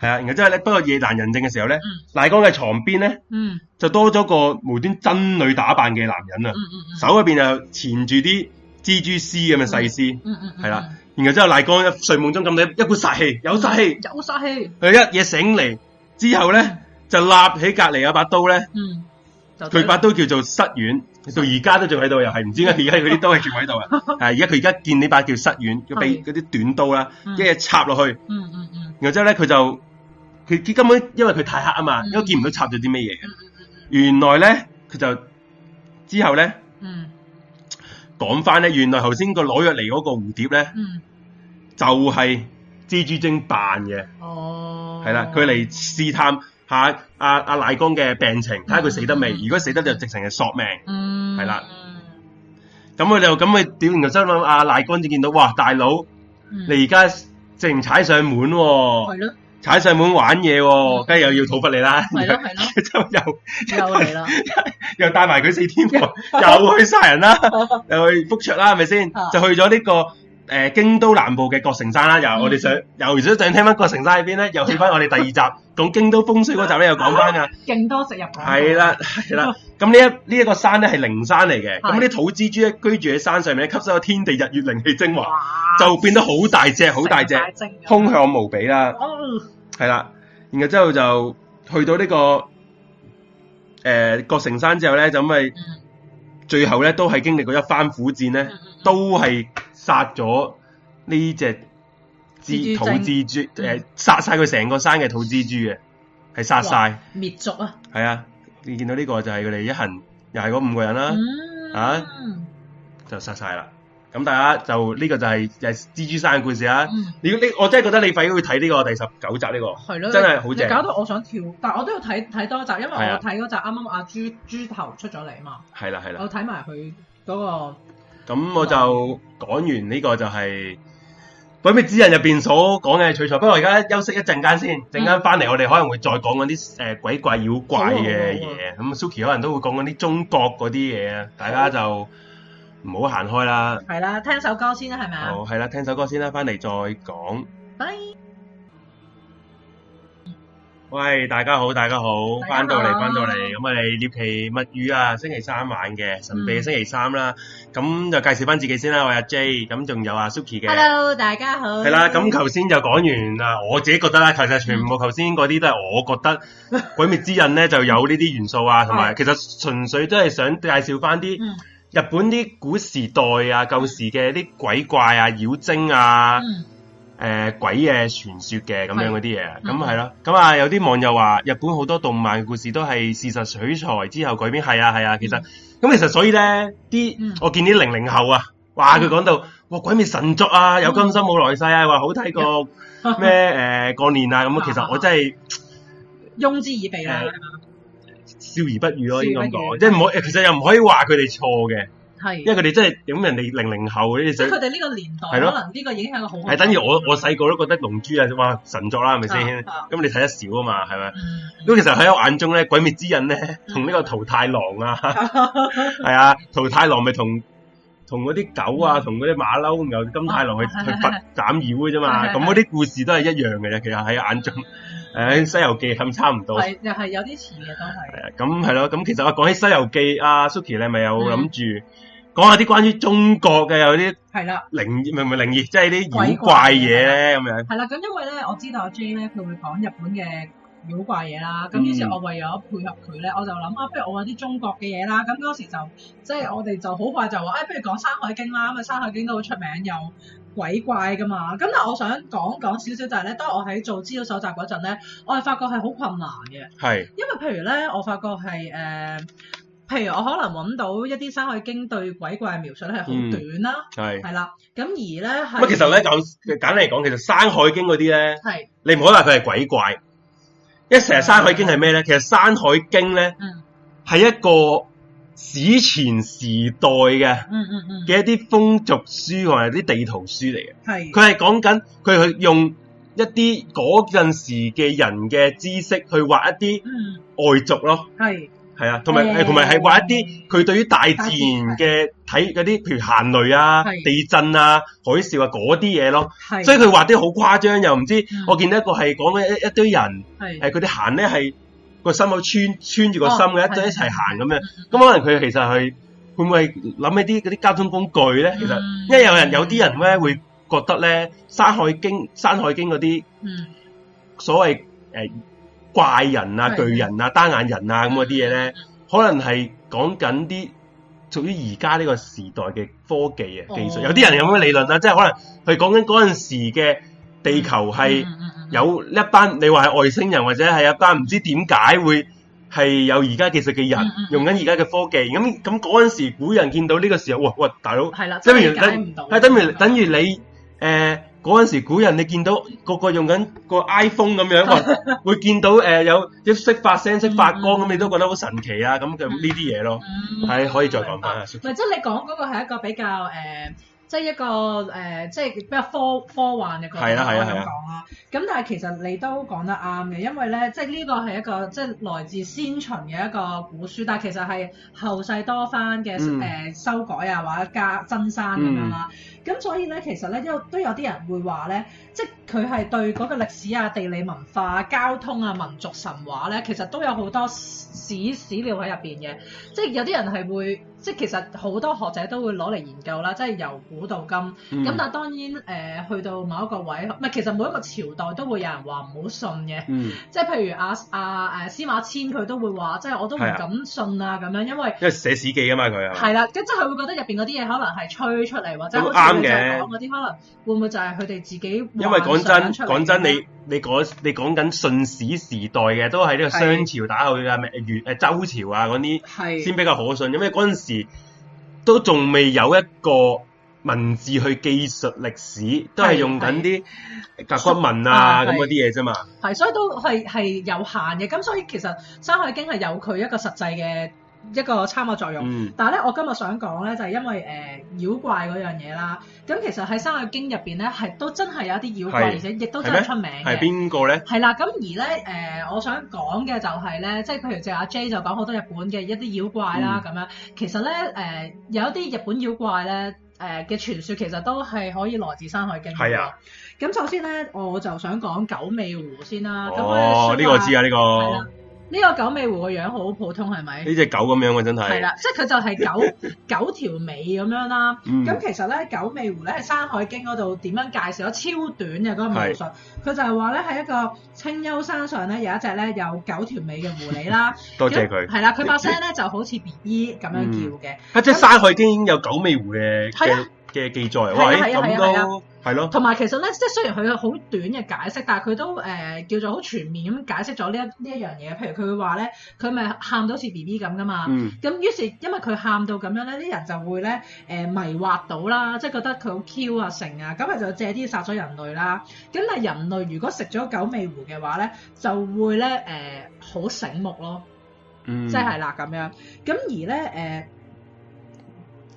[SPEAKER 1] 係啊。然後之後咧，不過夜難人靜嘅時候咧
[SPEAKER 2] 嗯，
[SPEAKER 1] 賴干嘅床邊咧
[SPEAKER 2] 嗯
[SPEAKER 1] 就多咗個無端真女打扮嘅男人啊
[SPEAKER 2] 嗯，嗯嗯
[SPEAKER 1] 手入邊就纏住啲蜘蛛絲咁嘅細絲。
[SPEAKER 2] 嗯嗯嗯，
[SPEAKER 1] 係啦然後之後賴干一睡夢中咁到一股殺氣，有殺氣
[SPEAKER 2] 嗯，。有殺氣。
[SPEAKER 1] 佢一嘢醒嚟之後咧，就立起隔離有把刀咧，
[SPEAKER 2] 嗯，就
[SPEAKER 1] 佢把刀叫做失丸，到而家都仲喺度，又係唔知點
[SPEAKER 2] 嗯
[SPEAKER 1] 解而家嗰啲刀係仲喺度 啊！係而家佢而家見呢把叫失丸，佢被
[SPEAKER 2] 係
[SPEAKER 1] 嗰啲短刀啦，
[SPEAKER 2] 嗯
[SPEAKER 1] 一嘢插落去，
[SPEAKER 2] 嗯嗯嗯
[SPEAKER 1] 然後之後咧佢就佢佢根本因為佢太黑啊嘛，
[SPEAKER 2] 嗯
[SPEAKER 1] 因為見唔到插咗啲咩嘢嘅。原來咧佢就之後咧
[SPEAKER 2] 嗯
[SPEAKER 1] 講翻咧，原來頭先個攞藥嚟嗰個蝴蝶咧
[SPEAKER 2] 嗯，
[SPEAKER 1] 就係、蜘蛛精扮嘅。
[SPEAKER 2] 哦，
[SPEAKER 1] 係啦，佢嚟試探下阿阿賴光嘅病情，睇下佢死得未。
[SPEAKER 2] 嗯
[SPEAKER 1] 如果死得就直情係索命。
[SPEAKER 2] 嗯，
[SPEAKER 1] 係啦，咁佢就咁佢屌，然後心諗阿賴光就見到，哇大佬，
[SPEAKER 2] 你
[SPEAKER 1] 你而家淨踩上門喎，
[SPEAKER 2] 嗯係咯，
[SPEAKER 1] 踩上門玩嘢喎，
[SPEAKER 2] 嗯
[SPEAKER 1] 梗係又要討伐你啦。
[SPEAKER 2] 係咯，係咯，
[SPEAKER 1] 之後又
[SPEAKER 2] 又嚟啦，
[SPEAKER 1] 又帶埋佢四天王，又去殺人 啦，又去覆卓啦，係咪先？
[SPEAKER 2] 啊
[SPEAKER 1] 就去咗呢個誒京都南部嘅國城山啦。
[SPEAKER 2] 嗯
[SPEAKER 1] 又我哋想，又如果想聽翻國城山喺邊咧，又去翻我哋第 二集講京都風水嗰集咧，又講翻啊噶。
[SPEAKER 2] 勁多食入廣告
[SPEAKER 1] 系啦，系啦。咁呢一呢一个山咧係靈山嚟嘅，
[SPEAKER 2] 係
[SPEAKER 1] 咁啲土蜘蛛咧居住喺山上面咧，吸收咗天地日月靈氣精華，
[SPEAKER 2] 哇，
[SPEAKER 1] 就變得好大隻，好大隻，
[SPEAKER 2] 精咁
[SPEAKER 1] 空向無比啦。
[SPEAKER 2] 哦
[SPEAKER 1] 係啦，然後之後就去到呢、個个诶、郭城山之後咧，就因為
[SPEAKER 2] 嗯
[SPEAKER 1] 最後咧都係經歷過一番苦戰咧，
[SPEAKER 2] 嗯嗯
[SPEAKER 1] 都係殺咗呢只
[SPEAKER 2] 蜘
[SPEAKER 1] 蜘
[SPEAKER 2] 蛛
[SPEAKER 1] 土
[SPEAKER 2] 精
[SPEAKER 1] 蜘蛛，
[SPEAKER 2] 嗯
[SPEAKER 1] 诶殺晒佢成個山嘅土蜘蛛嘅，係殺晒。
[SPEAKER 2] 滅族啊，
[SPEAKER 1] 系啊，你見到呢個就係佢哋一行，又係嗰五個人啦，
[SPEAKER 2] 嗯
[SPEAKER 1] 啊就殺晒啦。咁大家就呢、個就係就係蜘蛛山嘅故事啦。
[SPEAKER 2] 嗯，
[SPEAKER 1] 你呢，我真係覺得你快啲去睇呢個第十九集呢、個，
[SPEAKER 2] 係咯，
[SPEAKER 1] 真係好正
[SPEAKER 2] 你搞到我想跳，但我都要睇睇多集，因為我
[SPEAKER 1] 係啊
[SPEAKER 2] 睇嗰集啱啱阿豬豬頭出咗嚟嘛，
[SPEAKER 1] 係啦係啊啦。
[SPEAKER 2] 我睇埋佢嗰個
[SPEAKER 1] 咁我就講完呢個就係《鬼滅之刃》入邊所講嘅取材。不過我而家休息一陣間先，陣間翻嚟我哋可能會再講嗰啲誒鬼怪妖怪嘅
[SPEAKER 2] 好啊
[SPEAKER 1] 嘢。咁 Suki 可能都會講嗰啲中國嗰啲嘢啊，大家就唔好行開啦。
[SPEAKER 2] 係啦，聽首歌先啦，係咪啊？
[SPEAKER 1] 好，係啦，聽首歌先啦，翻嚟再講。
[SPEAKER 2] 拜。
[SPEAKER 1] 喂，大家好，大家好，
[SPEAKER 2] 大家好
[SPEAKER 1] 翻到嚟，翻到嚟，咁啊我哋獵奇物語啊，星期三晚嘅神秘嘅
[SPEAKER 2] 嗯
[SPEAKER 1] 星期三啦，咁、就介紹翻自己先啦，我係阿 J，咁仲有阿 Suki 嘅，係
[SPEAKER 2] Hello，大家好。
[SPEAKER 1] 啦，咁頭先就講完啊，我自己覺得啦，其實全
[SPEAKER 2] 嗯
[SPEAKER 1] 部頭先嗰啲都係我覺得 《鬼滅之刃》咧就有呢啲元素啊，同埋其實純粹都係想介紹翻啲
[SPEAKER 2] 嗯
[SPEAKER 1] 日本啲古時代啊、舊時嘅啲鬼怪啊、妖精啊。
[SPEAKER 2] 嗯
[SPEAKER 1] 誒、呃鬼嘅傳說嘅咁樣嗰啲嘢，
[SPEAKER 2] 嗯
[SPEAKER 1] 咁係咯，咁啊有啲網友話日本好多動漫故事都係事實取材之後改編，係啊係啊，其實咁、其實所以咧啲、
[SPEAKER 2] 嗯
[SPEAKER 1] 我見啲零零後啊，哇佢講到哇鬼滅神作啊，
[SPEAKER 2] 嗯
[SPEAKER 1] 有今生冇來世啊，話好睇過咩誒 過年啊咁，
[SPEAKER 2] 嗯
[SPEAKER 1] 其實我真係
[SPEAKER 2] 庸之以鼻啦，
[SPEAKER 1] 笑而不語咯，應該咁
[SPEAKER 2] 笑而不語
[SPEAKER 1] 講，即係唔可以，其實又唔可以話佢哋錯嘅，
[SPEAKER 2] 係
[SPEAKER 1] 因為佢哋真係咁人哋零零後嗰啲
[SPEAKER 2] 即係
[SPEAKER 1] 想
[SPEAKER 2] 佢哋呢個年代，
[SPEAKER 1] 係咯
[SPEAKER 2] 可能呢個已經係一個好
[SPEAKER 1] 係等於我我細個都覺得龍珠啊，哇神作啦係咪先？
[SPEAKER 2] 啊啊
[SPEAKER 1] 咁你睇得少啊嘛，係咪？
[SPEAKER 2] 嗯
[SPEAKER 1] 咁其實喺我眼中咧，《鬼 滅之刃》咧，同呢個桃太郎啊，係啊，桃太郎咪同同嗰啲狗啊，同嗰啲馬騮，然後金太 郎去
[SPEAKER 2] 哦
[SPEAKER 1] 去罰斬妖嘅啫 嘛。
[SPEAKER 2] 係係係
[SPEAKER 1] 咁嗰啲故事都係一樣嘅啫，其實喺眼 中，誒《西遊記》咁差唔多。
[SPEAKER 2] 係又係有啲似嘅都係。
[SPEAKER 1] 係啊咁係咯，咁其實我講起《西遊記》，阿 Suki 你咪有諗
[SPEAKER 2] 嗯
[SPEAKER 1] 住講下啲關於中國嘅有啲
[SPEAKER 2] 係啦，
[SPEAKER 1] 靈異，唔係唔係靈異，即係啲
[SPEAKER 2] 鬼
[SPEAKER 1] 妖
[SPEAKER 2] 怪
[SPEAKER 1] 怪嘢咧咁樣。
[SPEAKER 2] 係啦。咁因為咧，我知道阿 J 咧，佢會講日本嘅妖怪嘢啦。咁於是，
[SPEAKER 1] 嗯
[SPEAKER 2] 我為咗配合佢咧，我就諗啊，不如我揾啲中國嘅嘢啦。咁嗰時就即係我哋就好快就話，哎，不如講《山海經》啦。咁啊，《山海經》都好出名，有鬼怪噶嘛。咁但係我想講講少少就係咧，當我喺做資料搜集嗰陣咧，我係發覺係好困難嘅。
[SPEAKER 1] 係
[SPEAKER 2] 因為譬如咧，我發覺係誒、呃譬如我可能揾到一啲《山海經》對鬼怪嘅描述咧係好
[SPEAKER 1] 嗯
[SPEAKER 2] 短啦，
[SPEAKER 1] 係。
[SPEAKER 2] 係啦、咁而咧係
[SPEAKER 1] 咁啊其實咧，講簡單嚟講，其實《山海經》嗰啲咧，
[SPEAKER 2] 係
[SPEAKER 1] 你唔好話佢係鬼怪。一成日《山海經》係咩咧？其實《山海經》咧
[SPEAKER 2] 嗯
[SPEAKER 1] 係一個史前時代嘅
[SPEAKER 2] 嗯嗯嗯
[SPEAKER 1] 嘅一啲風俗書同埋啲地圖書嚟嘅。
[SPEAKER 2] 係
[SPEAKER 1] 佢係講緊佢去用一啲嗰陣時嘅人嘅知識去畫一
[SPEAKER 2] 嗯
[SPEAKER 1] 啲外族咯，
[SPEAKER 2] 係
[SPEAKER 1] 係啊，同埋
[SPEAKER 2] 嗯
[SPEAKER 1] 誒同埋係畫一啲佢對於大自然嘅睇嗰啲，譬如行雷啊、
[SPEAKER 2] 係
[SPEAKER 1] 地震啊、海嘯啊嗰啲嘢咯。
[SPEAKER 2] 係，
[SPEAKER 1] 所以佢畫啲好誇張，又唔知
[SPEAKER 2] 嗯
[SPEAKER 1] 我見到一個係講緊一一堆人
[SPEAKER 2] 係
[SPEAKER 1] 誒，佢哋行咧係個心口穿穿住個心
[SPEAKER 2] 哦
[SPEAKER 1] 嘅，一
[SPEAKER 2] 係嗯
[SPEAKER 1] 堆一齊行咁樣。咁可能佢其實係會唔會諗起啲嗰啲交通工具咧？其實
[SPEAKER 2] 嗯
[SPEAKER 1] 因為有人有啲人咧會覺得咧《山海經》《山海經》嗰啲
[SPEAKER 2] 嗯
[SPEAKER 1] 所謂誒、呃怪人啊、
[SPEAKER 2] 係嗯
[SPEAKER 1] 巨人啊、單眼人啊咁嗰啲嘢咧，可能係講緊啲屬於而家呢個時代嘅科技啊
[SPEAKER 2] 哦
[SPEAKER 1] 技術。有啲人有咁嘅理論啦，啊即係可能佢講緊嗰陣時嘅地球係
[SPEAKER 2] 嗯嗯嗯嗯
[SPEAKER 1] 有一班你話係外星人或者係一班唔知點解會。係有而家技術嘅人
[SPEAKER 2] 嗯嗯嗯
[SPEAKER 1] 用緊而家嘅科技，咁咁嗰陣時古人見到呢個時候，哇哇大佬，
[SPEAKER 2] 係啦，
[SPEAKER 1] 即係
[SPEAKER 2] 啊係
[SPEAKER 1] 譬如等
[SPEAKER 2] 唔到，
[SPEAKER 1] 係等於等於你誒嗰陣時古人你見到個個用緊個 iPhone 咁樣， 哇會見到誒、呃有一識發聲、識發光咁，你都覺得好神奇啊！咁咁呢啲嘢咯，
[SPEAKER 2] 嗯
[SPEAKER 1] 係可以再講翻啊。
[SPEAKER 2] 唔係，即係你講嗰個係一個比較誒、呃即係一個誒、呃即係比較科科幻嘅角度
[SPEAKER 1] 係啊係啊
[SPEAKER 2] 可以
[SPEAKER 1] 係
[SPEAKER 2] 咁
[SPEAKER 1] 啊
[SPEAKER 2] 講啦。咁但係其實你都講得啱嘅，因為咧，即係呢個係一個即係來自先秦嘅一個古書，但係其實係後世多番嘅
[SPEAKER 1] 嗯
[SPEAKER 2] 誒修改啊，或者加增刪咁樣啦。咁、所以咧，其實咧，有都有啲人會話咧，即係佢係對嗰個歷史啊、地理文化、交通啊、民族神話咧，其實都有好多史史料喺入邊嘅。即係有啲人係會，即係其實好多學者都會攞嚟研究啦，即係由古到今。咁、
[SPEAKER 1] 嗯
[SPEAKER 2] 但係當然誒、呃去到某一個位，唔係其實每一個朝代都會有人話唔好信嘅。
[SPEAKER 1] 嗯，
[SPEAKER 2] 即係譬如阿阿誒呃司馬遷佢都會話，即係我都唔
[SPEAKER 1] 係啊
[SPEAKER 2] 敢信啊咁樣，因為
[SPEAKER 1] 因為寫史記啊嘛，佢係
[SPEAKER 2] 係啦，咁即係佢會覺得入邊嗰啲嘢可能係吹出嚟，或者
[SPEAKER 1] 咁
[SPEAKER 2] 好似佢
[SPEAKER 1] 啱嘅
[SPEAKER 2] 哋講嗰啲可能會唔會就係佢哋自己
[SPEAKER 1] 因為講真
[SPEAKER 2] 幻想出嚟
[SPEAKER 1] 講真，
[SPEAKER 2] 咁樣
[SPEAKER 1] 你你講你講緊信史時代嘅，都係呢個商朝打後嘅咩元誒周朝啊嗰啲。
[SPEAKER 2] 係
[SPEAKER 1] 先比較可信，因為嗰陣時都仲未有一個文字去記述歷史，都係用緊啲甲骨文啊
[SPEAKER 2] 係
[SPEAKER 1] 咁嗰啲嘢啫嘛。
[SPEAKER 2] 係，所以都係係有限嘅。咁所以其實《山海經》係有佢一個實際嘅一個參考作用。
[SPEAKER 1] 嗯，
[SPEAKER 2] 但係咧，我今日想講咧，就係、因為誒、呃妖怪嗰樣嘢啦。咁其實喺《山海經》入邊咧，係都真係有一啲妖怪，
[SPEAKER 1] 係
[SPEAKER 2] 而且亦都真係出名
[SPEAKER 1] 係
[SPEAKER 2] 嘅。
[SPEAKER 1] 邊個咧？
[SPEAKER 2] 係啦，咁而咧誒、呃我想講嘅就係咧，即係譬如就阿 J 就講好多日本嘅一啲妖怪啦
[SPEAKER 1] 嗯
[SPEAKER 2] 咁、樣。其實咧誒、呃有一啲日本妖怪咧誒嘅傳說其實都係可以來自《山海經》。
[SPEAKER 1] 係啊。
[SPEAKER 2] 咁首先咧，我就想講九尾狐先啦。咁
[SPEAKER 1] 哦，
[SPEAKER 2] 咧
[SPEAKER 1] 呢個我知
[SPEAKER 2] 啊。
[SPEAKER 1] 啊，呢
[SPEAKER 2] 係啦
[SPEAKER 1] 個，
[SPEAKER 2] 呢個九尾狐個樣好普通係咪？
[SPEAKER 1] 呢只狗咁樣嘅真
[SPEAKER 2] 係
[SPEAKER 1] 係。
[SPEAKER 2] 啦，即係佢就係九九條尾咁樣啦。
[SPEAKER 1] 嗯，
[SPEAKER 2] 咁其實咧，九尾狐咧喺《山海經》嗰度點樣介紹咗超短嘅嗰個描述，佢就係話咧喺一個清幽山上咧有一隻咧有九條尾嘅狐狸啦。
[SPEAKER 1] 多謝
[SPEAKER 2] 咁
[SPEAKER 1] 佢。
[SPEAKER 2] 係啦，佢把聲咧就好似 B B 咁樣叫嘅，
[SPEAKER 1] 啊，即係《山海經》已經有九尾狐嘅
[SPEAKER 2] 係
[SPEAKER 1] 嘅嘅記載啊。
[SPEAKER 2] 係啊
[SPEAKER 1] 喂，咁
[SPEAKER 2] 係啊係啊
[SPEAKER 1] 都係咯。
[SPEAKER 2] 同埋其實咧，即係雖然佢有好短嘅解釋，但係佢都誒、呃叫做好全面咁解釋咗呢一呢一樣嘢。譬如佢會話咧，佢咪喊到好似 B B 咁噶嘛。
[SPEAKER 1] 嗯，
[SPEAKER 2] 咁於是因為佢喊到咁樣咧，啲人就會咧誒、迷惑到啦，即係覺得佢好 Q 啊成啊，咁佢就借啲殺咗人類啦。咁但係人類如果食咗九尾狐嘅話咧，就會咧誒好醒目咯，
[SPEAKER 1] 嗯
[SPEAKER 2] 即係啦咁樣。咁而咧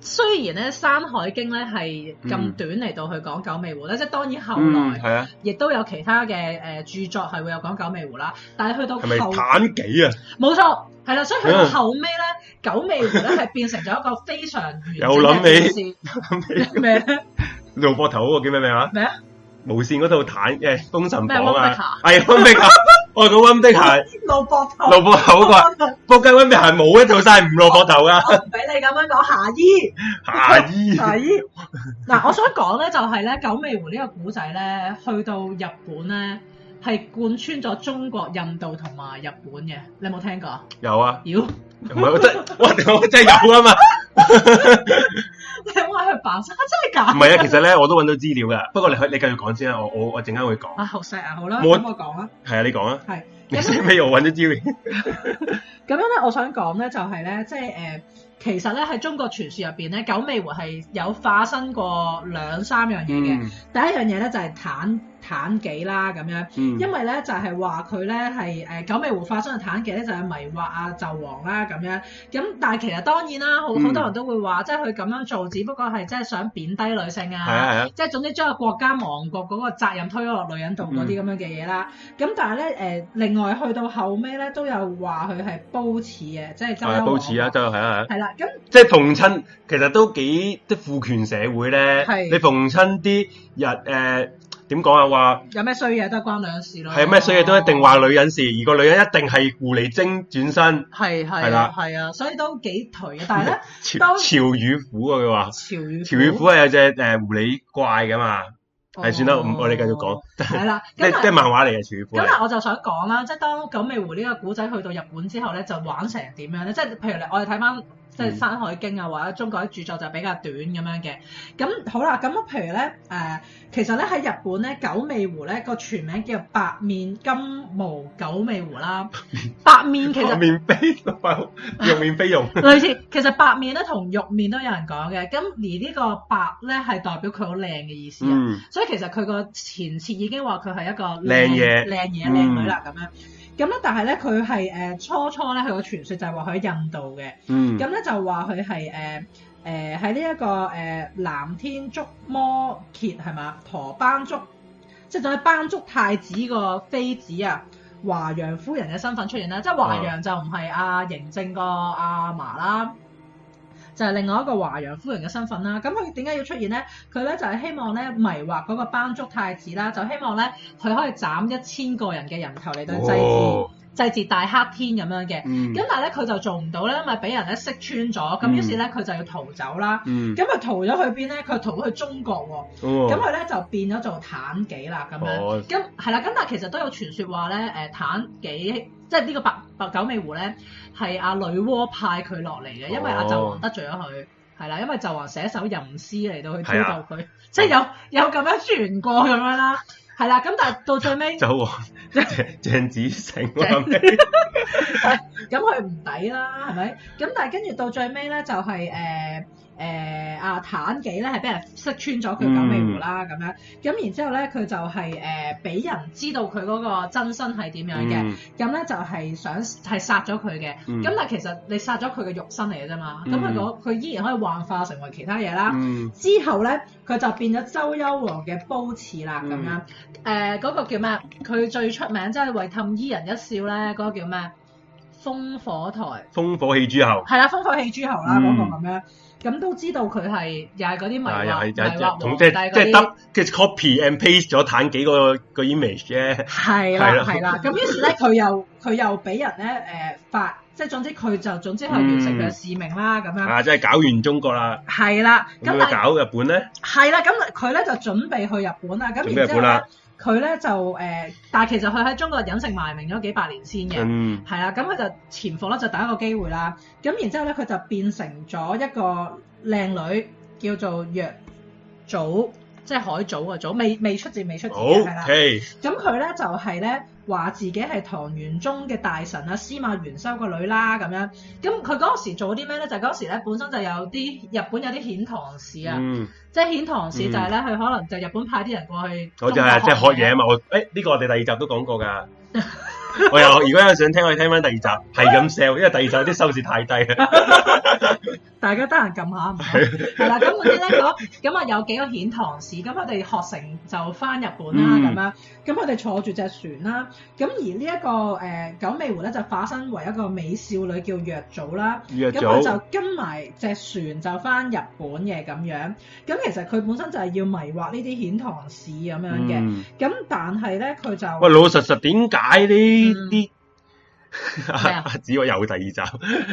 [SPEAKER 2] 誒、雖然咧《山海經》咧係咁短嚟到去講九尾狐咧，即係當然後
[SPEAKER 1] 嗯，
[SPEAKER 2] 來
[SPEAKER 1] 係啊，
[SPEAKER 2] 亦都有其他嘅誒著作係會有講九尾狐啦，但係去到
[SPEAKER 1] 係咪
[SPEAKER 2] 後
[SPEAKER 1] 妲己啊？
[SPEAKER 2] 冇錯，係啦，所以去到
[SPEAKER 1] 嗯
[SPEAKER 2] 後尾咧，九尾狐咧係變成咗一個非常完整
[SPEAKER 1] 有諗
[SPEAKER 2] 嘅
[SPEAKER 1] 咁
[SPEAKER 2] 故事咩咧？
[SPEAKER 1] 你露膊頭嗰個叫咩名啊？
[SPEAKER 2] 咩啊？
[SPEAKER 1] 無線嗰套坦誒封神榜啊，係
[SPEAKER 2] 咩
[SPEAKER 1] 温 碧霞，我係講温碧霞
[SPEAKER 2] 露膊頭，
[SPEAKER 1] 露膊頭嗰個啊，仆街温碧霞冇一套晒唔露膊頭啊，
[SPEAKER 2] 我唔俾你咁樣講夏衣。
[SPEAKER 1] 夏啊衣
[SPEAKER 2] 係嗱，我想講咧就係咧，九尾狐呢個古仔咧，去到日本咧係貫穿咗中國、印度同埋日本嘅，你有冇聽過？
[SPEAKER 1] 有啊，
[SPEAKER 2] 妖，
[SPEAKER 1] 唔係我真 我我真係有啊嘛，
[SPEAKER 2] 你有冇去扮晒？真係假？
[SPEAKER 1] 唔係啊，其實咧我都揾到資料噶，不過你可以你繼續講先啊，我我我陣間會講，
[SPEAKER 2] 啊，好錫啊，好啦，咁
[SPEAKER 1] 冇
[SPEAKER 2] 我講啦，
[SPEAKER 1] 係啊，你講啊，
[SPEAKER 2] 係。
[SPEAKER 1] 你識咩？我揾咗資料，
[SPEAKER 2] 咁樣咧，我想講咧就係咧，即係誒、呃其實咧喺中國傳說入邊咧，九尾狐係有化身過兩三樣嘢嘅。
[SPEAKER 1] 嗯
[SPEAKER 2] 第一樣嘢咧就係妲妲己啦咁樣，
[SPEAKER 1] 嗯
[SPEAKER 2] 因為咧就係話佢咧係誒九尾狐化身嘅妲己咧就係迷惑啊紂王啦咁樣。咁但係其實當然啦，好
[SPEAKER 1] 嗯
[SPEAKER 2] 好多人都會話，即係佢咁樣做，只不過係即係想貶低女性
[SPEAKER 1] 係啊係啊，
[SPEAKER 2] 即係總之將個國家亡國嗰個責任推咗落女人度嗰
[SPEAKER 1] 嗯
[SPEAKER 2] 啲咁樣嘅嘢啦。咁、但係咧誒，另外去到後尾咧都有話佢係褒姒嘅，即係周
[SPEAKER 1] 係啊，
[SPEAKER 2] 幽
[SPEAKER 1] 褒
[SPEAKER 2] 王
[SPEAKER 1] 姒啊，就係啊係啊。
[SPEAKER 2] 係啦，咁
[SPEAKER 1] 即係逢親，其實都幾即係父權社會咧
[SPEAKER 2] 係。
[SPEAKER 1] 你逢親啲人誒點講啊？話
[SPEAKER 2] 有咩衰嘢都係關女人事咯。
[SPEAKER 1] 係咩衰嘢都一定話女人事，而個女人一定係狐狸精轉身係
[SPEAKER 2] 係係啊
[SPEAKER 1] 啦
[SPEAKER 2] 係啊，所以都幾頹嘅。但係咧，
[SPEAKER 1] 潮
[SPEAKER 2] 當
[SPEAKER 1] 潮語虎啊！佢話
[SPEAKER 2] 潮語
[SPEAKER 1] 潮語虎係有隻誒狐狸怪噶嘛，係算啦，
[SPEAKER 2] 哦
[SPEAKER 1] 唔我哋繼續講。
[SPEAKER 2] 係啦，
[SPEAKER 1] 即係
[SPEAKER 2] 咁啊
[SPEAKER 1] 即係漫畫嚟嘅潮語虎
[SPEAKER 2] 咁啊
[SPEAKER 1] 係。
[SPEAKER 2] 嗱，我就想講啦，即係當九尾狐呢個古仔去到日本之後咧，就玩成點樣咧？即係譬如你我哋睇翻即係《山海經》啊，或者中國啲著作就比較短咁樣嘅。咁好啦，咁啊譬如咧誒、呃其實咧喺日本咧，九尾狐咧個全名叫白面金毛九尾狐啦。白面其
[SPEAKER 1] 白
[SPEAKER 2] 實
[SPEAKER 1] 面飛同 埋肉面飛用，
[SPEAKER 2] 類似，其實白面咧同玉面都有人講嘅。咁而呢個白咧係代表佢好靚嘅意思啊。
[SPEAKER 1] 嗯，
[SPEAKER 2] 所以其實佢個前設已經話佢係一個
[SPEAKER 1] 靚嘢
[SPEAKER 2] 靚嘢、
[SPEAKER 1] 嗯
[SPEAKER 2] 靚女啦咁樣。咁咧，但係咧，佢係誒初初咧，佢個傳說就係話佢喺印度嘅，
[SPEAKER 1] 嗯，
[SPEAKER 2] 咁咧啊就話佢係誒誒喺呢一個誒、呃南天竺摩羯係嘛，陀班竺，即係仲喺班竺太子個妃子啊，華陽夫人嘅身份出現啦，即係華陽就唔係阿嬴政個阿嫲
[SPEAKER 1] 嗯
[SPEAKER 2] 啦。就係另外一個華陽夫人嘅身份啦，咁啊佢點解要出現咧？佢咧就係希望咧迷惑嗰個班竺太子啦，就希望咧佢可以斬一千個人嘅人頭嚟到祭祀、
[SPEAKER 1] 哦
[SPEAKER 2] 祭祀大黑天咁樣嘅。
[SPEAKER 1] 嗯
[SPEAKER 2] 咁但係咧佢就做唔到咧，因為俾人咧識穿咗，咁
[SPEAKER 1] 嗯
[SPEAKER 2] 於是咧佢就要逃走啦。
[SPEAKER 1] 嗯，
[SPEAKER 2] 咁啊佢逃咗去邊咧？佢逃咗去中國喎，咁
[SPEAKER 1] 咁
[SPEAKER 2] 佢咧就變咗做妲己啦咁樣。
[SPEAKER 1] 哦，
[SPEAKER 2] 咁係啦，咁但係其實都有傳說話咧，誒妲己即係呢個白白九尾狐咧，係阿女媧派佢落嚟
[SPEAKER 1] 哦
[SPEAKER 2] 嘅，因為阿紂王得罪咗佢，係啦，因為紂王寫首淫詩嚟到去挑逗
[SPEAKER 1] 啊
[SPEAKER 2] 佢，即係有有咁樣傳過咁樣啦，係啦，咁但係到最尾。
[SPEAKER 1] 就 王鄭鄭子誠啊
[SPEAKER 2] 鄭咁佢唔抵啦，係咪？咁但係跟住到最尾咧，就係誒誒啊阿妲己咧係俾人識穿咗佢九尾狐啦
[SPEAKER 1] 嗯
[SPEAKER 2] 咁樣，咁然之後咧佢就係誒俾人知道佢嗰個真身係點樣嘅，
[SPEAKER 1] 嗯
[SPEAKER 2] 咁咧就係想係殺咗佢嘅，
[SPEAKER 1] 嗯
[SPEAKER 2] 咁但係其實你殺咗佢嘅肉身嚟嘅啫嘛，咁佢
[SPEAKER 1] 嗯
[SPEAKER 2] 嗰佢依然可以幻化成為其他嘢啦。
[SPEAKER 1] 嗯，
[SPEAKER 2] 之後咧，佢就變咗周幽王嘅褒姒啦，
[SPEAKER 1] 嗯
[SPEAKER 2] 咁樣。誒嗰、個叫咩？佢最出名即係為氹伊人一笑咧，嗰、個叫咩？烽火台
[SPEAKER 1] 烽火戲諸侯。
[SPEAKER 2] 係啦，烽火戲諸侯啦，嗰、
[SPEAKER 1] 嗯
[SPEAKER 2] 個咁樣。咁都知道佢係又係嗰啲迷
[SPEAKER 1] 啊，又
[SPEAKER 2] 惑
[SPEAKER 1] 係
[SPEAKER 2] 迷
[SPEAKER 1] 又係
[SPEAKER 2] 惑
[SPEAKER 1] 同
[SPEAKER 2] 皇
[SPEAKER 1] 即
[SPEAKER 2] 帝
[SPEAKER 1] 係即
[SPEAKER 2] 嗰
[SPEAKER 1] 係
[SPEAKER 2] 啲。
[SPEAKER 1] 得嘅 copy and paste 咗彈幾個個 image 啫。
[SPEAKER 2] 係啦，
[SPEAKER 1] 係啦
[SPEAKER 2] 係啦。咁於是咧，佢又佢又俾人咧誒、發，即係總之佢就總之係完成佢嘅使命啦，咁樣。
[SPEAKER 1] 啊，真係搞完中國啦，
[SPEAKER 2] 係啦，
[SPEAKER 1] 咁
[SPEAKER 2] 咁
[SPEAKER 1] 咪
[SPEAKER 2] 但
[SPEAKER 1] 搞日本咧？
[SPEAKER 2] 係啦，咁佢咧就準備去日本啦，咁
[SPEAKER 1] 準備
[SPEAKER 2] 然
[SPEAKER 1] 日
[SPEAKER 2] 之
[SPEAKER 1] 本
[SPEAKER 2] 後咧
[SPEAKER 1] 啦，，
[SPEAKER 2] 佢咧就誒、呃但係其實佢喺中國隱姓埋名咗幾百年先嘅，
[SPEAKER 1] 嗯，
[SPEAKER 2] 係啦、咁佢就潛伏啦，就等一個機會啦，咁然之後咧佢就變成咗一個靚女，叫做若祖，即係海藻個祖，未未出字未出字
[SPEAKER 1] 好
[SPEAKER 2] 嘅係啦，
[SPEAKER 1] ，OK，
[SPEAKER 2] 咁佢咧就係咧話自己係唐玄宗嘅大臣啊，司馬元修個女啦咁樣，咁佢嗰時做啲咩咧？就嗰時咧本身就有啲日本有啲遣唐使啊。
[SPEAKER 1] 嗯，
[SPEAKER 2] 即係顯堂市就係咧，佢可能就日本派啲人過去，
[SPEAKER 1] 我就嗯係即係學嘢啊。嘛。我誒呢個我哋第二集都講過 㗎。啊 我又如果有想聽，我哋聽翻第二集，係咁 sell，因為第二集啲收視太低啦。
[SPEAKER 2] 大家得閒撳 下唔該，係啦。咁嗰啲咧，嗰咁啊有幾個遣唐使，咁我哋學成就翻日
[SPEAKER 1] 嗯
[SPEAKER 2] 本啦，咁樣。咁我哋坐住隻船啦，咁而呢、一個誒、呃九尾狐咧就化身為一個美少女叫若祖啦。
[SPEAKER 1] 約
[SPEAKER 2] 咁佢
[SPEAKER 1] 咗
[SPEAKER 2] 就跟埋隻船就翻日本嘅咁樣，咁其實佢本身就係要迷惑呢啲遣唐使咁樣嘅，
[SPEAKER 1] 嗯
[SPEAKER 2] 咁、但係咧佢就
[SPEAKER 1] 喂，老老實實點解呢
[SPEAKER 2] 嗯
[SPEAKER 1] 啲
[SPEAKER 2] 咩 啊
[SPEAKER 1] 阿子我有第二集？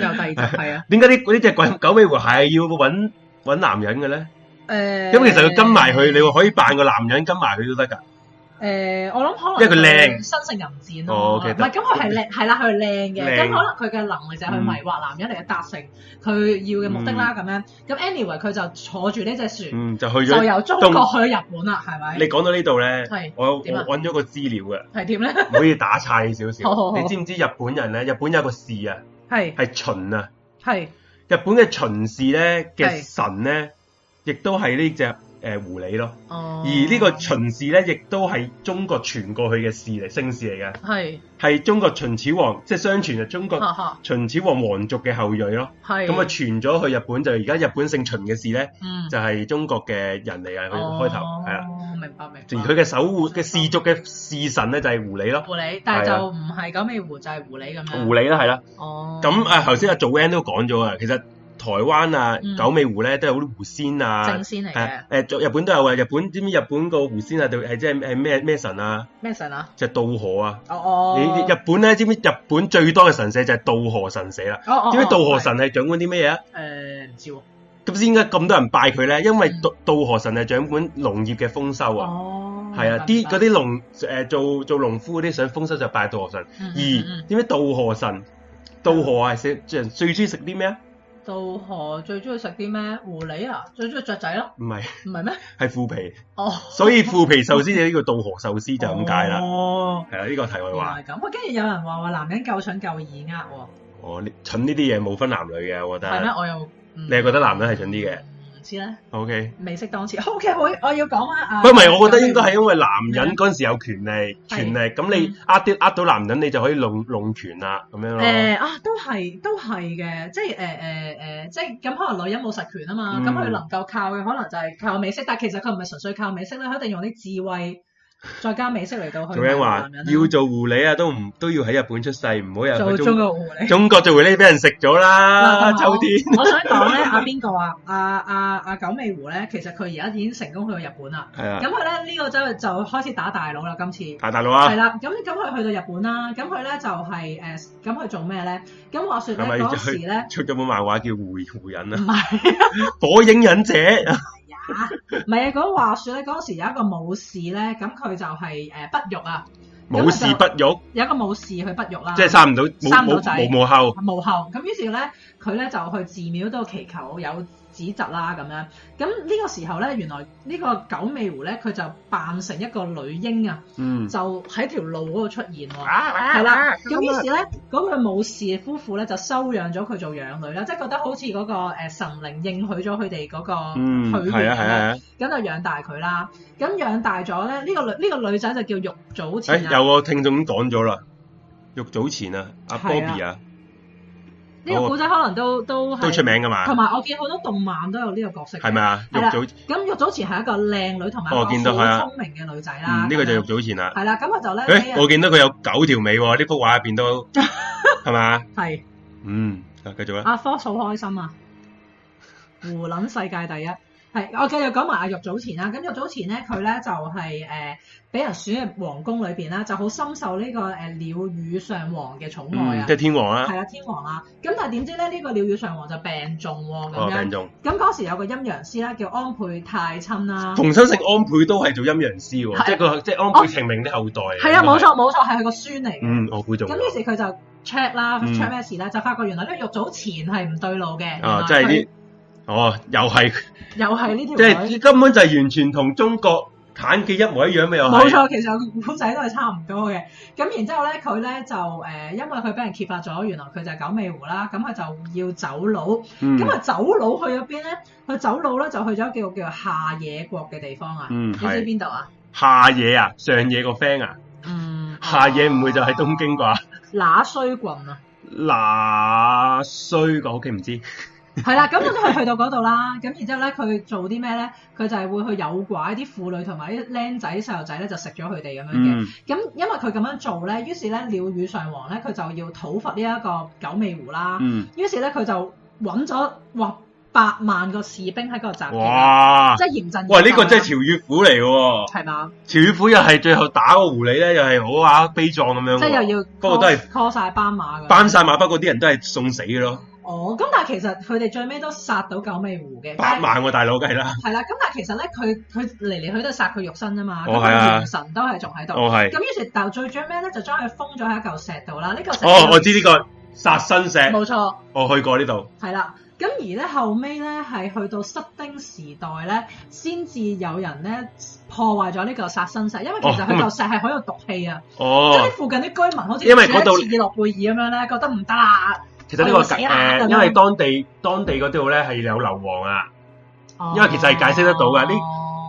[SPEAKER 2] 又第二集 係啊，
[SPEAKER 1] 點解啲嗰啲只鬼九尾狐係要揾揾男人嘅咧？
[SPEAKER 2] 誒、
[SPEAKER 1] 咁其實佢跟埋佢，你話可以扮個男人跟埋佢都得㗎。
[SPEAKER 2] 誒、呃我諗可能
[SPEAKER 1] 因為佢靚
[SPEAKER 2] 身性淫賤啊
[SPEAKER 1] 哦
[SPEAKER 2] 咯，唔
[SPEAKER 1] ，OK，
[SPEAKER 2] 係
[SPEAKER 1] 得
[SPEAKER 2] 咁佢係 靚，係啦，佢係靚嘅，
[SPEAKER 1] 靚嗯
[SPEAKER 2] 咁可能佢嘅能力就係去迷惑男人嚟嘅達成佢要嘅目的啦，咁
[SPEAKER 1] 嗯
[SPEAKER 2] 樣，咁 anyway 佢就坐住呢隻船，
[SPEAKER 1] 嗯，就去
[SPEAKER 2] 就
[SPEAKER 1] 咗。
[SPEAKER 2] 由中
[SPEAKER 1] 東
[SPEAKER 2] 國去咗日本啦，係咪？
[SPEAKER 1] 你講到呢度咧，
[SPEAKER 2] 係
[SPEAKER 1] 我我
[SPEAKER 2] 點啊
[SPEAKER 1] 揾咗個資料嘅，
[SPEAKER 2] 係點咧？
[SPEAKER 1] 唔可以打岔你少少。
[SPEAKER 2] 好好好
[SPEAKER 1] 你知唔知日本人咧？日本有個氏啊，
[SPEAKER 2] 係
[SPEAKER 1] 係秦啊。
[SPEAKER 2] 係
[SPEAKER 1] 日本嘅秦氏咧嘅
[SPEAKER 2] 係
[SPEAKER 1] 神咧，亦都係呢只誒狐狸咯。
[SPEAKER 2] 哦，
[SPEAKER 1] 而呢個秦氏咧，亦都係中國傳過去嘅氏嚟，姓氏嚟嘅，
[SPEAKER 2] 係
[SPEAKER 1] 係中國秦始皇，即係相傳就中國
[SPEAKER 2] 哈哈
[SPEAKER 1] 秦始皇皇族嘅後裔咯。
[SPEAKER 2] 係
[SPEAKER 1] 咁啊，傳咗去日本，就而家日本姓秦嘅氏咧，
[SPEAKER 2] 嗯
[SPEAKER 1] 就係中國嘅人嚟嘅，佢開頭係啦。
[SPEAKER 2] 哦，明白明
[SPEAKER 1] 而
[SPEAKER 2] 白。
[SPEAKER 1] 佢嘅守護嘅氏族嘅氏神咧，就係狐狸咯，
[SPEAKER 2] 狐狸，但係
[SPEAKER 1] 係啊
[SPEAKER 2] 就唔係九尾狐，就係狐狸咁樣。
[SPEAKER 1] 狐狸啦，係啦。
[SPEAKER 2] 哦，
[SPEAKER 1] 咁啊，頭先阿 Joanne 都講咗啊，其實台灣啊
[SPEAKER 2] 嗯
[SPEAKER 1] 九尾狐咧都有啲狐仙啊
[SPEAKER 2] 正。仙嚟
[SPEAKER 1] 係
[SPEAKER 2] 嘅，
[SPEAKER 1] 誒，日本都有啊！日本知唔知日本個狐仙啊？就係即係係咩咩神啊？
[SPEAKER 2] 咩神啊？
[SPEAKER 1] 就係渡河啊！
[SPEAKER 2] 哦哦，
[SPEAKER 1] 你日本咧，知唔知日本最多嘅神社就係渡河神社啦？
[SPEAKER 2] 哦哦，
[SPEAKER 1] 知唔知渡河
[SPEAKER 2] 係？
[SPEAKER 1] 神係掌管啲咩嘢啊？
[SPEAKER 2] 誒呃唔知喎。
[SPEAKER 1] 咁先解咁多人拜佢咧，因為
[SPEAKER 2] 嗯
[SPEAKER 1] 渡渡河神係掌管農業嘅豐收啊，
[SPEAKER 2] 哦，
[SPEAKER 1] 係啊，啲
[SPEAKER 2] 明白
[SPEAKER 1] 嗰啲農誒做做農夫嗰啲想豐收就拜渡河神。
[SPEAKER 2] 嗯
[SPEAKER 1] 而
[SPEAKER 2] 嗯嗯
[SPEAKER 1] 點解渡河神渡河係食最最中意食啲咩啊？
[SPEAKER 2] 渡河最中意食啲咩？狐狸啊，最中意雀仔咯，
[SPEAKER 1] 唔係
[SPEAKER 2] 唔係咩？
[SPEAKER 1] 係腐皮，
[SPEAKER 2] 哦，
[SPEAKER 1] 所以腐皮壽司就呢個渡河壽司就咁解啦。
[SPEAKER 2] 哦，
[SPEAKER 1] 係啦，呢個題外
[SPEAKER 2] 原
[SPEAKER 1] 話。
[SPEAKER 2] 來咁。喂，跟住有人話話男人夠蠢夠耳呃
[SPEAKER 1] 我哦呢蠢呢啲嘢冇分男女嘅，我覺
[SPEAKER 2] 喎，係咩
[SPEAKER 1] 得。？
[SPEAKER 2] 我又你
[SPEAKER 1] 你係覺得男人係蠢啲嘅
[SPEAKER 2] 唔知咧，
[SPEAKER 1] O K。
[SPEAKER 2] 未識當次。O K，我我要講翻啊。
[SPEAKER 1] 不過唔係，我覺得應該係因為男人嗰陣時有權利，
[SPEAKER 2] 係
[SPEAKER 1] 權力咁你
[SPEAKER 2] 嗯
[SPEAKER 1] 呃啲呃到男人，你就可以弄弄權啦，咁樣
[SPEAKER 2] 誒、
[SPEAKER 1] 咯。
[SPEAKER 2] 啊，都係都係嘅，即係誒誒誒，即係咁可能女人冇實權啊嘛，
[SPEAKER 1] 嗯
[SPEAKER 2] 咁佢、能夠靠嘅可能就係靠美式，但係其實佢唔係純粹靠美式咧，佢一定用啲智慧再加美式嚟到去
[SPEAKER 1] 做人話
[SPEAKER 2] 哦男人啦啊
[SPEAKER 1] 要做狐狸啊，都唔都要喺日本出世，唔好
[SPEAKER 2] 做
[SPEAKER 1] 入去
[SPEAKER 2] 中
[SPEAKER 1] 中
[SPEAKER 2] 國狐 狸。
[SPEAKER 1] 中國做狐狸俾人食咗啦，
[SPEAKER 2] 嗱同埋
[SPEAKER 1] 秋天。
[SPEAKER 2] 我我想講咧，阿邊個啊？阿阿阿九尾狐咧，其實佢而家已經成功去到日本啦。
[SPEAKER 1] 係啊
[SPEAKER 2] 咁，佢咧呢、個周就開始打大佬啦，今次。
[SPEAKER 1] 大大佬
[SPEAKER 2] 係
[SPEAKER 1] 啊，
[SPEAKER 2] 啦，咁咁佢去到日本啦，咁佢咧就係、誒，咁佢做咩咧？咁話説
[SPEAKER 1] 係咪
[SPEAKER 2] 咧嗰時 咧，
[SPEAKER 1] 出咗本漫畫叫《狐狐忍》
[SPEAKER 2] 唔
[SPEAKER 1] 啊，
[SPEAKER 2] 係。
[SPEAKER 1] 《火影忍者》
[SPEAKER 2] 啊唔係啊，嗰話説咧，嗰時有一個武士咧，咁佢就係誒不育啊，
[SPEAKER 1] 冇事不育，
[SPEAKER 2] 有一個武士佢不育啦，
[SPEAKER 1] 即係生唔到
[SPEAKER 2] 生唔
[SPEAKER 1] 冇
[SPEAKER 2] 到仔
[SPEAKER 1] 冇無無後，
[SPEAKER 2] 無後。咁於是咧，佢咧就去寺廟度祈求有子侄啦咁樣。咁呢個時候咧，原來呢個九尾狐咧，佢就扮成一個女嬰啊，
[SPEAKER 1] 嗯，
[SPEAKER 2] 就喺條路嗰度出現喎。
[SPEAKER 1] 係
[SPEAKER 2] 係啦，
[SPEAKER 1] 啊
[SPEAKER 2] 咁於是咧，嗰個武士夫婦咧就收養咗佢做養女啦，即係覺得好似嗰、個、呃、神靈應許咗佢哋嗰
[SPEAKER 1] 嗯，
[SPEAKER 2] 個許
[SPEAKER 1] 係
[SPEAKER 2] 願
[SPEAKER 1] 啊係啊係啊，
[SPEAKER 2] 咁樣咁就養大佢啦。咁養大咗咧，呢、個女呢、個女仔就叫玉祖
[SPEAKER 1] 誒
[SPEAKER 2] 前啊。
[SPEAKER 1] 有個聽眾講咗啦，玉早前啊，阿
[SPEAKER 2] 係啊
[SPEAKER 1] Bobby 啊，
[SPEAKER 2] 呢個古仔可能都都係
[SPEAKER 1] 都出，名噶嘛
[SPEAKER 2] 同，埋我見好多動漫都有呢個角色。
[SPEAKER 1] 係咪啊？玉
[SPEAKER 2] 啊係啦
[SPEAKER 1] 早，
[SPEAKER 2] 咁玉祖前係一個靚女同埋一個
[SPEAKER 1] 我見到
[SPEAKER 2] 好
[SPEAKER 1] 係啊
[SPEAKER 2] 聰明嘅女仔啦。
[SPEAKER 1] 嗯，呢個就
[SPEAKER 2] 咁
[SPEAKER 1] 玉
[SPEAKER 2] 樣
[SPEAKER 1] 早前啦。
[SPEAKER 2] 係啦，咁啊我就咧俾
[SPEAKER 1] 誒，
[SPEAKER 2] 人
[SPEAKER 1] 我見到佢有九條尾喎，呢幅畫入邊 都係嘛？
[SPEAKER 2] 係
[SPEAKER 1] 嗯，啊繼續啦。
[SPEAKER 2] 阿科好開心啊，胡撚世界第一。係，我繼續講埋阿玉祖前啦。咁玉祖前咧，佢咧就係誒俾人選入皇宮裏邊啦，就好深受呢、個誒鳥羽上皇嘅寵愛
[SPEAKER 1] 嗯，
[SPEAKER 2] 啊
[SPEAKER 1] 即。係天王啦，
[SPEAKER 2] 係啦，天王啦。咁但係點知咧，呢、個鳥羽上皇就病重喎，
[SPEAKER 1] 哦
[SPEAKER 2] 咁
[SPEAKER 1] 病
[SPEAKER 2] 樣。
[SPEAKER 1] 中，
[SPEAKER 2] 咁嗰時有個陰陽師啦，叫安倍太親啦。
[SPEAKER 1] 馮生成安倍都係做陰陽師
[SPEAKER 2] 係
[SPEAKER 1] 喎，
[SPEAKER 2] 啊
[SPEAKER 1] 即係個即係安倍晴明啲後代。
[SPEAKER 2] 係啊，冇。錯冇錯，係佢個孫嚟嘅。
[SPEAKER 1] 嗯，我估中
[SPEAKER 2] 咁
[SPEAKER 1] 咗。
[SPEAKER 2] 於是佢就 check 啦
[SPEAKER 1] 嗯
[SPEAKER 2] ，check 咩事咧？就發覺原來呢個玉藻前係唔對路嘅。
[SPEAKER 1] 啊，即係
[SPEAKER 2] 原來
[SPEAKER 1] 啲，哦，又係，
[SPEAKER 2] 佢又係呢
[SPEAKER 1] 即
[SPEAKER 2] 條女。
[SPEAKER 1] 係根本就係完全同中國坦記一模一樣咪又
[SPEAKER 2] 冇
[SPEAKER 1] 係。
[SPEAKER 2] 錯，其實個古仔都係差唔多嘅。咁然之後咧，佢咧就誒、因為佢俾人揭發咗，原來佢就係九尾狐啦。咁佢就要走佬。
[SPEAKER 1] 嗯
[SPEAKER 2] 咁啊、走佬去咗邊咧？佢走佬咧就去咗叫叫做下野國嘅地方啊。
[SPEAKER 1] 嗯
[SPEAKER 2] 你知
[SPEAKER 1] 係
[SPEAKER 2] 邊度啊？
[SPEAKER 1] 下野啊，上野個 friend 啊，
[SPEAKER 2] 嗯，
[SPEAKER 1] 下野唔會就喺東京啩？
[SPEAKER 2] 乸衰棍啊，
[SPEAKER 1] 嗱，衰個屋企唔知，
[SPEAKER 2] 係啦，咁我佢去到嗰度啦，咁然之後咧，佢做啲咩咧？佢就係會去誘拐啲婦女同埋啲僆仔細路仔咧，就食咗佢哋咁樣嘅。
[SPEAKER 1] 嗯
[SPEAKER 2] 咁因為佢咁樣做咧，於是咧鳥語上皇咧，佢就要討伐呢一個九尾狐啦。
[SPEAKER 1] 嗯，
[SPEAKER 2] 於是咧，佢就揾咗哇百萬個士兵喺嗰度集結啦，
[SPEAKER 1] 哇
[SPEAKER 2] 即！啊係嚴陣。
[SPEAKER 1] 喂，呢、個真係潮語虎嚟喎！
[SPEAKER 2] 係啊嘛？
[SPEAKER 1] 潮語虎又係最後打個狐狸咧，又係好啊悲壯咁樣喎。
[SPEAKER 2] 即係又要
[SPEAKER 1] 不過都係
[SPEAKER 2] call- call 晒斑馬㗎。
[SPEAKER 1] 班晒馬，不過啲人都係送死嘅咯，
[SPEAKER 2] 哦，咁但係其實佢哋最尾都殺到九尾狐嘅。
[SPEAKER 1] 百萬喎、大佬梗係啦。
[SPEAKER 2] 係啦，咁但係其實咧，佢佢嚟嚟去都係殺佢肉身啫嘛，
[SPEAKER 1] 哦
[SPEAKER 2] 咁
[SPEAKER 1] 係啊
[SPEAKER 2] 元神都係仲喺度。
[SPEAKER 1] 哦係，
[SPEAKER 2] 咁於是但最最尾咧就將佢封咗喺一嚿石度啦。呢嚿石
[SPEAKER 1] 哦我知呢、個殺生石，
[SPEAKER 2] 冇錯，
[SPEAKER 1] 我去過呢度。
[SPEAKER 2] 係啦。咁而咧後尾咧係去到室丁時代咧，先至有人咧破壞咗呢嚿殺生石，因為其實
[SPEAKER 1] 哦咁
[SPEAKER 2] 佢
[SPEAKER 1] 啊
[SPEAKER 2] 嚿石係好有毒氣啊，即係
[SPEAKER 1] 哦
[SPEAKER 2] 啲，附近啲居民好似
[SPEAKER 1] 因為
[SPEAKER 2] 住
[SPEAKER 1] 嗰
[SPEAKER 2] 喺
[SPEAKER 1] 度
[SPEAKER 2] 切爾諾貝爾咁樣咧，覺得唔得啦。
[SPEAKER 1] 其實呢、個
[SPEAKER 2] 死啦啊
[SPEAKER 1] 誒、
[SPEAKER 2] 咁樣
[SPEAKER 1] 因為當地當地嗰度咧係有硫磺啊，
[SPEAKER 2] 哦
[SPEAKER 1] 因為其實係解釋得到㗎呢因
[SPEAKER 2] 呢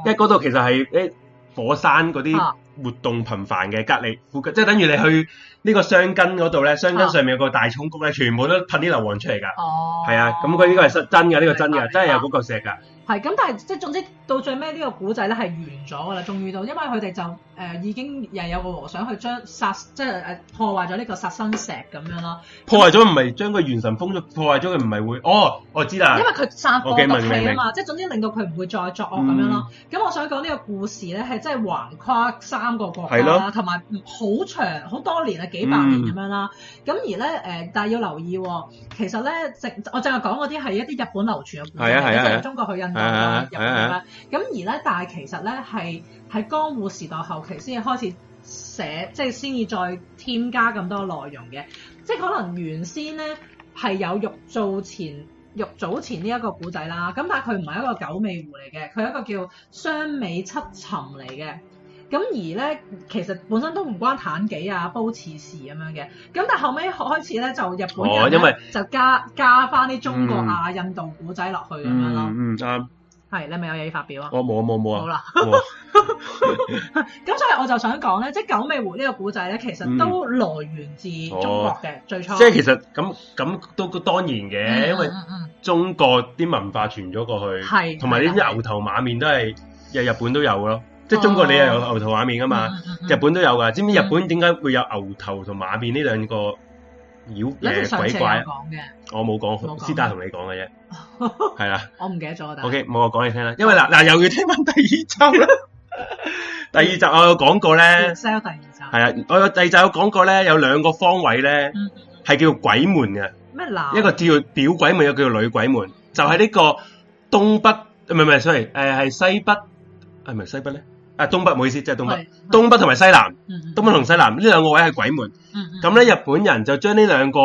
[SPEAKER 1] 為嗰度其實係誒火山嗰啲
[SPEAKER 2] 啊
[SPEAKER 1] 活動頻繁嘅，隔離附近，即係等於你去呢個箱根嗰度咧，箱根
[SPEAKER 2] 啊
[SPEAKER 1] 上面有個大涌谷咧，全部都噴啲硫磺出嚟㗎。
[SPEAKER 2] 哦，
[SPEAKER 1] 係啊，咁佢呢個係實真嘅，呢、個真
[SPEAKER 2] 明白
[SPEAKER 1] 嘅，真係有
[SPEAKER 2] 明白
[SPEAKER 1] 嗰嚿石㗎。
[SPEAKER 2] 係咁，但係即係總之到最尾呢個古仔咧係完咗㗎啦，終於到，因為佢哋就誒、呃已經又有個和尚去將殺即係誒破壞咗呢個殺生石咁樣啦，
[SPEAKER 1] 破壞咗唔係將個元神封咗，破壞咗佢唔係會哦，我知啦
[SPEAKER 2] 因為。佢散播
[SPEAKER 1] OK，
[SPEAKER 2] 毒
[SPEAKER 1] 明明嗯
[SPEAKER 2] 氣啊嘛，即係總之令到佢唔會再作惡咁樣咯。咁、我想講呢個故事咧係真係橫跨三個國家
[SPEAKER 1] 係咯
[SPEAKER 2] 啦，同埋好長好多年啊幾百年咁樣啦。
[SPEAKER 1] 嗯
[SPEAKER 2] 咁、而咧誒、呃但係要留意喎、其實咧，正我正係講嗰啲係一啲日本流傳嘅故事，
[SPEAKER 1] 係啊係啊
[SPEAKER 2] 即
[SPEAKER 1] 係啊
[SPEAKER 2] 中國去印度
[SPEAKER 1] 係
[SPEAKER 2] 啊、
[SPEAKER 1] 啊
[SPEAKER 2] 日本咁樣。咁而咧，但係其實咧係喺江戶時代後期先至開始寫，即係先至再添加咁多內容嘅。即係可能原先咧係有玉造前玉藻前呢一個古仔啦，咁但係佢唔係一個九尾狐嚟嘅，佢係一個叫雙尾七沉嚟嘅。咁而咧，其實本身都唔關妲己啊、褒姒事咁樣嘅。咁但後尾開始咧，就日本人
[SPEAKER 1] 哦因為
[SPEAKER 2] 呢就加加翻啲中國啊、印度古仔落去咁樣咯。
[SPEAKER 1] 嗯嗯啱，
[SPEAKER 2] 係，你咪有嘢發表啊？
[SPEAKER 1] 我冇冇冇
[SPEAKER 2] 好
[SPEAKER 1] 啊，
[SPEAKER 2] 啦，
[SPEAKER 1] 冇啊
[SPEAKER 2] 咁所以我就想講咧，即係九尾狐呢個古仔咧，其實都來源自中國嘅、最初。
[SPEAKER 1] 嗯哦即係其實咁咁都都當然嘅，
[SPEAKER 2] 嗯
[SPEAKER 1] 因為
[SPEAKER 2] 嗯嗯
[SPEAKER 1] 中國啲文化傳咗過去，
[SPEAKER 2] 係
[SPEAKER 1] 同埋呢啲牛頭馬面都係日日本都有嘅咯，即係中國你又有牛頭馬面噶
[SPEAKER 2] 啊
[SPEAKER 1] 嘛，，
[SPEAKER 2] 嗯嗯嗯
[SPEAKER 1] 日本都有噶，知唔知日本點解會有牛頭同馬面呢兩個妖
[SPEAKER 2] 你哋
[SPEAKER 1] 誒
[SPEAKER 2] 上
[SPEAKER 1] 鬼
[SPEAKER 2] 次有
[SPEAKER 1] 怪啊？
[SPEAKER 2] 講嘅，
[SPEAKER 1] 我冇
[SPEAKER 2] 冇
[SPEAKER 1] 講，
[SPEAKER 2] 講
[SPEAKER 1] 師打同你講嘅啫， 係啦。
[SPEAKER 2] 我唔記得咗，但
[SPEAKER 1] O
[SPEAKER 2] 係
[SPEAKER 1] K，冇我講你聽啦，因為嗱嗱又要聽翻第二集 啦。第二集我有講過咧，
[SPEAKER 2] sell 第二集。
[SPEAKER 1] 係啊，我有第二集有講過咧，有兩個方位咧
[SPEAKER 2] 嗯啊
[SPEAKER 1] 係叫鬼門嘅，
[SPEAKER 2] 咩鬧？
[SPEAKER 1] 一個叫表鬼門，一個叫女鬼門，就係呢個東北，唔係唔係，sorry，誒係西北，係咪西北咧？啊東北，唔好意思，即係東北，
[SPEAKER 2] 係
[SPEAKER 1] 東北同埋西南，
[SPEAKER 2] 嗯嗯
[SPEAKER 1] 東北同西南呢兩個位係鬼門。
[SPEAKER 2] 嗯嗯
[SPEAKER 1] 咁咧，日本人就將呢兩個，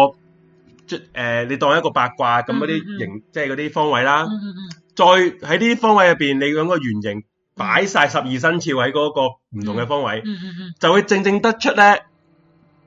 [SPEAKER 1] 誒、你當一個八卦咁嗰
[SPEAKER 2] 嗯嗯
[SPEAKER 1] 啲
[SPEAKER 2] 嗯
[SPEAKER 1] 形，即係嗰啲方位啦。
[SPEAKER 2] 嗯嗯嗯
[SPEAKER 1] 再喺呢啲方位入邊，你用個圓形擺晒十二生肖喺嗰個唔同嘅方位，
[SPEAKER 2] 嗯嗯嗯，
[SPEAKER 1] 就會正正得出咧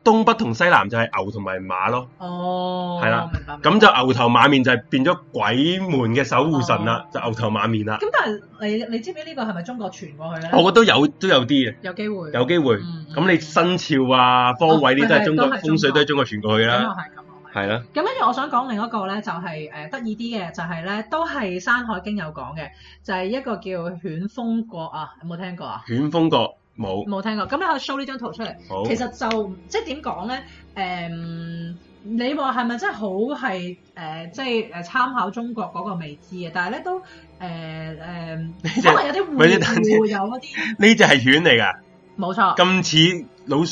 [SPEAKER 1] 東北同西南就係牛同埋馬咯。
[SPEAKER 2] 哦，
[SPEAKER 1] 係啦
[SPEAKER 2] 明白，明白
[SPEAKER 1] 咁就牛頭馬面就係變咗鬼門嘅守護神
[SPEAKER 2] 哦
[SPEAKER 1] 啦，就牛頭馬面啦。
[SPEAKER 2] 咁但係你你知唔知呢個係咪中國傳過去咧？
[SPEAKER 1] 我覺得都有都有啲嘅，
[SPEAKER 2] 有機會，
[SPEAKER 1] 有機會。
[SPEAKER 2] 嗯
[SPEAKER 1] 咁你生肖啊、方位呢都係中國
[SPEAKER 2] 哦係係
[SPEAKER 1] 風水都係中國傳過去
[SPEAKER 2] 咁又
[SPEAKER 1] 啦，
[SPEAKER 2] 係咁又係。
[SPEAKER 1] 係啦。
[SPEAKER 2] 咁跟住我想講另一個咧，就係誒得意啲嘅，就係咧都係《山海經》有講嘅，就係一個叫犬風國啊，有冇聽過啊？
[SPEAKER 1] 犬風國冇
[SPEAKER 2] 冇聽過，咁你可以 show 呢張圖出嚟。
[SPEAKER 1] 好，
[SPEAKER 2] 其實就即係點講咧？誒、你話係咪真係好係誒、即係誒參考中國嗰個未知嘅？但係咧都誒誒、
[SPEAKER 1] 隻
[SPEAKER 2] 可能有啲
[SPEAKER 1] 咪呢單
[SPEAKER 2] 互互有嗰啲
[SPEAKER 1] 呢隻係犬嚟
[SPEAKER 2] 冇錯。
[SPEAKER 1] 噶，咁似老鼠，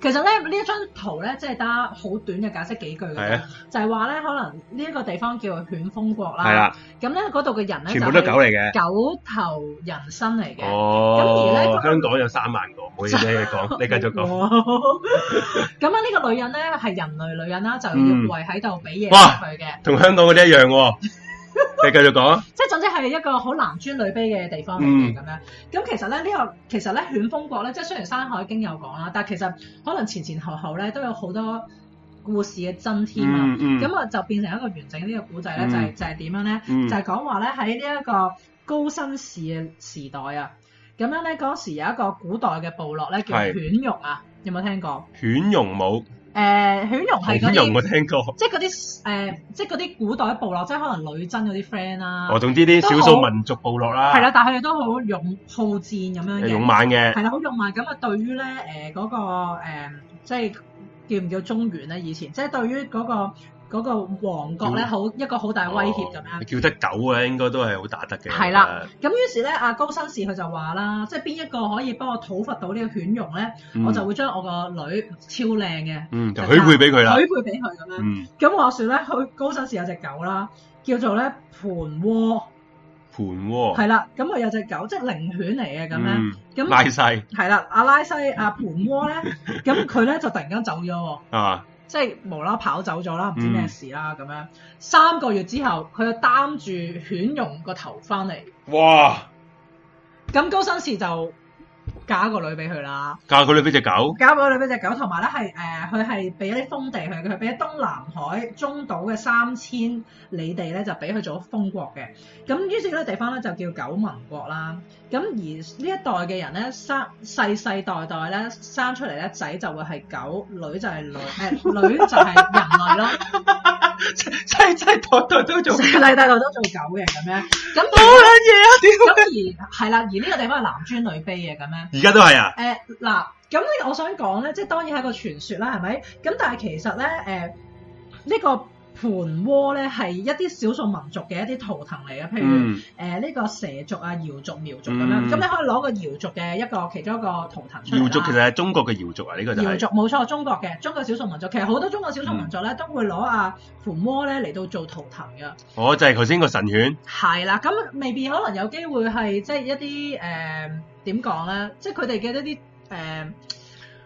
[SPEAKER 2] 其實咧呢一張圖咧，即係得好短嘅解釋幾句嘅
[SPEAKER 1] 係
[SPEAKER 2] 啫
[SPEAKER 1] 啊，
[SPEAKER 2] 就係話咧，可能呢一個地方叫做犬風國
[SPEAKER 1] 係
[SPEAKER 2] 啦。
[SPEAKER 1] 啦，
[SPEAKER 2] 咁咧嗰度嘅人咧
[SPEAKER 1] 全部都係
[SPEAKER 2] 就係
[SPEAKER 1] 狗嚟嘅。
[SPEAKER 2] 狗頭人身嚟嘅。
[SPEAKER 1] 哦，
[SPEAKER 2] 咁而呢
[SPEAKER 1] 香港有三萬個，唔好意思，你 講，你繼續講。
[SPEAKER 2] 哇咁啊，呢個女人咧係人類女人啦，就要
[SPEAKER 1] 嗯
[SPEAKER 2] 跪喺度俾嘢
[SPEAKER 1] 哇
[SPEAKER 2] 佢嘅。
[SPEAKER 1] 同香港嗰啲一樣 喎，你繼續講啊。
[SPEAKER 2] 即係總之係一個好男尊女卑嘅地方嚟
[SPEAKER 1] 嗯
[SPEAKER 2] 嘅咁樣。咁其實咧呢、呢個其實咧犬風國咧，即係雖然《山海經》有講啦，但係其實可能前前後後咧都有好多故事嘅增添啊。
[SPEAKER 1] 嗯嗯，
[SPEAKER 2] 咁啊就變成一個完整呢個古仔咧，
[SPEAKER 1] 嗯
[SPEAKER 2] 就係就係點樣咧？
[SPEAKER 1] 嗯
[SPEAKER 2] 就係講話咧喺呢一個高辛氏嘅時代啊，咁樣咧嗰時有一個古代嘅部落咧叫
[SPEAKER 1] 係
[SPEAKER 2] 犬戎啊，有冇聽過？
[SPEAKER 1] 犬戎舞
[SPEAKER 2] 誒許容係
[SPEAKER 1] 孔
[SPEAKER 2] 嗰
[SPEAKER 1] 融
[SPEAKER 2] 啲，
[SPEAKER 1] 我聽過，
[SPEAKER 2] 即係嗰啲誒，即係嗰啲古代部落，即係可能女真嗰啲 friend 啊啦
[SPEAKER 1] 我，總之啲
[SPEAKER 2] 都
[SPEAKER 1] 少
[SPEAKER 2] 好
[SPEAKER 1] 數民族部落啦，
[SPEAKER 2] 係啦，但係佢哋都好勇好戰咁樣嘅。
[SPEAKER 1] 啊勇猛嘅，
[SPEAKER 2] 係啦，好用埋咁啊！對於咧誒嗰個、誒即係叫唔叫中原咧？以前即係對於嗰、個嗰、個王國咧，
[SPEAKER 1] 嗯
[SPEAKER 2] 好一個好大威脅咁樣。
[SPEAKER 1] 哦叫得狗啊，應該都係好打得嘅，
[SPEAKER 2] 係啦咁於是咧，阿高生士佢就話啦，即係邊一個可以幫我討伐到呢個犬戎咧，
[SPEAKER 1] 我覺得，嗯
[SPEAKER 2] 我就會將我個女超靚嘅
[SPEAKER 1] 嗯就許配俾佢啦，
[SPEAKER 2] 許配俾佢咁樣。
[SPEAKER 1] 嗯
[SPEAKER 2] 咁話説咧，佢高生士有隻狗啦，叫做咧盤窩，
[SPEAKER 1] 哦盤喎，
[SPEAKER 2] 係啦。咁佢有隻狗，即係靈犬嚟嘅咁樣。
[SPEAKER 1] 嗯
[SPEAKER 2] 咁
[SPEAKER 1] 拉晒
[SPEAKER 2] 係啦，阿拉西阿盤窩咧，咁佢咧就突然間走咗喎。
[SPEAKER 1] 啊，
[SPEAKER 2] 即係無啦啦跑走咗啦，唔知咩事啦咁樣。三個月之後，佢就擔住犬戎個頭翻嚟，
[SPEAKER 1] 哇！
[SPEAKER 2] 咁高生士就嫁個女俾佢啦，
[SPEAKER 1] 嫁佢女俾只狗，
[SPEAKER 2] 嫁個女俾只狗，同埋咧係誒，佢係俾啲封地佢，佢俾東南海中島嘅三千里地咧，就俾佢做封國嘅。咁於是呢個地方咧就叫九民國啦。咁而呢一代嘅人咧，生世世代代咧生出嚟咧，仔就會係狗，女就係女，誒、女就係人類咯。
[SPEAKER 1] 真真代代都做
[SPEAKER 2] 世世代代都做狗嘅咁樣，咁
[SPEAKER 1] 好撚嘢啊！
[SPEAKER 2] 咁而係啦，而呢個地方係男尊女卑嘅咁樣。
[SPEAKER 1] 屌，而家都係啊，
[SPEAKER 2] 誒呃嗱，咁咧我想講咧，即係當然係一個傳說啦，係咪？咁但係其實咧，誒、呢個盤窩咧係一啲少數民族嘅一啲圖騰嚟嘅，譬如
[SPEAKER 1] 嗯
[SPEAKER 2] 誒呢個蛇族啊、瑤族、苗族咁樣。
[SPEAKER 1] 嗯
[SPEAKER 2] 咁你可以攞個瑤族嘅一個其中一個圖騰出嚟
[SPEAKER 1] 瑤
[SPEAKER 2] 啦。
[SPEAKER 1] 族其實係中國嘅瑤族啊，呢個就
[SPEAKER 2] 瑤
[SPEAKER 1] 係
[SPEAKER 2] 族冇錯，中國嘅中國少數民族，其實好多中國少數民族咧、都會攞啊盤窩咧嚟到做圖騰嘅。
[SPEAKER 1] 我就係頭先個神犬，
[SPEAKER 2] 係啦，咁未必可能有機會係即係一啲誒點講咧，即係佢哋嘅一啲誒、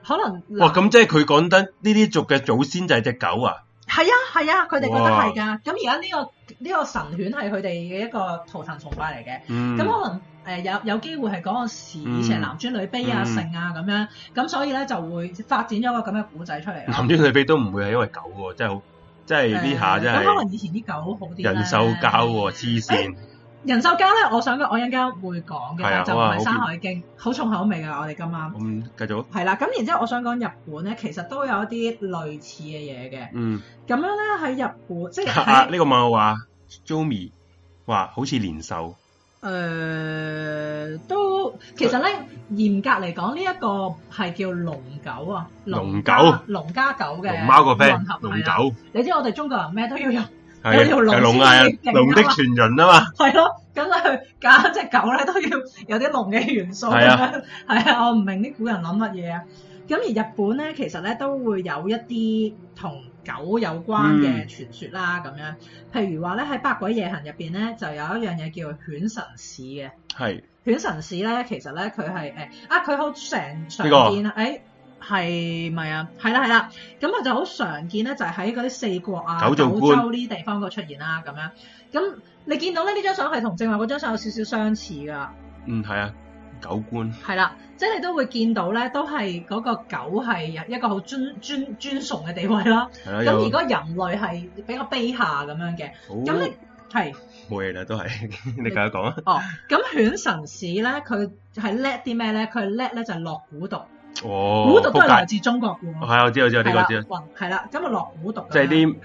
[SPEAKER 2] 可能
[SPEAKER 1] 哇！咁即係佢講得呢啲族嘅祖先就係只狗啊，
[SPEAKER 2] 係啊係啊，佢哋覺得係㗎。咁而家呢個呢、個神犬係佢哋嘅一個圖騰崇拜嚟嘅。
[SPEAKER 1] 嗯
[SPEAKER 2] 咁、，可能誒、有有機會係嗰陣時
[SPEAKER 1] 嗯
[SPEAKER 2] 以前係男尊女卑啊、
[SPEAKER 1] 嗯
[SPEAKER 2] 性啊咁樣，咁所以咧就會發展咗個咁嘅古仔出嚟啦。
[SPEAKER 1] 男尊女卑都唔會係因為狗喎，真係好，真係呢下真
[SPEAKER 2] 誒咁可
[SPEAKER 1] 係
[SPEAKER 2] 能以啊前啲狗好啲呢
[SPEAKER 1] 人獸交喎，黐線，
[SPEAKER 2] 人獸交咧，我想我一陣間會講嘅，
[SPEAKER 1] 係啊
[SPEAKER 2] 但就唔
[SPEAKER 1] 好啊
[SPEAKER 2] 係《
[SPEAKER 1] 好
[SPEAKER 2] 山海經》，好重口味㗎。我哋今晚。
[SPEAKER 1] 咁繼續，
[SPEAKER 2] 係啦，咁然之後我想講日本咧，其實都有一啲類似嘅嘢嘅。
[SPEAKER 1] 嗯，
[SPEAKER 2] 咁樣咧喺日本，即係
[SPEAKER 1] 啊
[SPEAKER 2] 喺
[SPEAKER 1] 呢個網友話 Jomi 話好似年獸，
[SPEAKER 2] 誒呃都其實咧嚴格嚟講，呢、一個係叫龍狗啊，
[SPEAKER 1] 龍
[SPEAKER 2] 家
[SPEAKER 1] 狗、
[SPEAKER 2] 龍家狗嘅
[SPEAKER 1] 龍貓個 friend，
[SPEAKER 2] 混合
[SPEAKER 1] 龍
[SPEAKER 2] 係啦。
[SPEAKER 1] 狗
[SPEAKER 2] 你知我哋中國人咩都要用，
[SPEAKER 1] 係
[SPEAKER 2] 有條龍
[SPEAKER 1] 係龍
[SPEAKER 2] 先
[SPEAKER 1] 啊
[SPEAKER 2] 至，勁
[SPEAKER 1] 龍的
[SPEAKER 2] 㗎嘛
[SPEAKER 1] 傳人啊嘛，
[SPEAKER 2] 係咯，咁啊咧佢揀只狗咧都要有啲龍嘅元素咁
[SPEAKER 1] 係啊
[SPEAKER 2] 樣。係啊，我唔明啲古人諗乜嘢啊。咁而日本咧，其實咧都會有一啲同狗有
[SPEAKER 1] 嗯
[SPEAKER 2] 關嘅傳說啦，咁、樣。譬如話咧，喺《百鬼夜行》入邊咧，就有一樣嘢叫犬神市嘅。
[SPEAKER 1] 係
[SPEAKER 2] 犬神市咧，其實咧佢係誒啊，佢好常
[SPEAKER 1] 呢個
[SPEAKER 2] 常見啊，誒係咪啊？係啦係啦，咁佢就好常見咧，就係喺嗰啲四國啊、
[SPEAKER 1] 九
[SPEAKER 2] 九
[SPEAKER 1] 族
[SPEAKER 2] 州
[SPEAKER 1] 觀
[SPEAKER 2] 呢啲地方嗰出現啦，咁樣。咁你見到咧呢張相係同正話嗰張相有少少相似㗎，
[SPEAKER 1] 嗯係啊，狗官
[SPEAKER 2] 係啦，即係你都會見到咧，都係嗰個狗係一個好尊尊尊崇嘅地位啦。
[SPEAKER 1] 係啊啦，
[SPEAKER 2] 咁而
[SPEAKER 1] 有
[SPEAKER 2] 嗰個人類係比較卑下咁樣嘅，
[SPEAKER 1] 好
[SPEAKER 2] 咁你係。
[SPEAKER 1] 冇嘢啦，都係 你繼續講啊，
[SPEAKER 2] 哦，咁犬神市咧，佢係叻啲咩咧？佢叻咧就係落古毒，
[SPEAKER 1] 哦，
[SPEAKER 2] 古毒都
[SPEAKER 1] 仆
[SPEAKER 2] 係
[SPEAKER 1] 街
[SPEAKER 2] 來自中國嘅
[SPEAKER 1] 哦
[SPEAKER 2] 喎。
[SPEAKER 1] 係啊，我知道，我知道，呢個
[SPEAKER 2] 啦
[SPEAKER 1] 我知道。
[SPEAKER 2] 雲係啦，咁啊落古毒咁樣。
[SPEAKER 1] 即係啲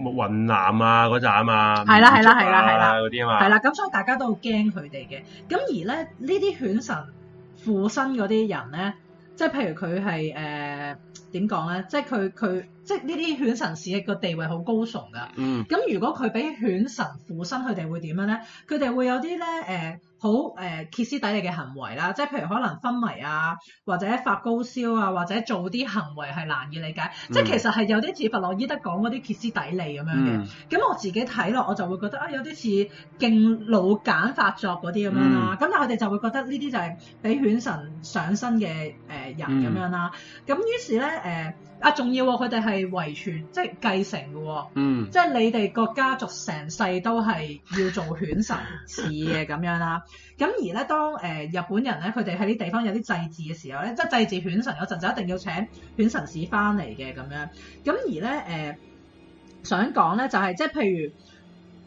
[SPEAKER 1] 雲南啊嗰站啊，
[SPEAKER 2] 係啦係
[SPEAKER 1] 苗
[SPEAKER 2] 啦
[SPEAKER 1] 族啊
[SPEAKER 2] 係啦係啦
[SPEAKER 1] 嗰啲啊
[SPEAKER 2] 係
[SPEAKER 1] 嘛，
[SPEAKER 2] 啦，咁所以大家都好驚佢哋嘅。咁而咧呢啲犬神附身嗰啲人咧，即係譬如佢係誒點講咧？即係佢佢即係呢啲犬神市嘅個地位好高崇㗎。
[SPEAKER 1] 嗯，
[SPEAKER 2] 咁如果佢俾犬神附身，佢哋會點樣咧？佢哋會有啲咧誒好誒歇斯底里嘅行為啦，即係譬如可能昏迷啊，或者發高燒啊，或者做啲行為係難以理解，即係
[SPEAKER 1] 嗯
[SPEAKER 2] 其實係有啲似弗洛伊德講嗰啲歇斯底里咁樣嘅。
[SPEAKER 1] 嗯
[SPEAKER 2] 咁、我自己睇落我就會覺得啊，有啲似勁腦簡發作嗰啲咁樣
[SPEAKER 1] 嗯
[SPEAKER 2] 啦。咁、但係佢哋就會覺得呢啲就係俾犬神上身嘅誒、呃人
[SPEAKER 1] 嗯
[SPEAKER 2] 咁樣啦。咁、於是咧誒、呃啊，仲要喎，佢哋係遺傳即係繼承嘅喎、
[SPEAKER 1] 嗯
[SPEAKER 2] 即係你哋個家族成世都係要做犬神事嘅咁樣啦。咁而咧，當誒、呃日本人咧，佢哋喺啲地方有啲祭祀嘅時候咧，即係祭祀犬神嗰陣，就一定要請犬神使翻嚟嘅咁樣。咁而咧誒、呃想講咧，就係、即係譬如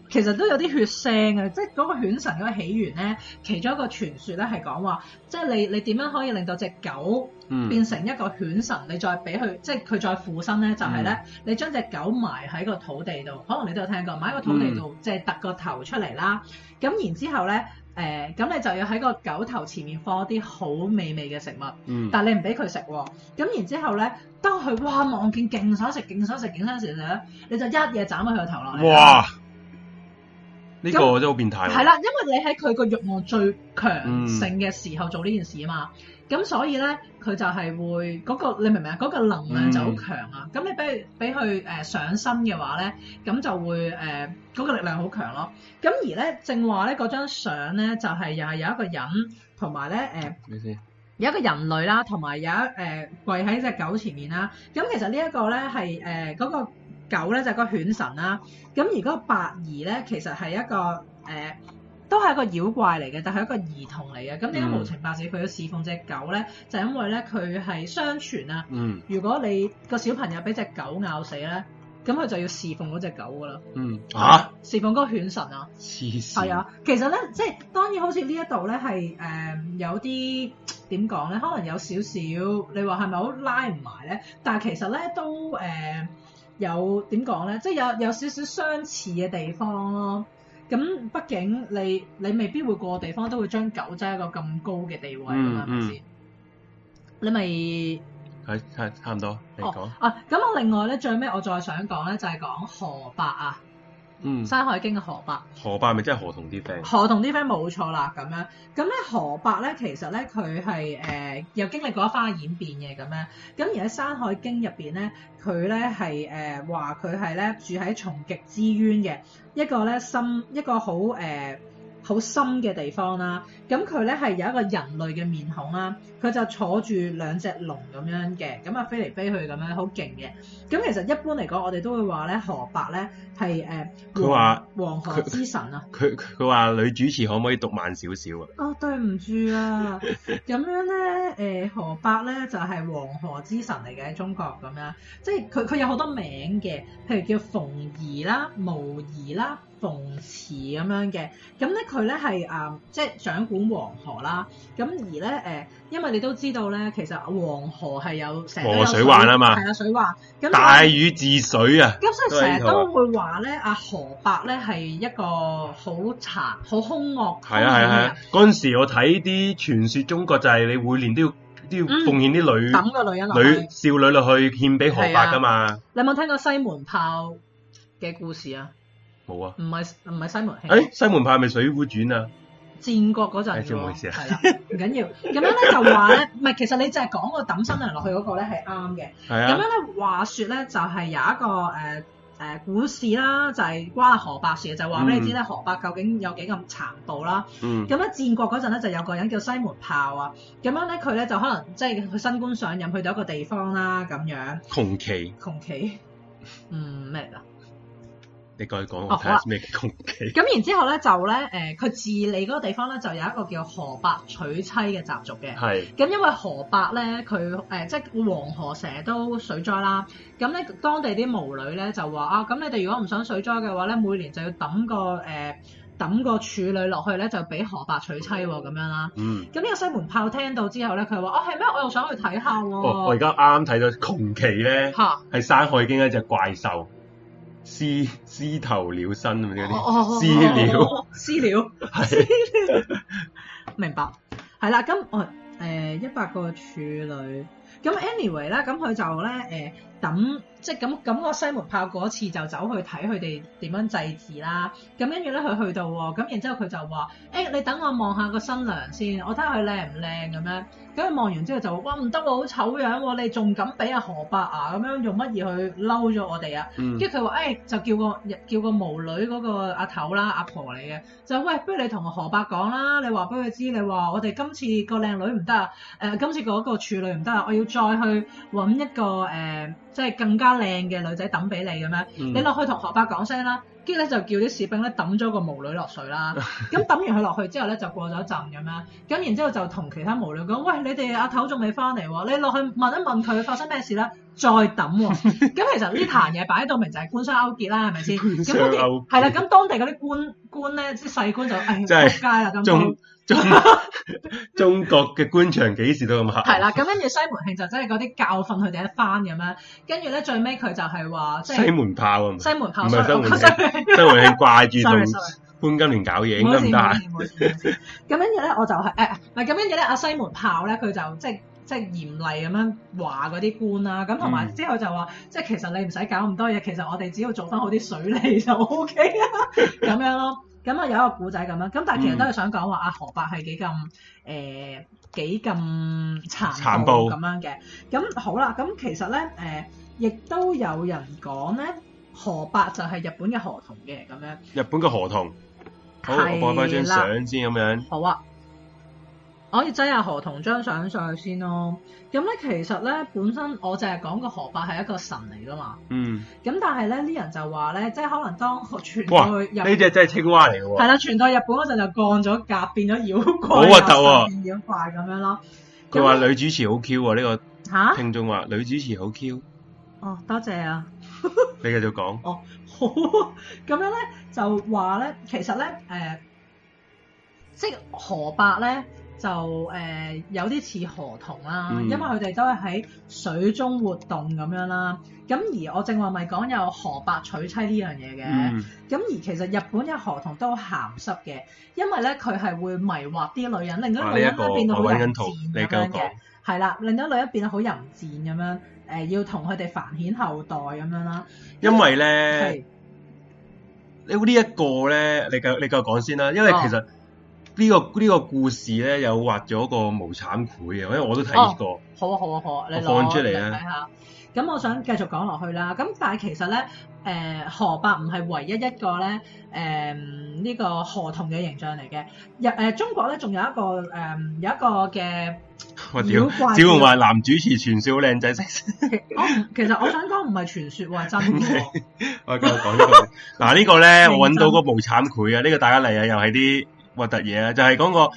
[SPEAKER 2] 其實都有啲血腥嘅，即係嗰個犬神嗰個起源咧，其中一個傳說咧係講話，即係你你點樣可以令到隻狗
[SPEAKER 1] 嗯
[SPEAKER 2] 變成一個犬神？你再俾佢，即係佢再附身咧，就係、咧，
[SPEAKER 1] 嗯
[SPEAKER 2] 你將隻狗埋喺個土地度，可能你都有聽過，埋喺個土地
[SPEAKER 1] 嗯
[SPEAKER 2] 度，即係突個頭出嚟啦。咁然之後咧，誒、咁你就要喺個狗頭前面放一啲好美味嘅食物。
[SPEAKER 1] 嗯，
[SPEAKER 2] 但係你唔俾佢食喎，咁然之後咧，當佢哇望見勁想食、勁想食、勁想食嘅時候咧，你就一嘢斬咗佢個頭落嚟。！
[SPEAKER 1] 哇！呢個真係好變態喎。
[SPEAKER 2] 係啦，因為你喺佢個慾望最強
[SPEAKER 1] 嗯
[SPEAKER 2] 盛嘅時候做呢件事啊嘛，咁所以咧佢就係會嗰、個你明唔明啊？嗰、個能量就好強
[SPEAKER 1] 嗯
[SPEAKER 2] 啊！咁、你俾佢俾佢誒上身嘅話咧，咁就會誒嗰、個力量好強咯。咁而咧正話咧嗰張相咧就係、又係有一個人同埋咧誒。
[SPEAKER 1] 你先，
[SPEAKER 2] 有一個人類啦，同埋有一誒、呃跪喺只狗前面啦。咁其實呢一個咧係誒嗰個狗咧就係個犬神啦。咁而嗰個白兒咧其實係一個誒、呃都係一個妖怪嚟嘅，但係一個兒童嚟嘅。咁點解
[SPEAKER 1] 嗯
[SPEAKER 2] 無情白事佢要侍奉只狗咧？就因為咧佢係相傳啊，
[SPEAKER 1] 嗯
[SPEAKER 2] 如果你個小朋友俾只狗咬死咧，咁佢就要侍奉嗰只狗噶啦，
[SPEAKER 1] 嗯，吓，
[SPEAKER 2] 侍奉嗰個犬神啊。
[SPEAKER 1] 黐線。
[SPEAKER 2] 係，啊，其實咧，即係當然好似呢一度咧係誒有啲點講咧，可能有少少你話係咪好拉唔埋咧？但係其實咧都誒、呃有點講咧，即係有有少少相似嘅地方咯。咁畢竟你你未必會個個地方都會將狗仔一個咁高嘅地位㗎嘛，
[SPEAKER 1] 嗯
[SPEAKER 2] 係咪先？你咪
[SPEAKER 1] 係差差唔多，你講。
[SPEAKER 2] 啊咁我另外咧最尾我再想講咧就係、講河伯啊，
[SPEAKER 1] 嗯，
[SPEAKER 2] 《山海經》嘅河伯。
[SPEAKER 1] 河伯咪真係河同啲 friend。
[SPEAKER 2] 河同啲 friend 冇錯啦，咁樣咁咧河伯咧其實咧佢係誒又經歷過一番嘅演變嘅咁樣，咁而喺《山海經》入邊咧，佢咧係誒話佢係咧住喺重極之淵嘅一個咧深一個好誒好深嘅地方啦。咁佢咧係有一個人類嘅面孔啦，佢就坐住兩隻龍咁樣嘅，咁啊飛嚟飛去咁樣好勁嘅。咁其實一般嚟講，我哋都會話咧河伯咧係誒
[SPEAKER 1] 佢話
[SPEAKER 2] 黃河
[SPEAKER 1] 佢
[SPEAKER 2] 之神啊。
[SPEAKER 1] 佢佢佢話女主持可唔可以讀慢少少啊？
[SPEAKER 2] 哦，對唔住啊，咁樣咧，誒、河伯咧就係、黃河之神嚟嘅，喺中國咁樣，即係佢佢有好多名嘅，譬如叫馮夷啦、無夷啦、馮池咁樣嘅，咁咧佢咧係誒即係掌管黃河啦，咁而咧誒、因為你都知道咧，其實啊黃河係有成日都有
[SPEAKER 1] 黃河水患啊嘛
[SPEAKER 2] 係啊水患，咁
[SPEAKER 1] 大禹治水啊！
[SPEAKER 2] 咁所以成日都會話咧，阿河伯咧係一個好殘、好兇惡、
[SPEAKER 1] 係啊
[SPEAKER 2] 兇狠嘅
[SPEAKER 1] 係
[SPEAKER 2] 人
[SPEAKER 1] 啊係啊！嗰陣時我睇啲傳說，中國就係你每年都要都要
[SPEAKER 2] 嗯
[SPEAKER 1] 奉獻啲女
[SPEAKER 2] 抌個女人落去。
[SPEAKER 1] 女少女落去獻俾河伯噶嘛？
[SPEAKER 2] 你有冇聽過西門豹嘅故事啊？
[SPEAKER 1] 冇啊！
[SPEAKER 2] 唔係唔係西門慶，
[SPEAKER 1] 誒西門派係咪《水滸傳》啊？
[SPEAKER 2] 戰國嗰陣
[SPEAKER 1] 誒唔好意
[SPEAKER 2] 嘅
[SPEAKER 1] 思
[SPEAKER 2] 喎，
[SPEAKER 1] 啊
[SPEAKER 2] 係啦，唔緊要。咁樣咧就 話咧，唔係其實你就係講個抌新娘落去嗰個咧係啱嘅。
[SPEAKER 1] 係
[SPEAKER 2] 咁
[SPEAKER 1] 啊！
[SPEAKER 2] 樣咧話説咧就係有一個誒。誒故事啦，就係、關於河伯事嘅，就話俾你知咧，河伯究竟有幾咁殘暴啦。
[SPEAKER 1] 嗯
[SPEAKER 2] 咁咧戰國嗰陣咧就有個人叫西門豹啊，咁樣咧佢咧就可能即係佢新官上任去到一個地方啦，咁 樣
[SPEAKER 1] 窮奇，
[SPEAKER 2] 窮奇，嗯咩嚟㗎？
[SPEAKER 1] 你過去講
[SPEAKER 2] 哦
[SPEAKER 1] 我睇
[SPEAKER 2] 好啊
[SPEAKER 1] 下咩叫窮奇。
[SPEAKER 2] 咁然之後咧就咧誒，呃佢、治理嗰個地方咧就有一個叫河伯娶妻嘅習俗嘅。
[SPEAKER 1] 係
[SPEAKER 2] 咁因為河伯咧，佢誒即係黃河成日都水災啦。咁咧當地啲巫女咧就話啊，咁你哋如果唔想水災嘅話咧，每年就要抌個誒抌、個處女落去咧，就俾河伯娶妻喎咁樣啦。
[SPEAKER 1] 嗯。
[SPEAKER 2] 咁呢個西門豹聽到之後咧，佢話：哦係咩？我又想去睇下喎。
[SPEAKER 1] 哦，我而家啱啱睇到窮奇咧，
[SPEAKER 2] 嚇
[SPEAKER 1] 係《山海經》一隻怪獸，獅獅頭鳥身咁嗰
[SPEAKER 2] 哦哦哦
[SPEAKER 1] 啲獅鳥。
[SPEAKER 2] 私了，私了，明白。係啦，咁我誒一百個處女，咁 anyway 啦，咁佢就咧誒抌，即係咁咁個西門豹嗰次就走去睇佢哋點樣祭祀啦。咁跟住咧，佢去到喎，咁然之後佢就話：誒、你等我望下個新娘先，我睇下佢靚唔靚咁樣。咁佢望完之後就話：哇，唔得喎，好醜樣喎，你仲敢俾阿河伯啊咁樣用乜嘢去嬲咗我哋啊？
[SPEAKER 1] 嗯
[SPEAKER 2] 跟住佢話：誒、就叫個叫個巫女嗰個阿頭啦、阿婆嚟嘅，就喂，不如你同河伯講啦，你話俾佢知，你話我哋今次個靚女唔得啊，誒、今次嗰個處女唔得啊，我要再去揾一個誒、即係更加靚嘅女仔抌俾你咁樣，
[SPEAKER 1] 嗯
[SPEAKER 2] 你落去同河伯講聲啦。跟住咧就叫啲士兵咧抌咗個巫女落水 啦。咁抌完佢落去之後咧就過咗一陣咁樣，咁然之後就同其他巫女講：喂，你哋阿頭仲未翻嚟喎，你落去問一問佢發生咩事啦。再抌 喎，咁其實呢壇嘢擺到明就係官商勾結啦，係 咪先？咁嗰
[SPEAKER 1] 官商勾
[SPEAKER 2] 啲
[SPEAKER 1] 結
[SPEAKER 2] 係啦，咁當地嗰啲官官咧，即係 細官就誒
[SPEAKER 1] 真係
[SPEAKER 2] 仆街啦咁樣
[SPEAKER 1] 中。中 中國嘅官場幾時都咁黑，
[SPEAKER 2] 係啦，咁跟住西門慶就真係嗰啲教訓佢哋一番咁樣，跟住咧最尾佢就係話即
[SPEAKER 1] 西
[SPEAKER 2] 係
[SPEAKER 1] 門炮啊，唔係
[SPEAKER 2] 西門
[SPEAKER 1] 唔
[SPEAKER 2] 炮
[SPEAKER 1] 係西
[SPEAKER 2] ，sorry，
[SPEAKER 1] 門
[SPEAKER 2] 我 sorry
[SPEAKER 1] 西門慶掛住
[SPEAKER 2] sorry
[SPEAKER 1] 同
[SPEAKER 2] sorry。
[SPEAKER 1] 潘金蓮搞嘢，應
[SPEAKER 2] 冇
[SPEAKER 1] 該
[SPEAKER 2] 事
[SPEAKER 1] 唔得啊閒。
[SPEAKER 2] 冇事冇事冇事。咁跟住咧，我就係誒唔係咁跟住咧，阿西門豹咧，佢就即係即係嚴厲咁樣話嗰啲官啦，咁同埋
[SPEAKER 1] 嗯
[SPEAKER 2] 之後就話，即係其實你唔使搞咁多嘢，其實我哋只要做翻好啲水利就 O K 啦， 咁樣咯。咁啊有一個古仔咁樣，咁
[SPEAKER 1] 嗯
[SPEAKER 2] 但係其實都係想講話阿何伯係幾咁誒幾咁殘
[SPEAKER 1] 殘
[SPEAKER 2] 暴
[SPEAKER 1] 暴
[SPEAKER 2] 咁樣嘅。咁好啦，咁其實咧誒、亦都有人講咧，何伯就係日本嘅河童嘅咁樣。
[SPEAKER 1] 日本嘅河童，啊好，我
[SPEAKER 2] 係
[SPEAKER 1] 播翻張
[SPEAKER 2] 啦
[SPEAKER 1] 相先咁樣。
[SPEAKER 2] 好啊，我要擠下河童張相上去先咯。咁咧其實咧本身我淨係講個河伯係一個神嚟噶嘛，
[SPEAKER 1] 嗯，
[SPEAKER 2] 咁但係咧啲人就話咧，即係可能當傳
[SPEAKER 1] 哇，
[SPEAKER 2] 到去日
[SPEAKER 1] 呢只真係青蛙嚟嘅
[SPEAKER 2] 係
[SPEAKER 1] 喎，
[SPEAKER 2] 啦，傳到日本嗰陣就降咗格，變咗妖怪，啊
[SPEAKER 1] 好核突啊喎
[SPEAKER 2] 變妖怪咁樣咯。
[SPEAKER 1] 佢話
[SPEAKER 2] 咁
[SPEAKER 1] 女主持好 Q 喎，呢
[SPEAKER 2] 吓
[SPEAKER 1] 個，聽眾話女主持好 Q，
[SPEAKER 2] 哦多謝啊。
[SPEAKER 1] 你繼續講。
[SPEAKER 2] 好 咁樣咧，就話咧，其實咧，誒、即係河伯咧，就誒、有啲似河童啦，
[SPEAKER 1] 嗯
[SPEAKER 2] 因為佢哋都係喺水中活動咁樣啦。咁而我正話咪講有河伯娶妻呢樣嘢嘅，
[SPEAKER 1] 嗯，
[SPEAKER 2] 咁、而其實日本嘅河童都好鹹濕嘅，因為咧佢係會迷惑啲女人，令到
[SPEAKER 1] 啊呢
[SPEAKER 2] 啲女
[SPEAKER 1] 一
[SPEAKER 2] 人
[SPEAKER 1] 個
[SPEAKER 2] 咧變到好
[SPEAKER 1] 我揾
[SPEAKER 2] 淫
[SPEAKER 1] 緊圖
[SPEAKER 2] 賤，
[SPEAKER 1] 你
[SPEAKER 2] 咁
[SPEAKER 1] 繼續
[SPEAKER 2] 樣嘅
[SPEAKER 1] 講。。
[SPEAKER 2] 係啦，令到女人變得好淫賤咁樣，誒、要同佢哋繁衍後代咁樣啦，
[SPEAKER 1] 因為咧
[SPEAKER 2] 係。。
[SPEAKER 1] 你呢一個咧，你繼你繼續講先啦，因為
[SPEAKER 2] 哦
[SPEAKER 1] 其實呢、個呢、個故事咧有畫咗個無慘繪嘅，因為我都睇過。
[SPEAKER 2] 好啊好啊好啊，你攞
[SPEAKER 1] 我放出嚟啊
[SPEAKER 2] 你睇下。咁我想繼續講落去啦。咁但係其實咧，誒、河伯唔係唯一一個咧，誒、呢、個河童嘅形象嚟嘅。日誒、中國咧仲有一個誒、有一個 嘅，
[SPEAKER 1] 我屌
[SPEAKER 2] 妖怪，
[SPEAKER 1] 只會話男主持全少靚仔 識，
[SPEAKER 2] 我唔哦其實我想講唔係傳說喎，係真嘅喎。
[SPEAKER 1] 我繼續講呢個。嗱呢個咧，
[SPEAKER 2] 認真
[SPEAKER 1] 我揾到個無慘繪啊，呢、個大家嚟啊，又係啲核突嘢啊，就係、講個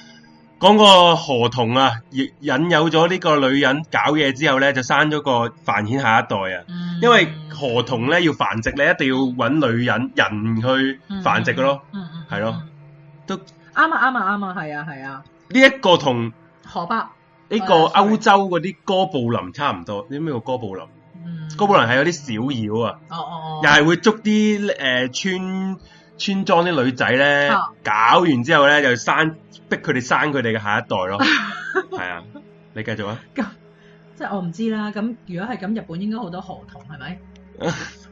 [SPEAKER 1] 講個河童啊，引引誘咗呢個女人搞嘢之後咧，就生咗個繁衍下一代啊。
[SPEAKER 2] 嗯
[SPEAKER 1] 因為河童咧要繁殖咧，一定要揾女人人去繁殖嘅咯。，
[SPEAKER 2] 嗯嗯，嗯
[SPEAKER 1] 係咯，都
[SPEAKER 2] 嗯啱啊啱啊啱啊，係啊係啊，
[SPEAKER 1] 呢一個同
[SPEAKER 2] 河伯，
[SPEAKER 1] 呢個
[SPEAKER 2] 哦
[SPEAKER 1] 歐洲嗰啲哥布林差唔多，你知唔知叫哥布林？
[SPEAKER 2] 嗯，
[SPEAKER 1] 哥布林係有啲小妖啊，
[SPEAKER 2] 哦哦
[SPEAKER 1] 又
[SPEAKER 2] 哦，
[SPEAKER 1] 係會捉啲诶村村莊啲女仔咧
[SPEAKER 2] 啊，
[SPEAKER 1] 搞完之後咧就生逼佢哋生佢哋嘅下一代咯， 係啊，你繼續啊，
[SPEAKER 2] 即係我唔知啦。咁如果係咁，日本應該好多河童係 咪？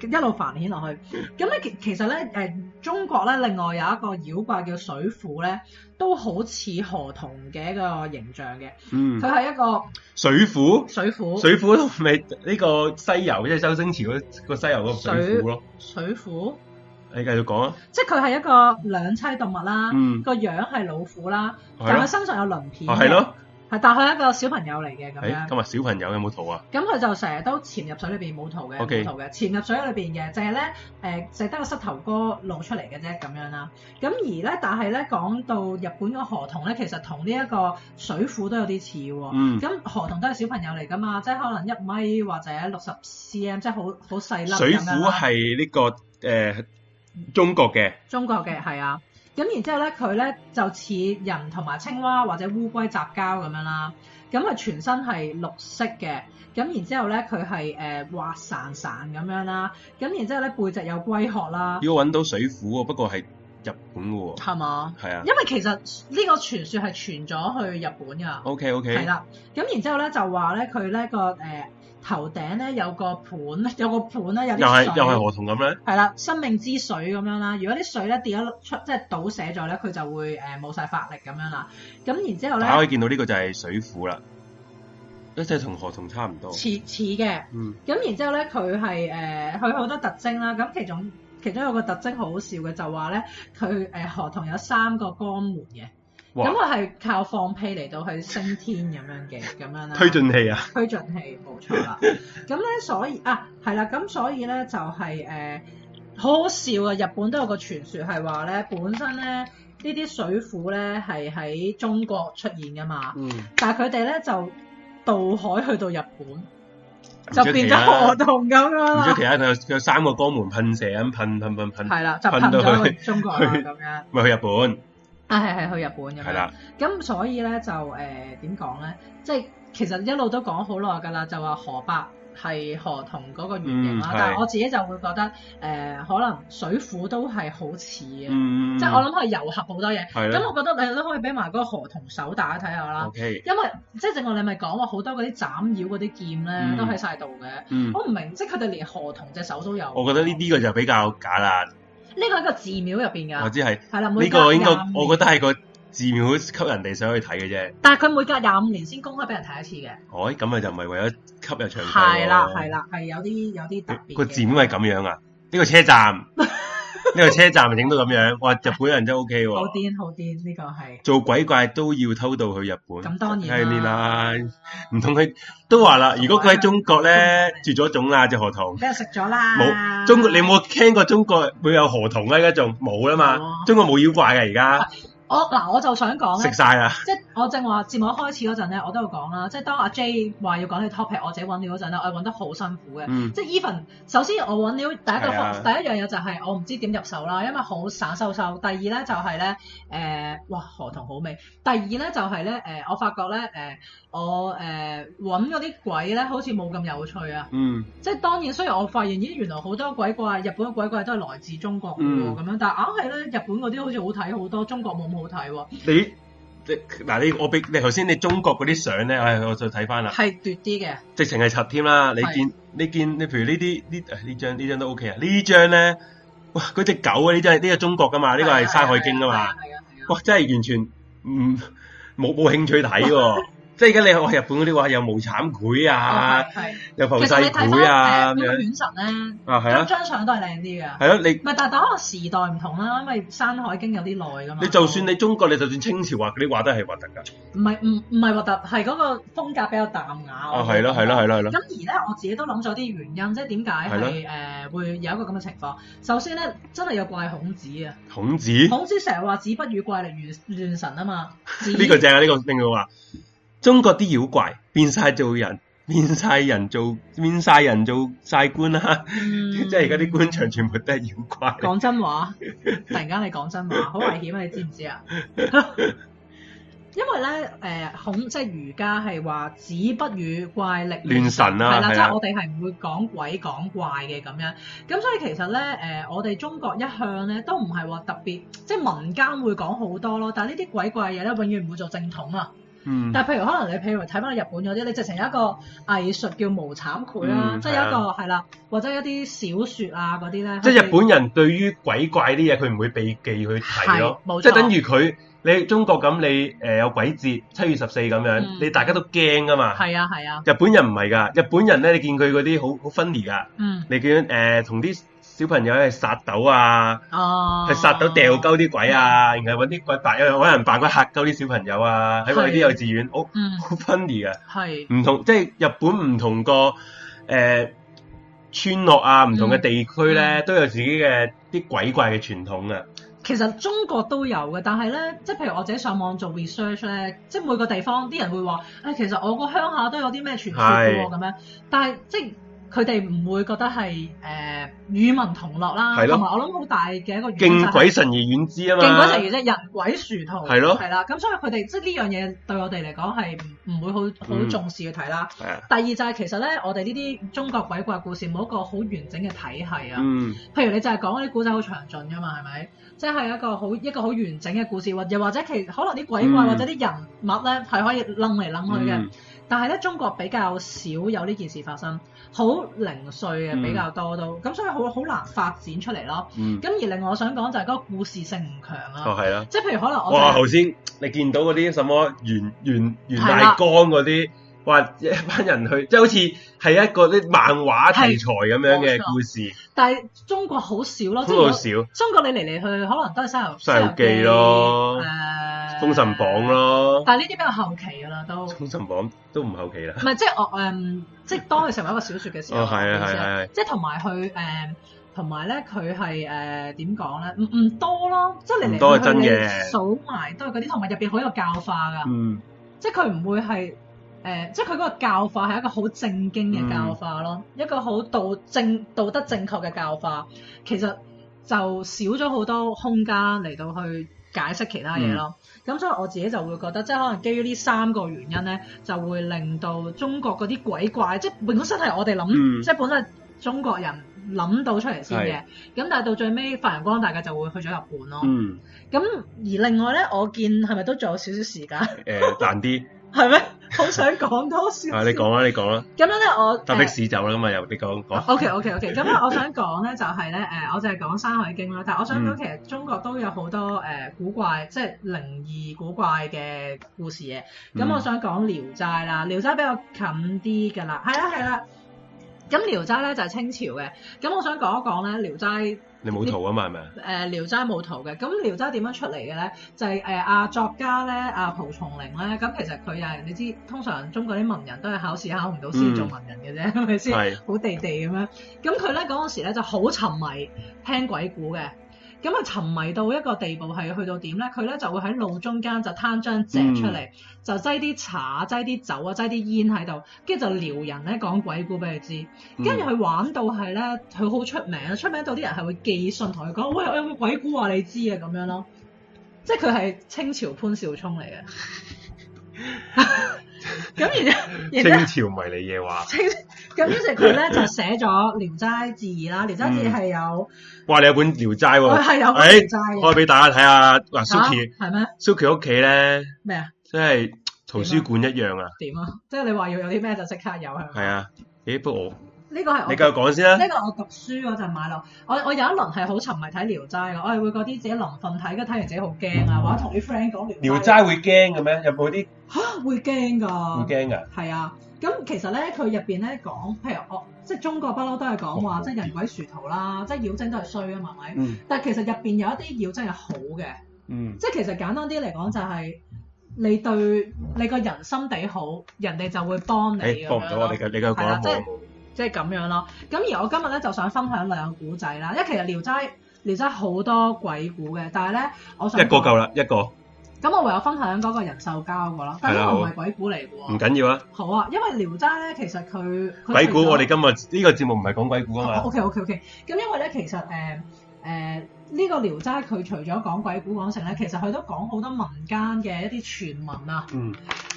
[SPEAKER 2] 一路繁衍落去。咁咧其其實咧誒、中國咧另外有一個妖怪叫水虎咧，都好似河童嘅一個形象嘅。
[SPEAKER 1] 嗯
[SPEAKER 2] 佢，係一個
[SPEAKER 1] 水虎。
[SPEAKER 2] 水虎，
[SPEAKER 1] 水虎同咪呢個西遊，即係周星馳嗰個西遊嗰個水虎咯。
[SPEAKER 2] 水虎，
[SPEAKER 1] 你繼續講啊，
[SPEAKER 2] 即係佢係一個兩棲動物啦，
[SPEAKER 1] 嗯，
[SPEAKER 2] 個、樣係老虎啦，但
[SPEAKER 1] 係
[SPEAKER 2] 佢
[SPEAKER 1] 咯，
[SPEAKER 2] 身上有鱗片
[SPEAKER 1] 哦
[SPEAKER 2] 嘅，
[SPEAKER 1] 係咯，
[SPEAKER 2] 係但佢係一個小朋友嚟嘅咁
[SPEAKER 1] 誒，
[SPEAKER 2] 樣。
[SPEAKER 1] 今日小朋友有冇圖啊？
[SPEAKER 2] 咁佢就成日都潛入水裏邊冇圖嘅，冇
[SPEAKER 1] OK
[SPEAKER 2] 圖嘅，潛入水裏邊嘅，淨係咧誒，淨係得個膝頭哥露出嚟嘅啫咁樣啦。咁而咧，但係咧講到日本嘅河童咧，其實同呢一個水虎都有啲似喎。
[SPEAKER 1] 嗯，
[SPEAKER 2] 咁、河童都係小朋友嚟噶嘛，即係可能一米或者六十 cm，即係好好細粒
[SPEAKER 1] 水啊
[SPEAKER 2] 咁
[SPEAKER 1] 虎
[SPEAKER 2] 樣啦
[SPEAKER 1] 係呢、個誒、中國嘅，
[SPEAKER 2] 中國嘅係啊。咁然之後咧，佢咧就似人同埋青蛙或者烏龜雜交咁樣啦。咁佢全身係綠色嘅，咁然之後咧佢係誒滑潺潺咁樣啦。咁然之後咧背脊有龜殼啦，
[SPEAKER 1] 要揾到水虎喎，不過係日本嘅喎，
[SPEAKER 2] 係嘛？
[SPEAKER 1] 係啊
[SPEAKER 2] 因為其實呢個傳說係傳咗去日本㗎，
[SPEAKER 1] ，OK
[SPEAKER 2] 係
[SPEAKER 1] OK，
[SPEAKER 2] 啦。咁然之後咧就話咧佢咧個誒頭頂咧有個盤，有個盤咧有
[SPEAKER 1] 又
[SPEAKER 2] 啲
[SPEAKER 1] 係
[SPEAKER 2] 水
[SPEAKER 1] 又係河童咁咧，
[SPEAKER 2] 係啦，生命之水咁樣啦。如果啲水咧跌咗出，即係倒瀉咗咧，佢就會誒冇晒法力咁樣啦。咁然之後
[SPEAKER 1] 大家可
[SPEAKER 2] 咧，
[SPEAKER 1] 以見到呢個就係水虎啦，一係同河童差唔多，
[SPEAKER 2] 似似嘅。
[SPEAKER 1] 嗯，
[SPEAKER 2] 咁然之後咧，佢係誒佢好多特徵啦。咁其中其中有個特徵好好笑嘅，就話咧佢誒河童有三個肛門嘅，咁
[SPEAKER 1] 哇，
[SPEAKER 2] 啊佢係靠放屁嚟到去升天咁樣嘅，咁樣啦。
[SPEAKER 1] 推進器啊，
[SPEAKER 2] 推進 器冇錯啦。咁咧，所以啊，係啦，咁所以咧就係、誒、好好笑啊！日本都有個傳說係話咧，本身咧呢啲水虎咧係喺中國出現噶嘛，
[SPEAKER 1] 嗯，
[SPEAKER 2] 但係佢哋咧就渡海去到日本，
[SPEAKER 1] 唔
[SPEAKER 2] 就
[SPEAKER 1] 出
[SPEAKER 2] 變
[SPEAKER 1] 奇
[SPEAKER 2] 咗
[SPEAKER 1] 啊
[SPEAKER 2] 河童咁樣
[SPEAKER 1] 唔出
[SPEAKER 2] 啦。
[SPEAKER 1] 奇啊！佢有佢有三個江門噴射咁噴噴噴噴，
[SPEAKER 2] 係啦，就
[SPEAKER 1] 噴
[SPEAKER 2] 噴
[SPEAKER 1] 到
[SPEAKER 2] 咗
[SPEAKER 1] 去
[SPEAKER 2] 去中國啦
[SPEAKER 1] 去
[SPEAKER 2] 咁樣。
[SPEAKER 1] 咪去日本
[SPEAKER 2] 啊，係係去日本咁
[SPEAKER 1] 係
[SPEAKER 2] 樣。
[SPEAKER 1] 啦，
[SPEAKER 2] 咁所以咧就誒點講咧，即係其實一路都講好耐㗎啦，就話河伯係河童嗰個原型
[SPEAKER 1] 嗯
[SPEAKER 2] 啦。
[SPEAKER 1] 係
[SPEAKER 2] 但係我自己就會覺得誒、可能水虎都係好似嘅，
[SPEAKER 1] 嗯，
[SPEAKER 2] 即係我諗可以糅合好多嘢。
[SPEAKER 1] 係
[SPEAKER 2] 咁
[SPEAKER 1] 啦嗯
[SPEAKER 2] 我覺得你都可以俾埋嗰個河童手大家睇下啦，
[SPEAKER 1] ，OK，
[SPEAKER 2] 因為即係正話你咪講話好多嗰啲斬妖嗰啲劍咧、
[SPEAKER 1] 嗯
[SPEAKER 2] 都喺晒度嘅。
[SPEAKER 1] 嗯，
[SPEAKER 2] 我唔明，即係佢哋連河童隻手都有。
[SPEAKER 1] 我覺得呢呢個就比較假啦，
[SPEAKER 2] 呢個喺個寺廟入邊
[SPEAKER 1] 我
[SPEAKER 2] 㗎，
[SPEAKER 1] 知係
[SPEAKER 2] 係啦，每
[SPEAKER 1] 呢
[SPEAKER 2] 隔
[SPEAKER 1] 個應該
[SPEAKER 2] 廿五，
[SPEAKER 1] 我覺得係個寺廟吸人哋想去睇嘅啫。
[SPEAKER 2] 但係佢每隔廿五年先公開俾人睇一次嘅。
[SPEAKER 1] 哦，咁咪就唔係為咗吸入長壽喎
[SPEAKER 2] 係啦，係啦，係有啲有啲特別嘅
[SPEAKER 1] 個字面係咁樣啊？呢個車站， 呢個車站整到咁樣，哇！日本人真係 O K
[SPEAKER 2] 好
[SPEAKER 1] 喎，
[SPEAKER 2] 癲好癲，呢個係
[SPEAKER 1] 做鬼怪都要偷渡去日本，
[SPEAKER 2] 咁當然
[SPEAKER 1] 係
[SPEAKER 2] 啦
[SPEAKER 1] 啦，，唔通佢都話啦？如果佢喺中國 咧絕咗種啦，只河童，
[SPEAKER 2] 俾人食咗啦。
[SPEAKER 1] 冇中國，你有冇聽過中國會有河童咧？而家仲冇啦
[SPEAKER 2] 冇
[SPEAKER 1] 嘛
[SPEAKER 2] 啊，
[SPEAKER 1] 中國冇妖怪嘅而家，
[SPEAKER 2] 我嗱，我就想講咧
[SPEAKER 1] 食，晒啦，
[SPEAKER 2] 即係我正話節目一開始嗰陣咧，我都有講啦，即係當阿 J 話要講呢個 topic，我自己揾料嗰陣咧，我係揾得好辛苦嘅。
[SPEAKER 1] 嗯，
[SPEAKER 2] 即係 even 首先我揾料第一個
[SPEAKER 1] 係
[SPEAKER 2] 方
[SPEAKER 1] 啊
[SPEAKER 2] 第一樣嘢就係我唔知點入手啦，因為好散收收。第二咧就係咧誒，哇河童好味。第二咧就係咧誒，我發覺咧誒、我誒揾嗰啲鬼咧好似冇咁有趣啊。
[SPEAKER 1] 嗯，
[SPEAKER 2] 即係當然，雖然我發現咦，原來好多鬼怪，日本嘅鬼怪都係來自中國嘅喎，
[SPEAKER 1] 嗯
[SPEAKER 2] 咁樣、但係硬係咧，日本嗰啲好似好睇好多，中國冇咁好睇喎，
[SPEAKER 1] 你你嗱你我俾你頭先你中國嗰啲相咧，唉，我再睇翻啦。
[SPEAKER 2] 係奪啲嘅，
[SPEAKER 1] 直情係柒添啦！你
[SPEAKER 2] 係
[SPEAKER 1] 見你見你譬如呢啲呢誒呢張呢張都 OK 啊！呢張咧，哇嗰只狗啊！呢張係呢個中國噶嘛，呢個係《山海經》噶
[SPEAKER 2] 係
[SPEAKER 1] 嘛
[SPEAKER 2] 啊，係啊係啊
[SPEAKER 1] 哇！真係完全唔冇冇興趣睇 喎！即係而家你話日本嗰啲話又無慘繪
[SPEAKER 2] 係
[SPEAKER 1] 啊，
[SPEAKER 2] 啊，係。
[SPEAKER 1] 又浮
[SPEAKER 2] 其
[SPEAKER 1] 世
[SPEAKER 2] 實你睇
[SPEAKER 1] 繪啊
[SPEAKER 2] 翻誒
[SPEAKER 1] 咁
[SPEAKER 2] 《
[SPEAKER 1] 樣
[SPEAKER 2] 犬神》咧，
[SPEAKER 1] 啊，係
[SPEAKER 2] 咁
[SPEAKER 1] 啊，
[SPEAKER 2] 張相都係靚啲嘅，
[SPEAKER 1] 係咯！你
[SPEAKER 2] 唔係，但係可能時代唔同啦，因為《山海經》有啲耐㗎嘛。
[SPEAKER 1] 你就算你中國，你就算清朝畫嗰啲畫都係核突㗎。
[SPEAKER 2] 唔係唔唔係核突，係嗰個風格比較淡雅。
[SPEAKER 1] 啊，係咯，係咯，。係咯，係咯，
[SPEAKER 2] 咁而咧，我自己都諗咗啲原因，即係點解
[SPEAKER 1] 係咯
[SPEAKER 2] 係誒會有一個咁嘅情況。首先咧，真係有怪孔子啊！
[SPEAKER 1] 孔子
[SPEAKER 2] 孔子成日話子不語怪力亂亂神啊嘛，子
[SPEAKER 1] 呢個正啊！呢個令佢話中國啲妖怪變晒做人，變晒人做變晒人做晒官啦、
[SPEAKER 2] 即
[SPEAKER 1] 即係而家啲官場全部都係妖怪。
[SPEAKER 2] 講真話，突然間你講 真話，好危險啊！你知唔知啊？ 因為咧，誒、孔即係儒家係話子不語怪力
[SPEAKER 1] 亂神啦
[SPEAKER 2] 係啦，
[SPEAKER 1] 係啊
[SPEAKER 2] 即係我哋係唔會講鬼講怪嘅咁樣。咁所以其實咧，誒、我哋中國一向咧都唔係話特別，即係民間會講好多咯，但係呢啲鬼怪嘢咧，永遠唔會做正統啊。
[SPEAKER 1] 嗯，
[SPEAKER 2] 但係譬如可能你譬如睇翻日本嗰啲，你直情有一個藝術叫無慘繪啦，
[SPEAKER 1] 嗯
[SPEAKER 2] 啊即係有一個係啦，或者一啲小說啊嗰啲咧，
[SPEAKER 1] 即係日本人對於鬼怪啲嘢，佢唔會避忌去睇咯
[SPEAKER 2] 係冇錯。
[SPEAKER 1] 即係等於佢你中國咁，你誒、呃有鬼節七月十四咁樣，
[SPEAKER 2] 嗯
[SPEAKER 1] 你大家都驚噶嘛。
[SPEAKER 2] 係啊係啊，
[SPEAKER 1] 日本人唔係㗎，日本人咧，你見佢嗰啲好好 funny 㗎，
[SPEAKER 2] 嗯
[SPEAKER 1] 你見誒同啲小朋友係殺豆啊，
[SPEAKER 2] 哦，
[SPEAKER 1] 係殺豆掉鳩啲鬼啊，然後揾啲鬼扮，有人扮鬼嚇鳩啲小朋友啊，喺
[SPEAKER 2] 係
[SPEAKER 1] 啲幼稚園，好
[SPEAKER 2] 嗯
[SPEAKER 1] 好 funny 㗎。
[SPEAKER 2] 係
[SPEAKER 1] 唔同即係日本唔同個誒、呃村落啊，唔
[SPEAKER 2] 嗯
[SPEAKER 1] 同嘅地區咧、都有自己嘅啲鬼怪嘅傳統啊。
[SPEAKER 2] 其實中國都有嘅，但係咧，即係譬如我自己上網做 research 咧，即係每個地方啲人會話，誒、其實我個鄉下都有啲咩傳說嘅喎
[SPEAKER 1] 係
[SPEAKER 2] 咁樣，但係即係佢哋唔會覺得係誒、與民同樂啦，
[SPEAKER 1] 係咯
[SPEAKER 2] 同埋我諗好大嘅一個原因就
[SPEAKER 1] 敬
[SPEAKER 2] 係
[SPEAKER 1] 鬼神而遠之啊嘛，
[SPEAKER 2] 嗯勁鬼成語啫，人鬼殊途
[SPEAKER 1] 係咯
[SPEAKER 2] 係啦，咁所以佢哋即係呢樣嘢對我哋嚟講係唔唔會好好
[SPEAKER 1] 嗯
[SPEAKER 2] 重視去睇啦。
[SPEAKER 1] 係啊，
[SPEAKER 2] 第二就係其實咧，我哋呢啲中國鬼怪故事冇一個好完整嘅體系啊。
[SPEAKER 1] 嗯，
[SPEAKER 2] 譬如你就係講嗰啲古仔好詳盡噶嘛，係咪？即係一個好一個好完整嘅故事，或又或者其可能啲鬼怪
[SPEAKER 1] 嗯
[SPEAKER 2] 或者啲人物咧係可以楞嚟楞去嘅，
[SPEAKER 1] 嗯
[SPEAKER 2] 但係咧中國比較少有呢件事發生，好零碎嘅
[SPEAKER 1] 嗯
[SPEAKER 2] 比較多都，咁所以好好難發展出嚟咯。
[SPEAKER 1] 嗯，
[SPEAKER 2] 咁而另外我想講就係嗰個故事性唔強啊。
[SPEAKER 1] 哦係啦。
[SPEAKER 2] 即係譬如可能我
[SPEAKER 1] 哇！
[SPEAKER 2] 就係
[SPEAKER 1] 頭先你見到嗰啲什麼袁袁袁
[SPEAKER 2] 係
[SPEAKER 1] 大
[SPEAKER 2] 啦
[SPEAKER 1] 江嗰啲，哇！一班人去，即係好似係一個啲漫畫題材咁樣
[SPEAKER 2] 係冇
[SPEAKER 1] 嘅
[SPEAKER 2] 錯
[SPEAKER 1] 故事，
[SPEAKER 2] 但係中國好少咯，哦即
[SPEAKER 1] 都好
[SPEAKER 2] 係
[SPEAKER 1] 少。
[SPEAKER 2] 中國你嚟嚟去去可能都係《西遊
[SPEAKER 1] 西遊記咯
[SPEAKER 2] 誒、
[SPEAKER 1] 《封神榜》。咯，
[SPEAKER 2] 但係呢啲比較後期㗎啦，都
[SPEAKER 1] 《
[SPEAKER 2] 唔
[SPEAKER 1] 封神榜》都唔後期啦。
[SPEAKER 2] 係即係我誒、嗯即係當佢成為一個小説嘅時候，
[SPEAKER 1] 哦係啊
[SPEAKER 2] 我嘅意思
[SPEAKER 1] 係係係
[SPEAKER 2] 即係同埋佢誒。嗯同埋咧佢係誒點講咧？唔唔多咯，即係嚟
[SPEAKER 1] 唔多
[SPEAKER 2] 嚟
[SPEAKER 1] 係真
[SPEAKER 2] 去去
[SPEAKER 1] 嘅
[SPEAKER 2] 你數埋都係嗰啲，同埋入邊好有教化㗎。
[SPEAKER 1] 嗯，
[SPEAKER 2] 即係佢唔會係誒、呃即係佢嗰個教化係一個好正經嘅教化咯，
[SPEAKER 1] 嗯
[SPEAKER 2] 一個好道正道德正確嘅教化，其實就少咗好多空間嚟到去解釋其他嘢咯。
[SPEAKER 1] 嗯
[SPEAKER 2] 咁、所以我自己就會覺得，即係可能基於呢三個原因咧，就會令到中國嗰啲鬼怪，即係本身係我哋諗，
[SPEAKER 1] 嗯
[SPEAKER 2] 即係本身係中國人諗到出嚟先嘅。咁但係到最尾發揚光大嘅就會去咗日本咯。
[SPEAKER 1] 嗯，
[SPEAKER 2] 咁、而另外咧，我見係咪都仲有少少時間？
[SPEAKER 1] 诶、難啲，啊
[SPEAKER 2] 係咩？好想講多少？
[SPEAKER 1] 啊，你。講啦，你講啦，
[SPEAKER 2] 咁樣咧，我
[SPEAKER 1] 搭的士走啦，咁啊，又你講講，
[SPEAKER 2] O K O K O K，咁咧我想講咧就係咧誒，我就係講《山海經》啦，但係我想講
[SPEAKER 1] 嗯
[SPEAKER 2] 其實中國都有好多誒、呃古怪，即係靈異古怪嘅故事嘅。咁、
[SPEAKER 1] 嗯
[SPEAKER 2] 我想講《聊齋》啦，《聊齋》比較近啲㗎啦，係啦係啦。咁《聊齋》咧就係、清朝嘅，咁我想講一講咧《聊齋》
[SPEAKER 1] 你冇圖啊嘛，係咪啊？
[SPEAKER 2] 誒、呃聊齋冇圖嘅，咁聊齋點樣出嚟嘅咧？就係誒阿作家咧，阿、蒲松齡咧，咁其實佢又係你知，通常中國啲文人都係考試考唔到先
[SPEAKER 1] 嗯
[SPEAKER 2] 做文人嘅啫， 係咪先？
[SPEAKER 1] 係，
[SPEAKER 2] 好地地咁樣。咁佢咧嗰陣時咧就好沉迷聽鬼故嘅，咁啊沉迷到一個地步係去到點咧？佢咧就會喺路中間就攤張席出嚟，
[SPEAKER 1] 嗯
[SPEAKER 2] 就擠啲茶、擠啲酒啊、擠啲煙喺度，跟住就撩人咧講鬼故俾佢知。跟住
[SPEAKER 1] 嗯
[SPEAKER 2] 佢玩到係咧，佢好出名，出名到啲人係會寄信同佢講：喂，我有個鬼故話你知啊咁樣咯。即係佢係清朝潘少聰嚟嘅。咁然後然之後。
[SPEAKER 1] 清朝迷你夜話，
[SPEAKER 2] 清咁於是佢咧就寫咗《聊齋志異》啦，《聊齋志異》係有
[SPEAKER 1] 哇，你有本聊齋
[SPEAKER 2] 佢
[SPEAKER 1] 喎，
[SPEAKER 2] 係有《聊
[SPEAKER 1] 嗯哦哎
[SPEAKER 2] 齋》嘅
[SPEAKER 1] 開俾大家睇下，嗱
[SPEAKER 2] 嚇
[SPEAKER 1] ，Suki，Suki
[SPEAKER 2] 係咩
[SPEAKER 1] 屋企咧，
[SPEAKER 2] 咩啊？
[SPEAKER 1] 即係圖書館一樣啊，
[SPEAKER 2] 點啊？即係你話要有啲咩就即刻有係咪？
[SPEAKER 1] 係啊，咦，不過我，
[SPEAKER 2] 呢個係我
[SPEAKER 1] 你繼續講先 啦，
[SPEAKER 2] 呢個我讀書嗰陣買落，我我有一輪係好沉迷睇《聊齋》嘅，我係會嗰啲自己臨瞓睇，跟住睇完自己好驚啊，或者同啲 friend 講《
[SPEAKER 1] 嗯聊
[SPEAKER 2] 齋
[SPEAKER 1] 齋會驚嘅咩？有冇啲》
[SPEAKER 2] 嚇會驚㗎，
[SPEAKER 1] 會驚㗎？
[SPEAKER 2] 係啊，咁其實咧，佢入邊咧講，譬如我即係中國不嬲都係講話，即係人鬼殊途啦，即係妖精都係衰啊嘛，係咪？
[SPEAKER 1] 哦嗯
[SPEAKER 2] 但係其實入邊有一啲妖精係好嘅，
[SPEAKER 1] 嗯
[SPEAKER 2] 即係其實簡單啲嚟講就係、你對你個人心地好，人哋就會幫你咁
[SPEAKER 1] 誒，幫唔
[SPEAKER 2] 樣
[SPEAKER 1] 到我
[SPEAKER 2] 咯
[SPEAKER 1] 哋，嘅，你繼續講
[SPEAKER 2] 嗯係啦
[SPEAKER 1] 啦，
[SPEAKER 2] 即係
[SPEAKER 1] 冇冇，
[SPEAKER 2] 即係咁樣咯。咁而我今日咧就想分享兩個古仔啦，因為其實聊齋聊齋好多鬼故嘅，但係咧我想
[SPEAKER 1] 一個夠啦，一個唔
[SPEAKER 2] 咁我唯有分享嗰個人獸交個啦，但係
[SPEAKER 1] 係
[SPEAKER 2] 呢
[SPEAKER 1] 啦
[SPEAKER 2] 個唔
[SPEAKER 1] 好
[SPEAKER 2] 係鬼故嚟嘅喎。
[SPEAKER 1] 緊要啊。
[SPEAKER 2] 好啊，因為聊齋咧，其實佢佢
[SPEAKER 1] 鬼故，
[SPEAKER 2] 除咗
[SPEAKER 1] 我哋今日呢個節目唔係講鬼故啊嘛。
[SPEAKER 2] O K O K O K，咁因為咧，其實誒誒呢個《聊齋》佢除咗講鬼故講成咧，其實佢都講好多民間嘅一啲傳聞啊，
[SPEAKER 1] 嗯，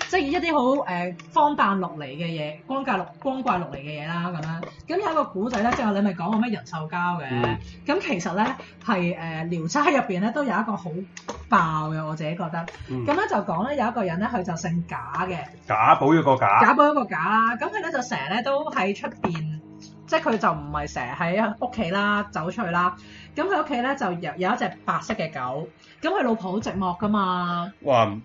[SPEAKER 2] 即係一啲好誒荒誕落嚟嘅嘢，光怪落光怪落嚟嘅嘢啦咁樣。咁有一個古仔咧，即係你咪講過咩人獸交嘅，
[SPEAKER 1] 嗯
[SPEAKER 2] 咁、其實咧係誒《聊齋》入邊咧都有一個好爆嘅，我自己覺得。
[SPEAKER 1] 嗯
[SPEAKER 2] 咁咧、就講咧有一個人咧，佢就姓賈嘅。
[SPEAKER 1] 假保咗個假，
[SPEAKER 2] 假保一個假啦，咁佢咧就成日咧都喺出邊，即係佢就唔係成日喺屋企啦，走出去啦。咁佢屋企咧就有有一隻白色嘅狗，咁佢老婆好寂寞噶嘛，
[SPEAKER 1] 哇！呢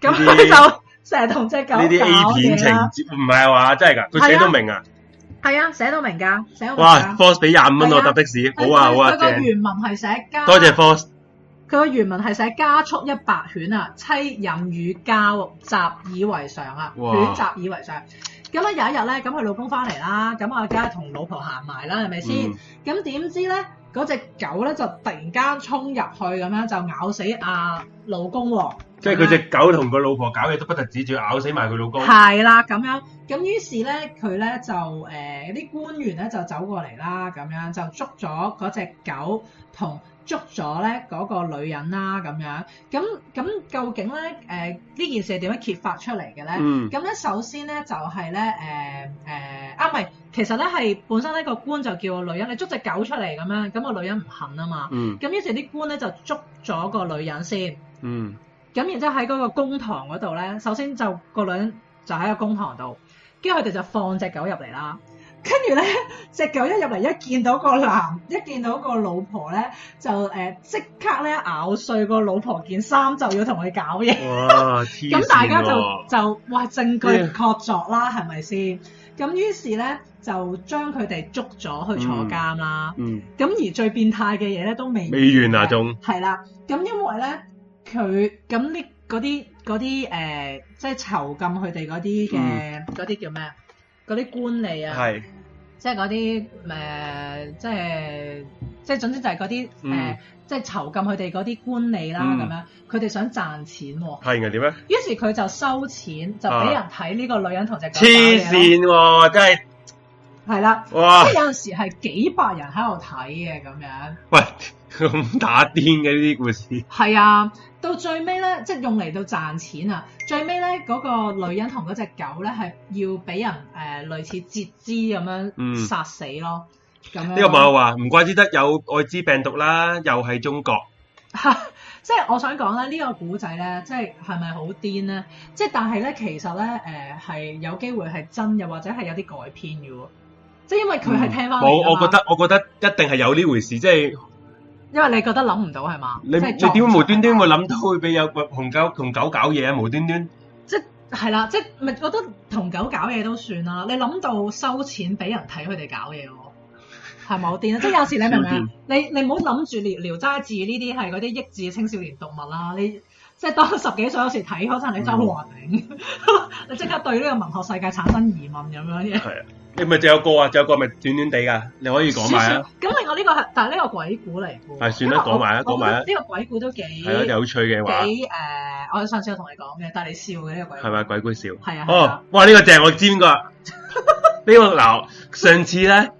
[SPEAKER 2] 咁
[SPEAKER 1] 呢啲
[SPEAKER 2] 佢就成日同只狗搞
[SPEAKER 1] 啲 A 片情
[SPEAKER 2] 嘢啦。
[SPEAKER 1] 節唔係話真係㗎，佢寫到明啊！
[SPEAKER 2] 係啊，寫到明㗎，寫到明
[SPEAKER 1] 哇
[SPEAKER 2] 㗎。
[SPEAKER 1] ，Force 俾廿五蚊我
[SPEAKER 2] 係啊
[SPEAKER 1] 搭的士，好啊好啊，
[SPEAKER 2] 佢個
[SPEAKER 1] 正！
[SPEAKER 2] 原文係寫家，
[SPEAKER 1] 多謝 Force，
[SPEAKER 2] 佢個原文係寫家畜一百犬啊，妻任與交，習以為常啊，犬
[SPEAKER 1] 哇
[SPEAKER 2] 習以為常。咁啊有一日咧，咁佢老公翻嚟啦，咁啊梗係同老婆行埋啦，係咪先？
[SPEAKER 1] 嗯
[SPEAKER 2] 咁點知咧，嗰只狗咧就突然間衝入去咁樣就咬死阿老公喎、
[SPEAKER 1] 即係佢隻狗同個老婆搞嘢都不特止，仲要咬死埋佢老公。
[SPEAKER 2] 係啦咁樣，咁於是咧佢咧就誒啲、官員咧就走過嚟啦，咁樣就捉咗嗰只狗同捉咗咧嗰個女人啦，咁樣咁咁究竟咧誒呢、件事係點樣揭發出嚟嘅咧？
[SPEAKER 1] 嗯
[SPEAKER 2] 咁咧，首先咧就係咧，誒、誒啊，唔係，其實咧係本身呢個官就叫個女人，你捉只狗出嚟咁樣，咁個女人唔肯啊嘛，
[SPEAKER 1] 嗯
[SPEAKER 2] 咁於是啲官咧就捉咗個女人先，
[SPEAKER 1] 嗯
[SPEAKER 2] 咁然之後喺嗰個公堂嗰度咧，首先就個女人就喺個公堂度，跟住佢哋就放只狗入嚟啦，跟住 咧只狗一入嚟一見到個男，一見到個老婆咧就誒即、刻咧咬碎個老婆件衫，就要同佢搞嘢。
[SPEAKER 1] 哇！黐
[SPEAKER 2] 咁大家
[SPEAKER 1] 線
[SPEAKER 2] 就
[SPEAKER 1] 喎，
[SPEAKER 2] 就哇證據
[SPEAKER 1] 嗯
[SPEAKER 2] 確鑿啦，係咪先？咁於是咧就將佢哋捉咗去坐監啦。
[SPEAKER 1] 嗯，
[SPEAKER 2] 咁、而最變態嘅嘢咧都未
[SPEAKER 1] 未完啊仲，
[SPEAKER 2] 係啦。咁因為咧佢咁呢嗰啲嗰啲誒，即係囚禁佢哋嗰啲嘅嗰啲叫咩啊？嗰啲官吏啊，
[SPEAKER 1] 嗯係
[SPEAKER 2] 即係嗰啲誒，即係即係總之就係嗰啲誒
[SPEAKER 1] 嗯，
[SPEAKER 2] 即係囚禁佢哋嗰啲官吏啦
[SPEAKER 1] 嗯
[SPEAKER 2] 咁樣，佢哋想賺錢喎。
[SPEAKER 1] 係嘅點啊咧？
[SPEAKER 2] 於是佢就收錢，就俾人睇呢個女人同只狗打
[SPEAKER 1] 啊黐
[SPEAKER 2] 嘢
[SPEAKER 1] 線喎，真係
[SPEAKER 2] 咯，係啦，即
[SPEAKER 1] 哇！
[SPEAKER 2] 係有陣時係幾百人喺度睇嘅咁樣。
[SPEAKER 1] 喂， 咁打癲嘅呢啲故事，
[SPEAKER 2] 係啊，到最尾咧，即係用嚟到賺錢啊！最尾咧，嗰、個女人同嗰只狗咧係要俾人誒、呃、類似截肢咁
[SPEAKER 1] 嗯
[SPEAKER 2] 樣殺死咯，咁、樣
[SPEAKER 1] 呢
[SPEAKER 2] 咯
[SPEAKER 1] 個網友話唔怪之得有艾滋病毒啦，又係中國，
[SPEAKER 2] 哦即係我想講咧，呢、個古仔咧，即係係咪好癲咧？即係但係咧，其實咧誒係有機會係真，又或者係有啲改編嘅喎。即係因為佢係啊聽翻嚟
[SPEAKER 1] 我
[SPEAKER 2] 㗎
[SPEAKER 1] 嗯我
[SPEAKER 2] 嘛
[SPEAKER 1] 覺，得我覺得一定係有呢回事，即係
[SPEAKER 2] 因為你覺得諗唔到係嘛？
[SPEAKER 1] 你
[SPEAKER 2] 即係
[SPEAKER 1] 你
[SPEAKER 2] 撞
[SPEAKER 1] 點會無端
[SPEAKER 2] 牆
[SPEAKER 1] 端會諗到會俾有個熊狗同狗搞嘢啊？無端端
[SPEAKER 2] 係啦，即係咪覺得同狗搞嘢都算啦？你諗到收錢俾人睇佢哋搞嘢喎，係咪 好癲啊？即係有時你明唔明啊？你你唔好諗住聊聊齋志呢啲係嗰啲益智青少年讀物啦，你即係當十幾歲嗰時睇嗰陣，你周華鼎， 你即刻對呢個文學世界產生疑問咁樣嘅。
[SPEAKER 1] 你咪就有個啊，就有個咪短短地㗎，你可以講埋啊，
[SPEAKER 2] 咁另外呢個係，但係呢個鬼故嚟嘅喎。
[SPEAKER 1] 係算啦
[SPEAKER 2] 因為我
[SPEAKER 1] 講埋啊
[SPEAKER 2] 我
[SPEAKER 1] 講埋啊
[SPEAKER 2] 覺得呢個鬼故都幾
[SPEAKER 1] 係咯，有趣嘅話
[SPEAKER 2] 幾誒，我上次有同你講嘅，但係你笑嘅呢個鬼故
[SPEAKER 1] 係。咪鬼故笑？
[SPEAKER 2] 係啊。係
[SPEAKER 1] 哦，
[SPEAKER 2] 啊
[SPEAKER 1] 哇！呢、個正，我知邊個啊。呢、個嗱，上次咧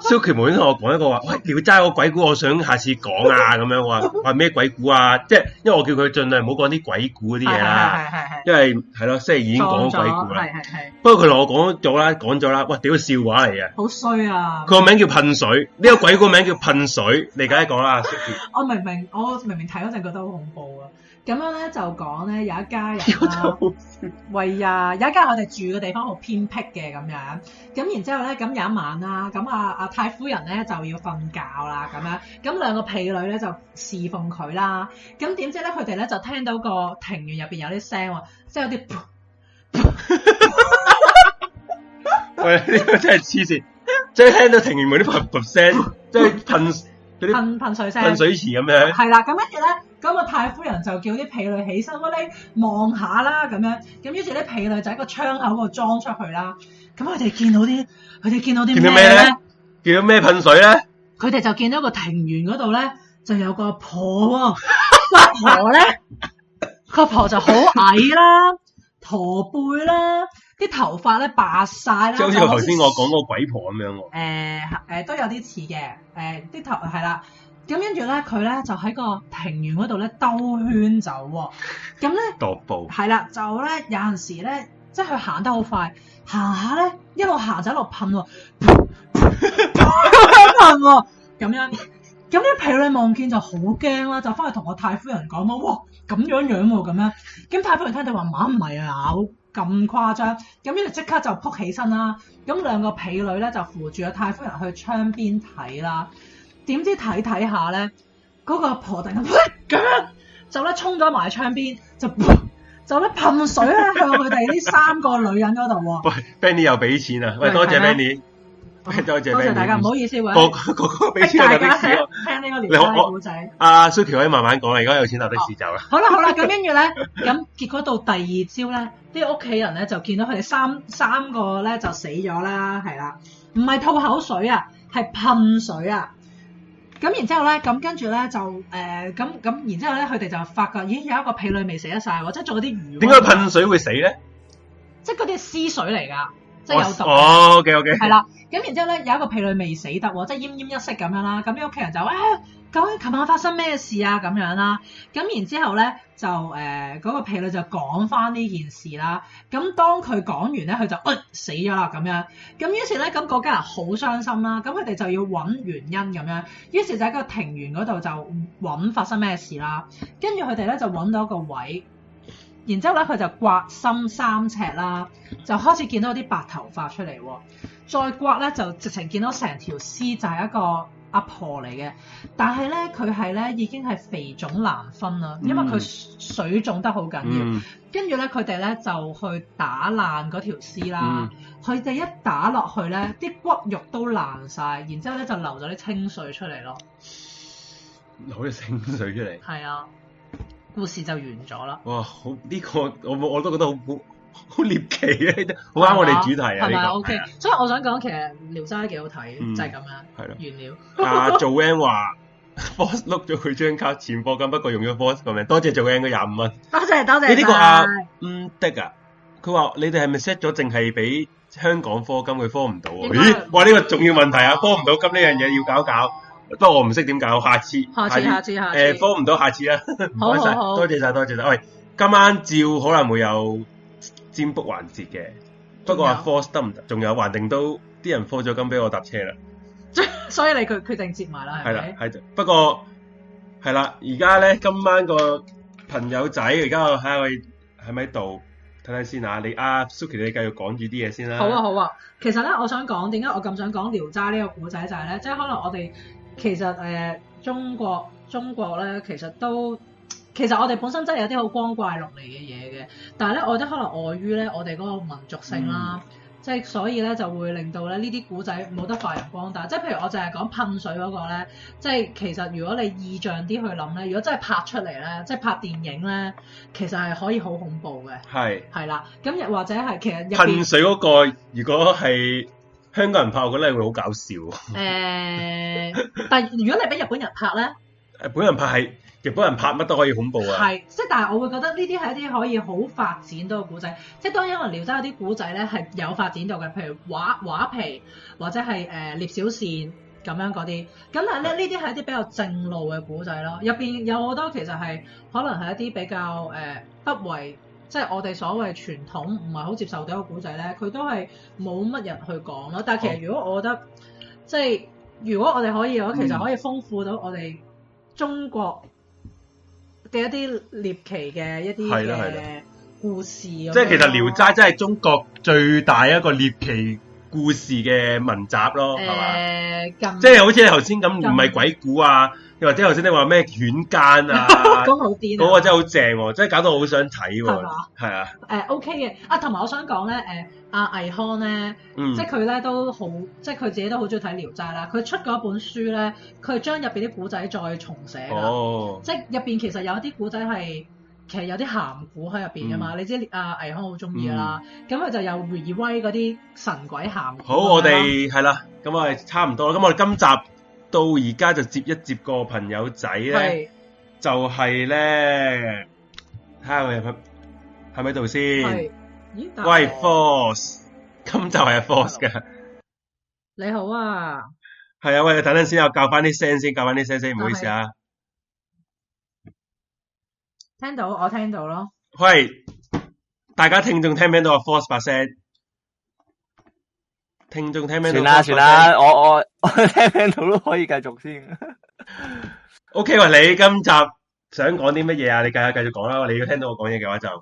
[SPEAKER 1] ，Suki 妹同我講一 個話，喂，聊齋個鬼故，我想下次講啊，咁樣我話話咩鬼故啊？即係因為我叫佢盡量唔好講啲鬼故嗰啲嘢啦，
[SPEAKER 2] 係係係係係。
[SPEAKER 1] 因為係咯，即係已經講咗鬼故啦。
[SPEAKER 2] 係係係，
[SPEAKER 1] 不過佢同我講咗啦，講咗啦，喂，屌笑話嚟嘅。
[SPEAKER 2] 好衰啊
[SPEAKER 1] 佢！個名叫噴水，呢、個鬼故名叫噴水，你梗係講
[SPEAKER 2] 啊
[SPEAKER 1] 啦，Suki。
[SPEAKER 2] 我明明我明明睇嗰陣覺得好恐怖啊！咁樣咧就講咧有一 家人
[SPEAKER 1] 我真係
[SPEAKER 2] 啦，
[SPEAKER 1] 好笑
[SPEAKER 2] 喂呀，有一家我哋住嘅地方好偏僻嘅咁樣，咁然之後咧咁有一晚啦，咁啊啊太夫人咧就要瞓覺啦咁樣，咁兩個婢女咧就侍奉佢啦，咁點知咧佢哋咧就聽到個庭園入邊有啲聲喎，即係有啲噗
[SPEAKER 1] 喂，呢、個真係黐線，即係聽到庭園門啲噗噗聲，即係噴嗰啲
[SPEAKER 2] 噴噴水聲。
[SPEAKER 1] 噴水池咁樣。
[SPEAKER 2] 係啦，咁跟住咧，咁、個太夫人就叫啲婢女起身，喂你望下啦咁樣。咁於是啲婢女就喺個窗口嗰度裝出去啦。咁佢哋見到啲，佢哋見到啲
[SPEAKER 1] 見到
[SPEAKER 2] 咩
[SPEAKER 1] 咩
[SPEAKER 2] 咧
[SPEAKER 1] 呢？叫咩噴水咧？
[SPEAKER 2] 佢哋就見到個庭園嗰度咧，就有個婆喎、 個婆咧，個婆就好矮啦，駝背啦，啲頭髮咧白晒啦，
[SPEAKER 1] 即係好似
[SPEAKER 2] 就
[SPEAKER 1] 頭先我講嗰個鬼婆咁樣喎。
[SPEAKER 2] 誒誒呃都有啲似嘅，誒啲頭係啦。咁跟住咧，佢咧就喺個庭園嗰度咧兜圈走喎。咁咧
[SPEAKER 1] 踱步，
[SPEAKER 2] 係啦，就咧有陣時咧，即係佢行得好快，行下咧一路行就一路噴喎，噴喎咁樣。咁啲婢女望見就好驚啦，就翻去同我太夫人講啦，哇咁樣樣喎咁樣。咁太夫人聽到話媽唔係啊，咁誇張。咁跟住即刻就撲起身啦。咁兩個婢女咧就扶住阿太夫人去窗邊睇啦。點知睇睇下咧，嗰、個阿婆突然間咁樣就咧衝咗埋窗邊，就就咧噴水咧向佢哋呢三個女人嗰度喎。
[SPEAKER 1] 喂，Benny 又俾錢啊！
[SPEAKER 2] 喂
[SPEAKER 1] 喂，多謝
[SPEAKER 2] 係
[SPEAKER 1] Benny，多謝
[SPEAKER 2] 多謝大家，唔
[SPEAKER 1] Benny，
[SPEAKER 2] 好意思，喂，
[SPEAKER 1] 個個個個俾
[SPEAKER 2] 逼
[SPEAKER 1] 錢我搭
[SPEAKER 2] 大
[SPEAKER 1] 的
[SPEAKER 2] 家聽
[SPEAKER 1] 士咯。
[SPEAKER 2] 聽呢個
[SPEAKER 1] 你
[SPEAKER 2] 年
[SPEAKER 1] 好
[SPEAKER 2] 代
[SPEAKER 1] 我
[SPEAKER 2] 古仔。
[SPEAKER 1] 阿 Suki 可以慢慢講啦，而家有錢搭的士走啊啦。
[SPEAKER 2] 好啦好啦，咁跟住咧，咁結果到第二朝咧，啲屋企人咧就見到佢哋三三個咧就死咗啦，係啦，唔係吐口水啊，係噴水啊。咁然之後咧，咁跟住咧就誒咁咁，然之後咧佢哋就發覺，咦有一個婢女未死得晒喎，即係仲有啲魚。啊
[SPEAKER 1] 點解？噴水會死咧？
[SPEAKER 2] 即係嗰啲屍水嚟㗎，即係有毒。
[SPEAKER 1] 哦，OK OK，
[SPEAKER 2] 係啦，咁然之後咧有一個婢女未死得喎，即係奄奄一息咁樣啦。咁啲屋企人就話：，哎究竟琴晚發生咩事啊？咁樣啦。咁然之後咧就誒呃嗰、個婢女就講翻呢件事啦。咁當佢講完咧，佢就呃死咗啦咁樣。咁於是咧，咁嗰家人好傷心啦。咁佢哋就要揾原因咁樣。於是就喺個庭園嗰度就揾發生咩事啦。跟住佢哋咧就揾到一個位，然之後咧佢就刮深三尺啦，就開始見到啲白頭髮出嚟喎。再刮咧就直情見到成條屍就係一個阿婆嚟嘅，但係咧佢係咧已經係肥腫難分啦，因為佢
[SPEAKER 1] 嗯
[SPEAKER 2] 水腫得好緊要。
[SPEAKER 1] 嗯，
[SPEAKER 2] 跟住咧，佢哋咧就去打爛嗰條屍
[SPEAKER 1] 嗯。
[SPEAKER 2] 啦佢哋、一打落去咧，啲骨肉都爛晒，然之後咧就流咗啲清水出嚟咯。
[SPEAKER 1] 嗯好似清水出嚟。
[SPEAKER 2] 係啊，故事就完咗啦。
[SPEAKER 1] 哇，好呢個我我都覺得好好好獵奇嘅，好啱我哋主題啊！
[SPEAKER 2] 係咪
[SPEAKER 1] 呢
[SPEAKER 2] O K？所以我想講，其實《聊齋》幾好睇，
[SPEAKER 1] 嗯
[SPEAKER 2] 就係咁樣
[SPEAKER 1] 個係咯。
[SPEAKER 2] 完了。
[SPEAKER 1] 阿 Joanne 話 Boss 碌咗佢張卡錢課金，不過用咗 Boss 個名，多謝 Joanne 嘅廿五蚊。
[SPEAKER 2] 多謝多謝
[SPEAKER 1] 你呢個啊
[SPEAKER 2] 晒
[SPEAKER 1] 嗯得啊，佢話你哋係咪 set 咗淨係俾香港科金佢科唔到啊喎？
[SPEAKER 2] 應該
[SPEAKER 1] 咦，哇呢、個重要問題啊，科唔到金呢樣嘢要搞搞，不過我唔識點搞，下次
[SPEAKER 2] 下次下次下次，
[SPEAKER 1] 啊誒科唔到下次啦，唔
[SPEAKER 2] 好
[SPEAKER 1] 該晒，
[SPEAKER 2] 好好
[SPEAKER 1] 多謝晒多謝晒。喂，今晚照可能會有占卜環節嘅，不過阿
[SPEAKER 2] 仲
[SPEAKER 1] Force 得唔得？仲有還定都啲人 f 咗金俾我搭車啦。
[SPEAKER 2] 所以你決決定接埋啦，
[SPEAKER 1] 系
[SPEAKER 2] 係
[SPEAKER 1] 啦
[SPEAKER 2] 咪，？
[SPEAKER 1] 系就不過係啦，而家咧今晚個朋友仔，而家我睇下佢喺咪度，睇睇先啊。你啊 Suki，你繼續講住啲嘢先啦。
[SPEAKER 2] 好啊，好啊，其實咧，我想講點解我咁想講《聊齋》呢個古仔就係咧，即係可能我哋其實誒、呃中國中國咧，其實都其實我哋本身真係有啲好光怪陸離嘅嘢嘅，但係咧，我覺得可能礙於咧我哋嗰個民族性啦。即係所以咧，就會令到咧呢啲古仔冇得發揚光大。即係譬如我就係講噴水嗰個咧，即係其實如果你意象啲去諗咧，如果真係拍出嚟咧，即係拍電影咧，其實係可以好恐怖嘅，
[SPEAKER 1] 係
[SPEAKER 2] 係啦。咁又或者係其實入邊
[SPEAKER 1] 噴水嗰、個，如果係香港人拍，我覺得會好搞笑。
[SPEAKER 2] 誒、呃但係如果你俾日本人拍咧，
[SPEAKER 1] 日本人拍係日本人拍乜都可以恐怖啊。
[SPEAKER 2] 係即係，但係我會覺得呢啲係一啲可以好發展到嘅古仔。即係當然，可能聊齋有啲古仔咧係有發展到嘅，譬如畫畫皮或者係誒、獵小線咁樣嗰啲。咁但係咧，呢啲係一啲比較正路嘅古仔咯。入邊有好多其實係可能係一啲比較誒、不為。即係我哋所謂傳統唔係好接受到嘅古仔咧，佢都係冇乜人去講咯。但係其實如果我覺得，即係如果我哋可以嘅話，其實
[SPEAKER 1] 嗯
[SPEAKER 2] 可以豐富到我哋中國嘅一啲獵奇嘅一啲
[SPEAKER 1] 係啦係
[SPEAKER 2] 嘅故事咁樣咯。
[SPEAKER 1] 即係其實《聊齋》真係中國最大一個獵奇故事嘅文集咯，係嘛、
[SPEAKER 2] 誒近
[SPEAKER 1] 即係好似你頭先咁，
[SPEAKER 2] 咁
[SPEAKER 1] 唔係鬼故啊，又或者頭先你話咩犬奸 啊，
[SPEAKER 2] 講好癲啊
[SPEAKER 1] 嗰個真係好正喎，真係搞到我好想睇
[SPEAKER 2] 係
[SPEAKER 1] 喎
[SPEAKER 2] 嘛。
[SPEAKER 1] 係啊，
[SPEAKER 2] 誒、OK 嘅啊，同埋我想講咧誒阿倪康咧，
[SPEAKER 1] 嗯
[SPEAKER 2] 即，係佢咧都好，即係佢自己都好中意睇《聊齋》啦。佢出嗰本書咧，佢將入邊啲古仔再重寫啦。
[SPEAKER 1] 哦，
[SPEAKER 2] 即係入邊其實有啲古仔係其實有啲鹹古喺入邊噶
[SPEAKER 1] 嗯
[SPEAKER 2] 嘛，你知啊倪康好中意㗎啦，咁佢、就有回威嗰啲神鬼鹹古咁樣啦。
[SPEAKER 1] 好，我哋係啦，咁啊差唔多啦，咁我哋今集到而家就接一接個朋友仔咧，
[SPEAKER 2] 係
[SPEAKER 1] 就係咧，睇下佢係咪喺咪度先？
[SPEAKER 2] 係，咦？但係
[SPEAKER 1] 喂，Force，今集係 Force 嘅，
[SPEAKER 2] 你好啊，
[SPEAKER 1] 係啊，喂，等陣先，我教翻啲聲先，教翻啲聲先，唔好意思啊。
[SPEAKER 2] 聽到我聽到咯，
[SPEAKER 1] 喂，大家聽眾聽唔聽到阿 Force 把聲？聽眾聽唔聽到
[SPEAKER 3] 算
[SPEAKER 1] Force 把聲
[SPEAKER 3] 啦算啦，我 我我听唔聽到都可以繼續先。
[SPEAKER 1] O K，喂，你今集想講啲乜嘢啊？你繼續繼續講啦，你要聽到我講嘢嘅話就係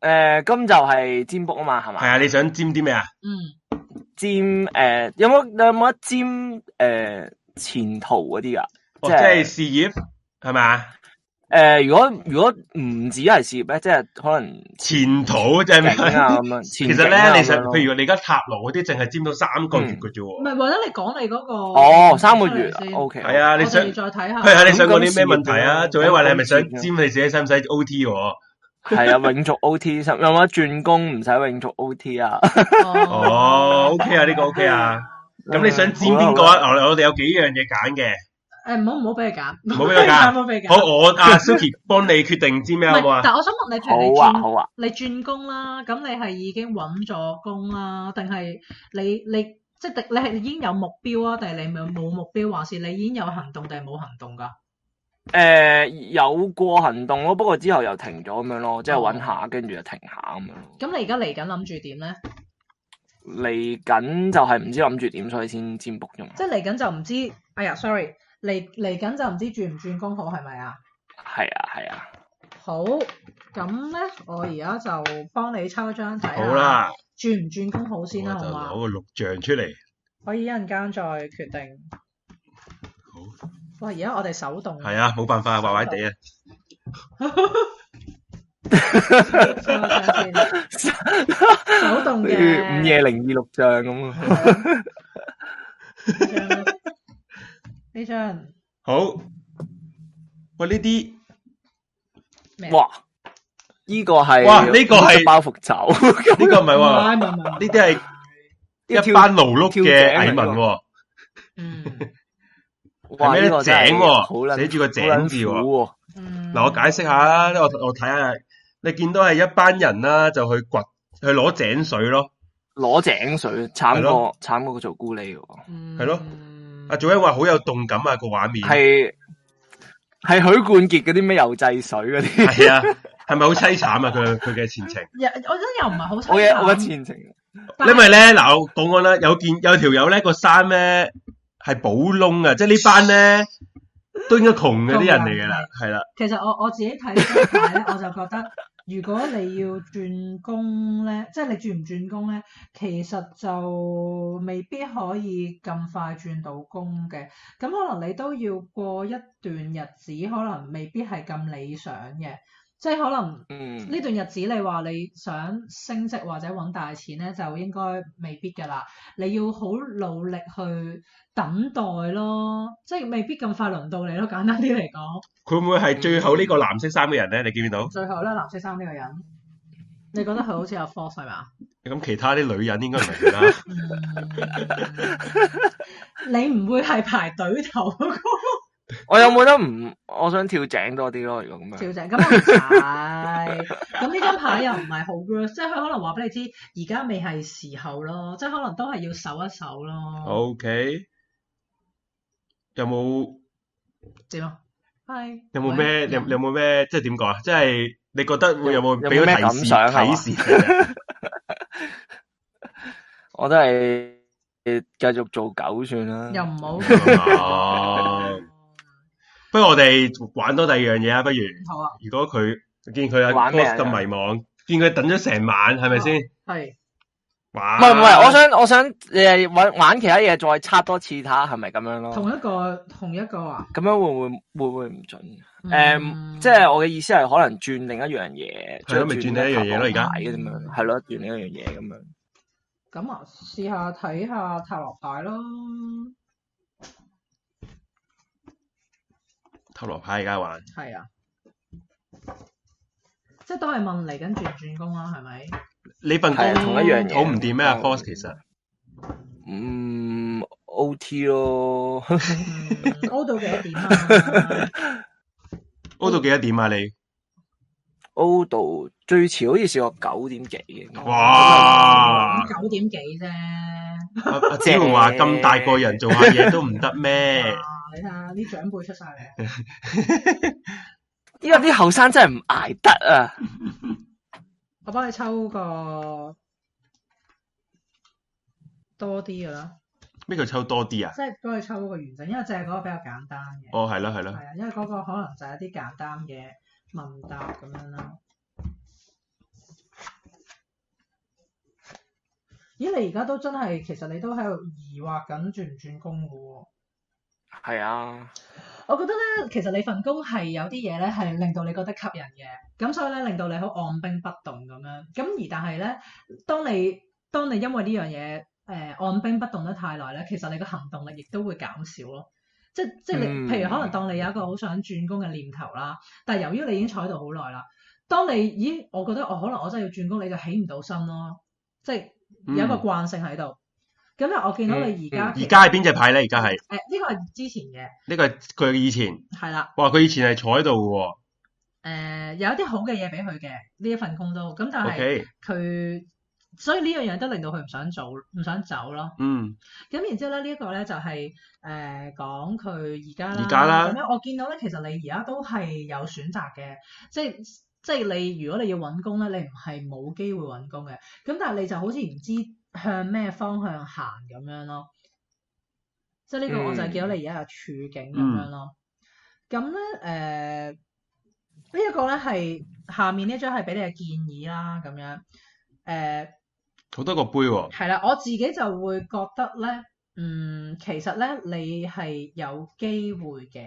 [SPEAKER 3] 诶、今就係占卜啊嘛，係嘛？
[SPEAKER 1] 啊，你想尖啲咩啊？
[SPEAKER 2] 嗯，
[SPEAKER 3] 占诶、有冇有冇得占诶、前途嗰啲啊？
[SPEAKER 1] 哦，
[SPEAKER 3] 即
[SPEAKER 1] 即
[SPEAKER 3] 係
[SPEAKER 1] 係事業係咪啊？
[SPEAKER 3] 诶、如果如果唔止係事業咧，即係可能
[SPEAKER 1] 前途即係咩？
[SPEAKER 3] 景啊咁嗯 樣。
[SPEAKER 1] 其
[SPEAKER 3] 其
[SPEAKER 1] 實咧，你
[SPEAKER 3] 想
[SPEAKER 1] 想譬如你而家塔羅嗰啲，淨係尖到三個月嘅啫
[SPEAKER 2] 唔
[SPEAKER 1] 喎。
[SPEAKER 2] 係或者你講你嗰、個
[SPEAKER 3] 哦，三個月
[SPEAKER 2] 出嚟先
[SPEAKER 3] ，O K，
[SPEAKER 1] 係，啊，
[SPEAKER 2] 我
[SPEAKER 1] 你想
[SPEAKER 2] 哋，再 睇下，
[SPEAKER 1] 譬如你想講啲咩
[SPEAKER 3] 咁
[SPEAKER 1] 問題啊？
[SPEAKER 3] 咁
[SPEAKER 1] 仲有話你係咪想
[SPEAKER 3] 咁
[SPEAKER 1] 尖你自己使唔使 O T 喎？
[SPEAKER 3] 係啊， 永續 O T，有冇得轉工唔使永續 O T 啊？
[SPEAKER 1] 哦，O K 啊，呢個 O K 啊。咁你
[SPEAKER 3] 嗯
[SPEAKER 1] 想尖邊個
[SPEAKER 3] 好啦？好啦
[SPEAKER 1] 啊？我我哋有幾樣嘢揀嘅。
[SPEAKER 2] 誒唔好唔好俾佢揀，
[SPEAKER 1] 唔好俾佢揀
[SPEAKER 2] 唔好俾佢揀。
[SPEAKER 1] 好，我阿 Suki 幫你決定尖咩
[SPEAKER 2] 唔
[SPEAKER 1] 好唔好
[SPEAKER 2] 係，
[SPEAKER 1] 啊？
[SPEAKER 2] 但我想問你，譬如你
[SPEAKER 3] 好啊
[SPEAKER 2] 轉
[SPEAKER 3] 好啊，
[SPEAKER 2] 你轉工啦，咁你係已經揾咗工啦，定係你你即係你係已經有目標啊，定係你冇冇目標，還是你已經有行動定係冇行動㗎？
[SPEAKER 3] 诶、呃有過行動咯，不過之後又停咗咁樣
[SPEAKER 1] 哦
[SPEAKER 3] 咯，即係揾下，跟住就停下咁樣咯。
[SPEAKER 2] 咁你而家嚟緊諗住點咧？
[SPEAKER 3] 嚟緊就係唔知諗住點，所以先占卜啫嘛。
[SPEAKER 2] 即係嚟緊就唔知，哎呀，sorry，嚟嚟緊就唔知轉唔轉工好係咪啊？
[SPEAKER 3] 係啊係啊，
[SPEAKER 2] 好，咁咧我而家就幫你抽一張睇下
[SPEAKER 1] 好，
[SPEAKER 3] 啊
[SPEAKER 1] 啦，
[SPEAKER 2] 轉唔轉工好
[SPEAKER 1] 我就
[SPEAKER 2] 先啦，好嘛
[SPEAKER 1] 攞？個錄像出嚟。
[SPEAKER 2] 可以一陣間再決定。
[SPEAKER 1] 好，
[SPEAKER 2] 哇！而家我哋手動，
[SPEAKER 1] 係啊，冇辦法，壞壞地啊。
[SPEAKER 2] 收一張先，手動嘅
[SPEAKER 3] 好似午夜零二六像咁啊。
[SPEAKER 2] 呢張啊呢張
[SPEAKER 1] 好，喂，呢啲
[SPEAKER 2] 咩？
[SPEAKER 3] 哇！呢個係
[SPEAKER 1] 哇呢個係
[SPEAKER 3] 包袱走，
[SPEAKER 1] 呢個唔係
[SPEAKER 2] 唔
[SPEAKER 1] 喎，
[SPEAKER 2] 係唔係唔係，
[SPEAKER 1] 呢啲 係一班勞碌嘅蟻民喎，
[SPEAKER 2] 嗯
[SPEAKER 1] 係咩
[SPEAKER 3] 呢
[SPEAKER 1] 咧
[SPEAKER 3] 個
[SPEAKER 1] 井
[SPEAKER 3] 真係好
[SPEAKER 1] 喎，
[SPEAKER 3] 撚
[SPEAKER 1] 寫住個井字
[SPEAKER 3] 好撚
[SPEAKER 1] 喎。
[SPEAKER 3] 苦喎。
[SPEAKER 2] 嗯，
[SPEAKER 1] 嗱，我解釋下啦，我我睇下，你見到係一班人啦，就去掘去攞井水咯。
[SPEAKER 3] 攞井水，
[SPEAKER 1] 係
[SPEAKER 3] 慘
[SPEAKER 1] 咯
[SPEAKER 3] 過慘過佢做咕喱喎，
[SPEAKER 2] 係
[SPEAKER 1] 係咯，阿祖欣話好有動感啊個畫面，
[SPEAKER 3] 係係許冠傑嗰啲咩油制水 嗰啲，
[SPEAKER 1] 係啊，係咪好凄慘啊？佢佢嘅前程。
[SPEAKER 2] 又我真又唔係好
[SPEAKER 3] 我嘅我嘅
[SPEAKER 2] 慘
[SPEAKER 3] 前程
[SPEAKER 2] 但係
[SPEAKER 1] 因為咧，嗱，我講講啦，有件有條友咧個衫咧係寶窿啊，即係呢班咧都應該窮嘅啲人嚟嘅啦，係啦，
[SPEAKER 2] 其實我我自己睇呢排咧，我就覺得如果你要轉工咧，即係你轉唔轉工咧，其實就未必可以咁快轉到工嘅。咁可能你都要過一段日子，可能未必係咁理想嘅。即係可能
[SPEAKER 3] 嗯
[SPEAKER 2] 呢段日子你話你想升職或者揾大錢咧，就應該未必㗎啦。你要好努力去等待咯，即係未必咁快輪到你咯。簡單啲嚟講。
[SPEAKER 1] 佢會唔會係最後呢個藍色衫嘅人咧？你見唔見 到？
[SPEAKER 2] 最後咧，藍色衫呢個人，你覺得佢好似有 force 係啊嘛？
[SPEAKER 1] 咁其他啲女人應該唔係佢啦，
[SPEAKER 2] 嗯你唔會係排隊頭嗰個
[SPEAKER 3] 我有冇得唔？我想跳井多啲咯，如果咁樣。
[SPEAKER 2] 調整，咁 我唔係。咁呢張牌又唔係好 work，即係佢可能話俾你知，而家未係時候咯，即係可能都係要守一守咯。
[SPEAKER 1] OK，有冇
[SPEAKER 2] 點啊？係
[SPEAKER 1] 有冇咩有有冇咩即係點講啊？即係你覺得會有冇
[SPEAKER 3] 有
[SPEAKER 1] 俾
[SPEAKER 3] 有冇咩
[SPEAKER 1] 咗提示
[SPEAKER 3] 感想啊
[SPEAKER 1] 啟示你？
[SPEAKER 3] 我都係繼續做狗算啦。
[SPEAKER 2] 又唔好
[SPEAKER 1] 哦，不如我哋玩多第二樣嘢啊！不如
[SPEAKER 2] 好啊？
[SPEAKER 1] 如果佢見佢阿
[SPEAKER 3] 玩咩
[SPEAKER 1] boss
[SPEAKER 3] 啊
[SPEAKER 1] 咁迷茫，見佢等咗成晚，係咪先？
[SPEAKER 2] 係
[SPEAKER 1] 哇！
[SPEAKER 3] 唔啊係唔係，我想我想诶玩玩其他嘢，再測多次睇下係咪咁樣咯。
[SPEAKER 2] 同一個同一個啊？
[SPEAKER 3] 咁樣會唔會會唔會唔準？诶、
[SPEAKER 2] 嗯
[SPEAKER 3] 即係我嘅意思係可能轉另一樣嘢，
[SPEAKER 1] 係咯咪轉另一樣嘢咯而家
[SPEAKER 3] 咁樣係咯，轉另一樣嘢咁樣。
[SPEAKER 2] 咁啊，試下睇下塔羅牌咯。
[SPEAKER 1] 塔羅牌而家玩，
[SPEAKER 2] 係啊，即係都係問嚟緊轉唔轉工啦，係咪？
[SPEAKER 1] 你份工
[SPEAKER 3] 係啊同一樣嘢
[SPEAKER 1] 好唔掂咩啊
[SPEAKER 3] 嗯
[SPEAKER 1] ？Force 其實
[SPEAKER 3] 嗯，O T 咯，
[SPEAKER 2] 嗯 O 到幾多點啊？
[SPEAKER 1] O 到幾多點啊？你
[SPEAKER 3] O 到最遲好似試過九點幾嘅。
[SPEAKER 1] 哇！
[SPEAKER 2] 九點幾啫，
[SPEAKER 1] 阿阿子桓話咁大個人做下嘢都唔得 咩？
[SPEAKER 2] 啊你睇下啲長輩出晒嚟，
[SPEAKER 3] 依家啲後生真係唔捱得啊！
[SPEAKER 2] 我幫你抽個多啲嘅啦，
[SPEAKER 1] 咩叫抽多啲啊？
[SPEAKER 2] 即係幫你抽個完整，因為淨係嗰個比較簡單嘅，
[SPEAKER 1] 哦，係啦係
[SPEAKER 2] 係
[SPEAKER 1] 啦，
[SPEAKER 2] 啊，因為嗰個可能就係一啲簡單嘅問答咁樣啦。咦，你而家都真係，其實你都喺度疑惑緊轉唔轉工嘅喎。
[SPEAKER 3] 係啊，
[SPEAKER 2] 我覺得咧，其實你份工係有啲嘢咧，係令到你覺得吸引嘅，咁所以咧令到你好按兵不動咁樣。咁而但係咧，當你當你因為呢樣嘢誒按兵不動得太耐咧，其實你個行動力亦都會減少咯。即即係
[SPEAKER 3] 嗯
[SPEAKER 2] 你，譬如可能當你有一個好想轉工嘅念頭啦，但係由於你已經坐喺度好耐啦，當你咦，我覺得我可能我真係要轉工，你就起唔到身咯，即係有一個
[SPEAKER 1] 嗯
[SPEAKER 2] 慣性喺度。咁咧，我見到你而家
[SPEAKER 1] 而家係邊隻牌咧？而家係
[SPEAKER 2] 誒呢個係之前嘅，
[SPEAKER 1] 呢個係佢以前，
[SPEAKER 2] 係啦。
[SPEAKER 1] 哇！佢以前係坐喺度嘅
[SPEAKER 2] 誒、呃有一啲好嘅嘢俾佢嘅呢一份工都，咁但
[SPEAKER 1] 喎。
[SPEAKER 2] 係
[SPEAKER 1] OK，
[SPEAKER 2] 佢所以呢樣嘢都令到佢唔想做，唔想走咯。
[SPEAKER 1] 嗯，
[SPEAKER 2] 咁然之後咧，呢、一個咧就係、誒講佢而家啦，
[SPEAKER 1] 而家啦
[SPEAKER 2] 咁樣我見到咧，其實你而家都係有選擇嘅，即係即係你如果你要揾工咧，你唔係冇機會揾工嘅，咁但係你就好似唔知向咩方向行咁樣咯。即
[SPEAKER 1] 嗯
[SPEAKER 2] 係呢個我就係見到你而家嘅處境咁樣咯。咁咧誒，呃呢一個咧係下面呢張係俾你嘅建議啦，咁樣誒。呃
[SPEAKER 1] 好多個杯喎。
[SPEAKER 2] 係啦，我自己就會覺得咧，嗯，其實咧你係有機會嘅，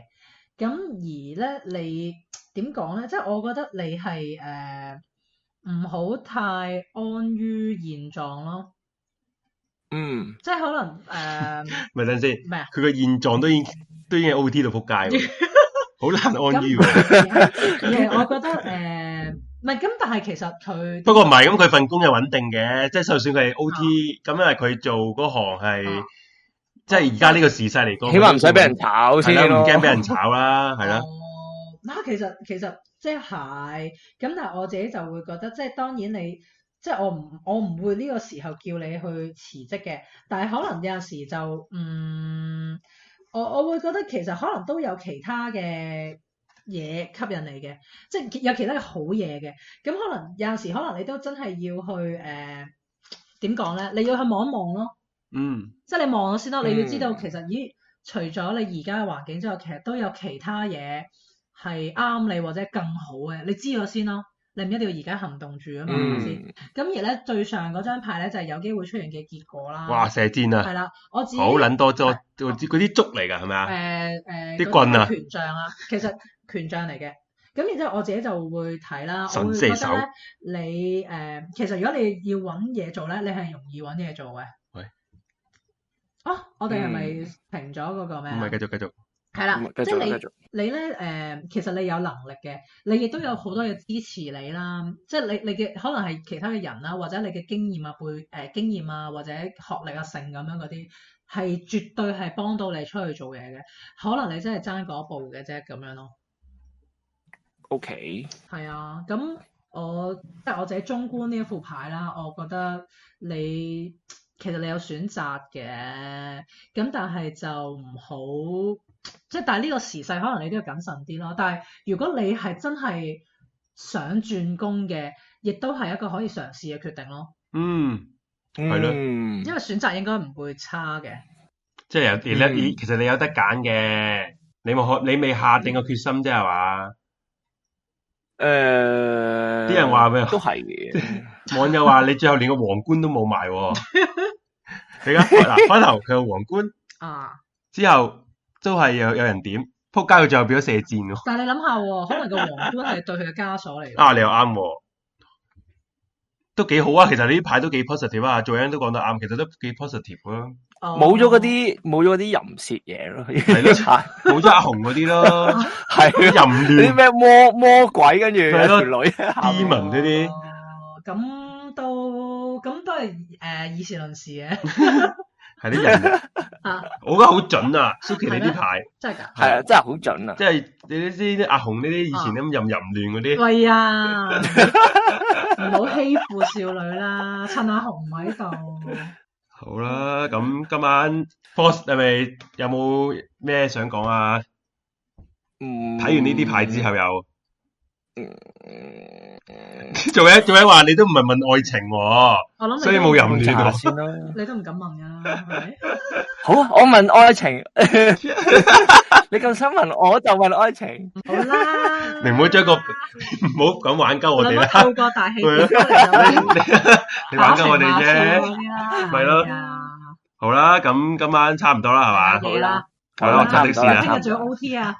[SPEAKER 2] 咁而咧你點講咧？即係我覺得你係誒唔好太安於現狀咯，
[SPEAKER 3] 嗯，
[SPEAKER 2] 即係可 能誒
[SPEAKER 1] 咪等陣先，
[SPEAKER 2] 咩啊？
[SPEAKER 1] 佢個現狀都已經都已經 O T 到仆街喎，好難
[SPEAKER 2] 咁
[SPEAKER 1] 安於
[SPEAKER 2] 唔
[SPEAKER 1] 喎。
[SPEAKER 2] 係嘅我覺得誒、呃唔係咁，但係其實佢
[SPEAKER 1] 不過唔係咁，佢份工係穩定嘅，即係就算佢係 O T，咁因為佢做嗰行係
[SPEAKER 2] 啊
[SPEAKER 1] 即係而家呢個時勢嚟講，
[SPEAKER 3] 起碼唔使俾人炒
[SPEAKER 1] 係
[SPEAKER 3] 先
[SPEAKER 1] 啦，唔
[SPEAKER 3] 咯。
[SPEAKER 1] 驚俾人炒 啦，係啦，
[SPEAKER 2] 哦，嗱，其實其實即係咁，但係我自己就會覺得，即係當然你即係我唔我唔會呢個時候叫你去辭職嘅，但係可能有陣時就嗯，我我會覺得其實可能都有其他嘅。嘢吸引你嘅，即係有其他嘅好嘢嘅。咁可能有陣時，可能你都真係要去誒點講咧？你要去望一望咯，
[SPEAKER 1] 嗯，
[SPEAKER 2] 即係你望咗先咯，你要知道
[SPEAKER 3] 嗯
[SPEAKER 2] 其實咦，除咗你而家嘅環境之外，其實都有其他嘢係啱你或者更好嘅，你知咗先咯。你唔一定要而家行動住啊嘛，係咪先？
[SPEAKER 3] 嗯，
[SPEAKER 2] 咁而咧最上嗰張牌咧就係、有機會出現嘅結果啦。
[SPEAKER 1] 哇，射箭啊，
[SPEAKER 2] 係啦，我自己
[SPEAKER 1] 好撚多咗，嗰啲竹嚟㗎係咪啊？
[SPEAKER 2] 誒誒
[SPEAKER 1] 啲棍啊
[SPEAKER 2] 權杖啊，其實權杖嚟嘅。咁然之後我自己就會睇啦，我
[SPEAKER 1] 神
[SPEAKER 2] 會
[SPEAKER 1] 射
[SPEAKER 2] 覺
[SPEAKER 1] 手
[SPEAKER 2] 得咧，你誒、呃其實如果你要揾嘢做咧，你係容易揾嘢做嘅。
[SPEAKER 1] 喂，
[SPEAKER 2] 啊，我哋係咪
[SPEAKER 3] 嗯
[SPEAKER 2] 停咗嗰個咩
[SPEAKER 1] 唔
[SPEAKER 2] 啊？
[SPEAKER 1] 係繼續繼續，
[SPEAKER 2] 係啦，
[SPEAKER 3] 啊繼
[SPEAKER 2] 即
[SPEAKER 3] 續
[SPEAKER 2] 係
[SPEAKER 3] 繼
[SPEAKER 2] 你
[SPEAKER 3] 續。
[SPEAKER 2] 你咧誒、呃其實你有能力嘅，你亦都有好多嘢支持你啦。即係你你嘅可能係其他嘅人啦，或者你嘅經驗啊、背誒、呃、經驗啊，或者學歷啊、性咁樣嗰啲，係絕對係幫到你出去做嘢嘅。可能你真係爭嗰一步嘅啫，咁樣咯。
[SPEAKER 3] O K，
[SPEAKER 2] 係啊，咁我即係我自己中觀呢一副牌啦，我覺得你其實你有選擇嘅，咁但係就唔好，即係但係呢個時勢可能你都要謹慎啲咯。但係如果你係真係想轉工嘅，亦都係一個可以嘗試嘅決定咯，
[SPEAKER 1] 嗯，係咯
[SPEAKER 2] 因
[SPEAKER 3] 咯，
[SPEAKER 2] 為選擇應該唔會差嘅。
[SPEAKER 1] 即係有你咧，
[SPEAKER 3] 嗯
[SPEAKER 1] 你其實你有得揀嘅，你冇可你未下定個決心啫係 嘛？
[SPEAKER 3] 诶，
[SPEAKER 1] 啲人話咩啊
[SPEAKER 3] 都係嘅，
[SPEAKER 1] 網友話你最後連個皇冠都冇埋喎， 你而家嗱開頭佢有皇冠，
[SPEAKER 2] 啊！
[SPEAKER 1] 之後都係有有人點，撲街佢最後變咗射箭喎，
[SPEAKER 2] 但係你諗下喎，可能個皇冠係對佢嘅枷鎖嚟嘅。
[SPEAKER 1] 啊你又啱喎，都幾好啊！其實呢啲牌都幾 positive 啊，做人都講得啱，其實都幾 positive 啊，
[SPEAKER 3] 冇咗嗰
[SPEAKER 2] 哦
[SPEAKER 3] 啲冇咗嗰啲淫褻嘢咯，
[SPEAKER 1] 係咯
[SPEAKER 3] 咯，
[SPEAKER 1] 冇咗阿紅嗰啲 咯，淫
[SPEAKER 3] 係咯
[SPEAKER 1] 亂
[SPEAKER 3] 啲咩魔魔鬼，跟住有
[SPEAKER 1] 係咯
[SPEAKER 3] 條女喺下面
[SPEAKER 1] demon 呢啲。
[SPEAKER 2] 哦咁都咁都係誒、呃以事論事嘅，
[SPEAKER 1] 係啲 人
[SPEAKER 2] 啊，
[SPEAKER 1] 我覺得好準啊！Suki 你啲牌，
[SPEAKER 2] 真係㗎。
[SPEAKER 3] 係啊，真係好準啊！
[SPEAKER 1] 即係你啲啲阿紅呢啲以前咁淫淫亂嗰啲，
[SPEAKER 2] 喂啊，唔好欺負少女啦，趁阿紅唔喺度。
[SPEAKER 1] 好啦，咁今晚 Force 係咪有冇咩想講啊？
[SPEAKER 3] 睇
[SPEAKER 1] 睇完呢啲牌之後又
[SPEAKER 3] 嗯，
[SPEAKER 1] 做嘢做嘢話你都唔係問愛情喎，
[SPEAKER 2] 我諗你
[SPEAKER 1] 所以
[SPEAKER 2] 都
[SPEAKER 1] 冇
[SPEAKER 2] 唔
[SPEAKER 1] 淫亂啊
[SPEAKER 3] 查下
[SPEAKER 1] 喎。
[SPEAKER 3] 先啦。
[SPEAKER 2] 你都唔敢問㗎啦，係咪？
[SPEAKER 3] 好啊，我問 愛情， 你咁想問我就問愛情。
[SPEAKER 2] 好啦，
[SPEAKER 1] 你唔好將 個唔好咁玩鳩我哋
[SPEAKER 2] 兩 個
[SPEAKER 1] 啦，
[SPEAKER 2] 透過大氣
[SPEAKER 1] 係咯
[SPEAKER 2] 電波嚟到
[SPEAKER 1] 你玩鳩我哋
[SPEAKER 2] 打情罵俏
[SPEAKER 1] 啫。
[SPEAKER 2] 嗰啲啦，
[SPEAKER 1] 咪咯
[SPEAKER 2] 係啊
[SPEAKER 1] 好啦，咁今晚差唔多啦，係嘛？
[SPEAKER 2] 好啦，
[SPEAKER 1] 好啦，我揸
[SPEAKER 2] 差
[SPEAKER 3] 唔
[SPEAKER 1] 的士
[SPEAKER 3] 多啦
[SPEAKER 2] 聽
[SPEAKER 1] 啦。
[SPEAKER 2] 日仲有 O T 啊，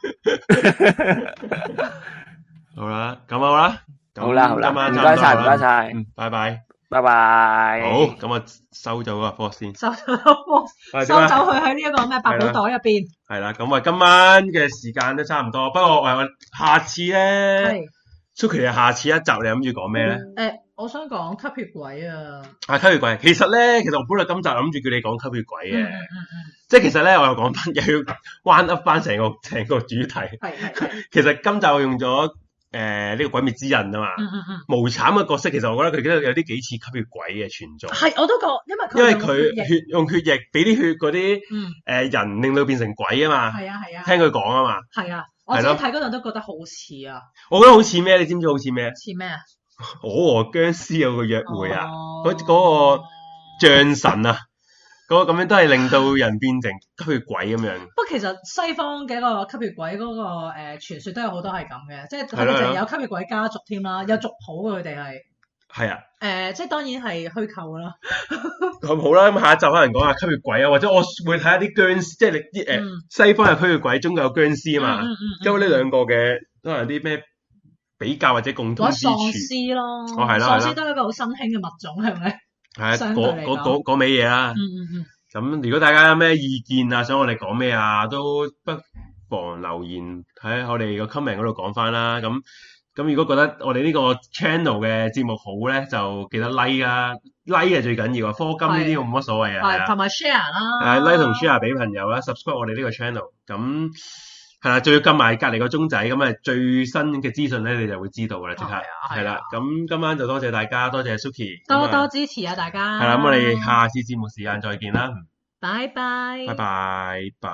[SPEAKER 1] 好啦，咁好啦，咁
[SPEAKER 3] 好啦好啦，
[SPEAKER 1] 今晚
[SPEAKER 3] 唔
[SPEAKER 1] 差多
[SPEAKER 3] 該晒，
[SPEAKER 1] 啦
[SPEAKER 3] 唔該，晒，
[SPEAKER 1] 嗯，拜拜。
[SPEAKER 3] 拜拜。
[SPEAKER 1] 好，咁我收咗個 Force 先。
[SPEAKER 2] 收 咗
[SPEAKER 1] 喂點
[SPEAKER 2] 收
[SPEAKER 1] 啊
[SPEAKER 2] 走佢喺呢一個咩百寶袋入邊，
[SPEAKER 1] 系啦，咁啊，今晚嘅時間都差唔多，不過我我下次咧
[SPEAKER 2] 係。
[SPEAKER 1] ，Suki 你下次一集你諗住講咩咧？
[SPEAKER 2] 誒、呃我想講吸血鬼啊，
[SPEAKER 1] 啊，吸血鬼，其實咧，其實我本來今集諗住叫你講吸血鬼
[SPEAKER 2] 嗯嗯
[SPEAKER 1] 嘅，
[SPEAKER 2] 嗯
[SPEAKER 1] 即係其實咧，我又講翻，又要彎 up 翻成個成個主題。
[SPEAKER 2] 嗯，係係係，
[SPEAKER 1] 其實今集我用咗呃诶呢個鬼滅之刃啊嘛，
[SPEAKER 2] 嗯嗯嗯，
[SPEAKER 1] 無慘嘅角色，其實我覺得佢都有啲幾似吸血鬼嘅存在，
[SPEAKER 2] 係我都覺，因為
[SPEAKER 1] 因為
[SPEAKER 2] 佢用血
[SPEAKER 1] 佢
[SPEAKER 2] 液，
[SPEAKER 1] 血用血液俾啲血嗰啲
[SPEAKER 2] 嗯，
[SPEAKER 1] 诶人令到變成鬼啊嘛，
[SPEAKER 2] 係啊係啊
[SPEAKER 1] 聽佢講啊嘛，
[SPEAKER 2] 係啊，我自己睇嗰陣都覺得好似啊，
[SPEAKER 1] 我覺得好似咩？你知唔知好似咩？
[SPEAKER 2] 似咩啊？
[SPEAKER 1] 我和僵屍有個約會啊！
[SPEAKER 2] 哦
[SPEAKER 1] 嗰嗰個象神啊，嗰、個咁樣都係令到人變成吸血鬼咁樣。
[SPEAKER 2] 不過其實西方嘅一個吸血鬼嗰、個誒、呃、傳說都有好多係咁嘅，即係
[SPEAKER 1] 係
[SPEAKER 2] 佢
[SPEAKER 1] 咯
[SPEAKER 2] 哋
[SPEAKER 1] 係咯
[SPEAKER 2] 就有吸血鬼家族添啦，有族啊譜嘅佢哋係
[SPEAKER 1] 係啊，
[SPEAKER 2] 誒，即係當然係虛構啦，
[SPEAKER 1] 咁好啦，咁下一集可能講下吸血鬼啊，或者我會睇下啲僵屍，即係你啲誒、
[SPEAKER 2] 嗯
[SPEAKER 1] 西方嘅吸血鬼，中國有僵屍啊
[SPEAKER 2] 嗯
[SPEAKER 1] 嘛。
[SPEAKER 2] 嗯嗯
[SPEAKER 1] 因為呢兩個嘅都係啲咩比較或者共
[SPEAKER 2] 或
[SPEAKER 1] 通
[SPEAKER 2] 者
[SPEAKER 1] 之
[SPEAKER 2] 喪
[SPEAKER 1] 處，
[SPEAKER 2] 屍咯，
[SPEAKER 1] 哦係啦係啦
[SPEAKER 2] 喪屍都係一個好新興嘅物種係咪？
[SPEAKER 1] 係啊，
[SPEAKER 2] 相
[SPEAKER 1] 嗰
[SPEAKER 2] 對嚟
[SPEAKER 1] 嗰
[SPEAKER 2] 講
[SPEAKER 1] 嗰嗰味嘢啦
[SPEAKER 2] 嗯。嗯嗯。
[SPEAKER 1] 咁如果大家有咩意見啊，想我哋講咩啊，都不妨留言喺我哋個 comment 嗰度講翻啦。咁咁如果覺得我哋呢個 channel 嘅節目好咧，就記得 like 啊，like 係最緊要啊，科金呢啲冇乜所謂啊，係
[SPEAKER 2] 係
[SPEAKER 1] 啊
[SPEAKER 2] 同埋 share 啦，
[SPEAKER 1] 誒 like 同 share 俾朋友啦，subscribe 啊我哋呢個 channel，咁係啦，仲要撳埋隔離個鐘仔，咁啊最新嘅資訊咧，你就會知道噶啦，即刻
[SPEAKER 2] 係啊係啊
[SPEAKER 1] 係啦。咁今晚就多謝大家，多謝 Suki，
[SPEAKER 2] 多
[SPEAKER 1] 咁啊
[SPEAKER 2] 多支持啊大家。
[SPEAKER 1] 係啦。咁我哋下次節目時間再見啦，
[SPEAKER 2] 拜拜
[SPEAKER 1] 嗯拜。拜拜。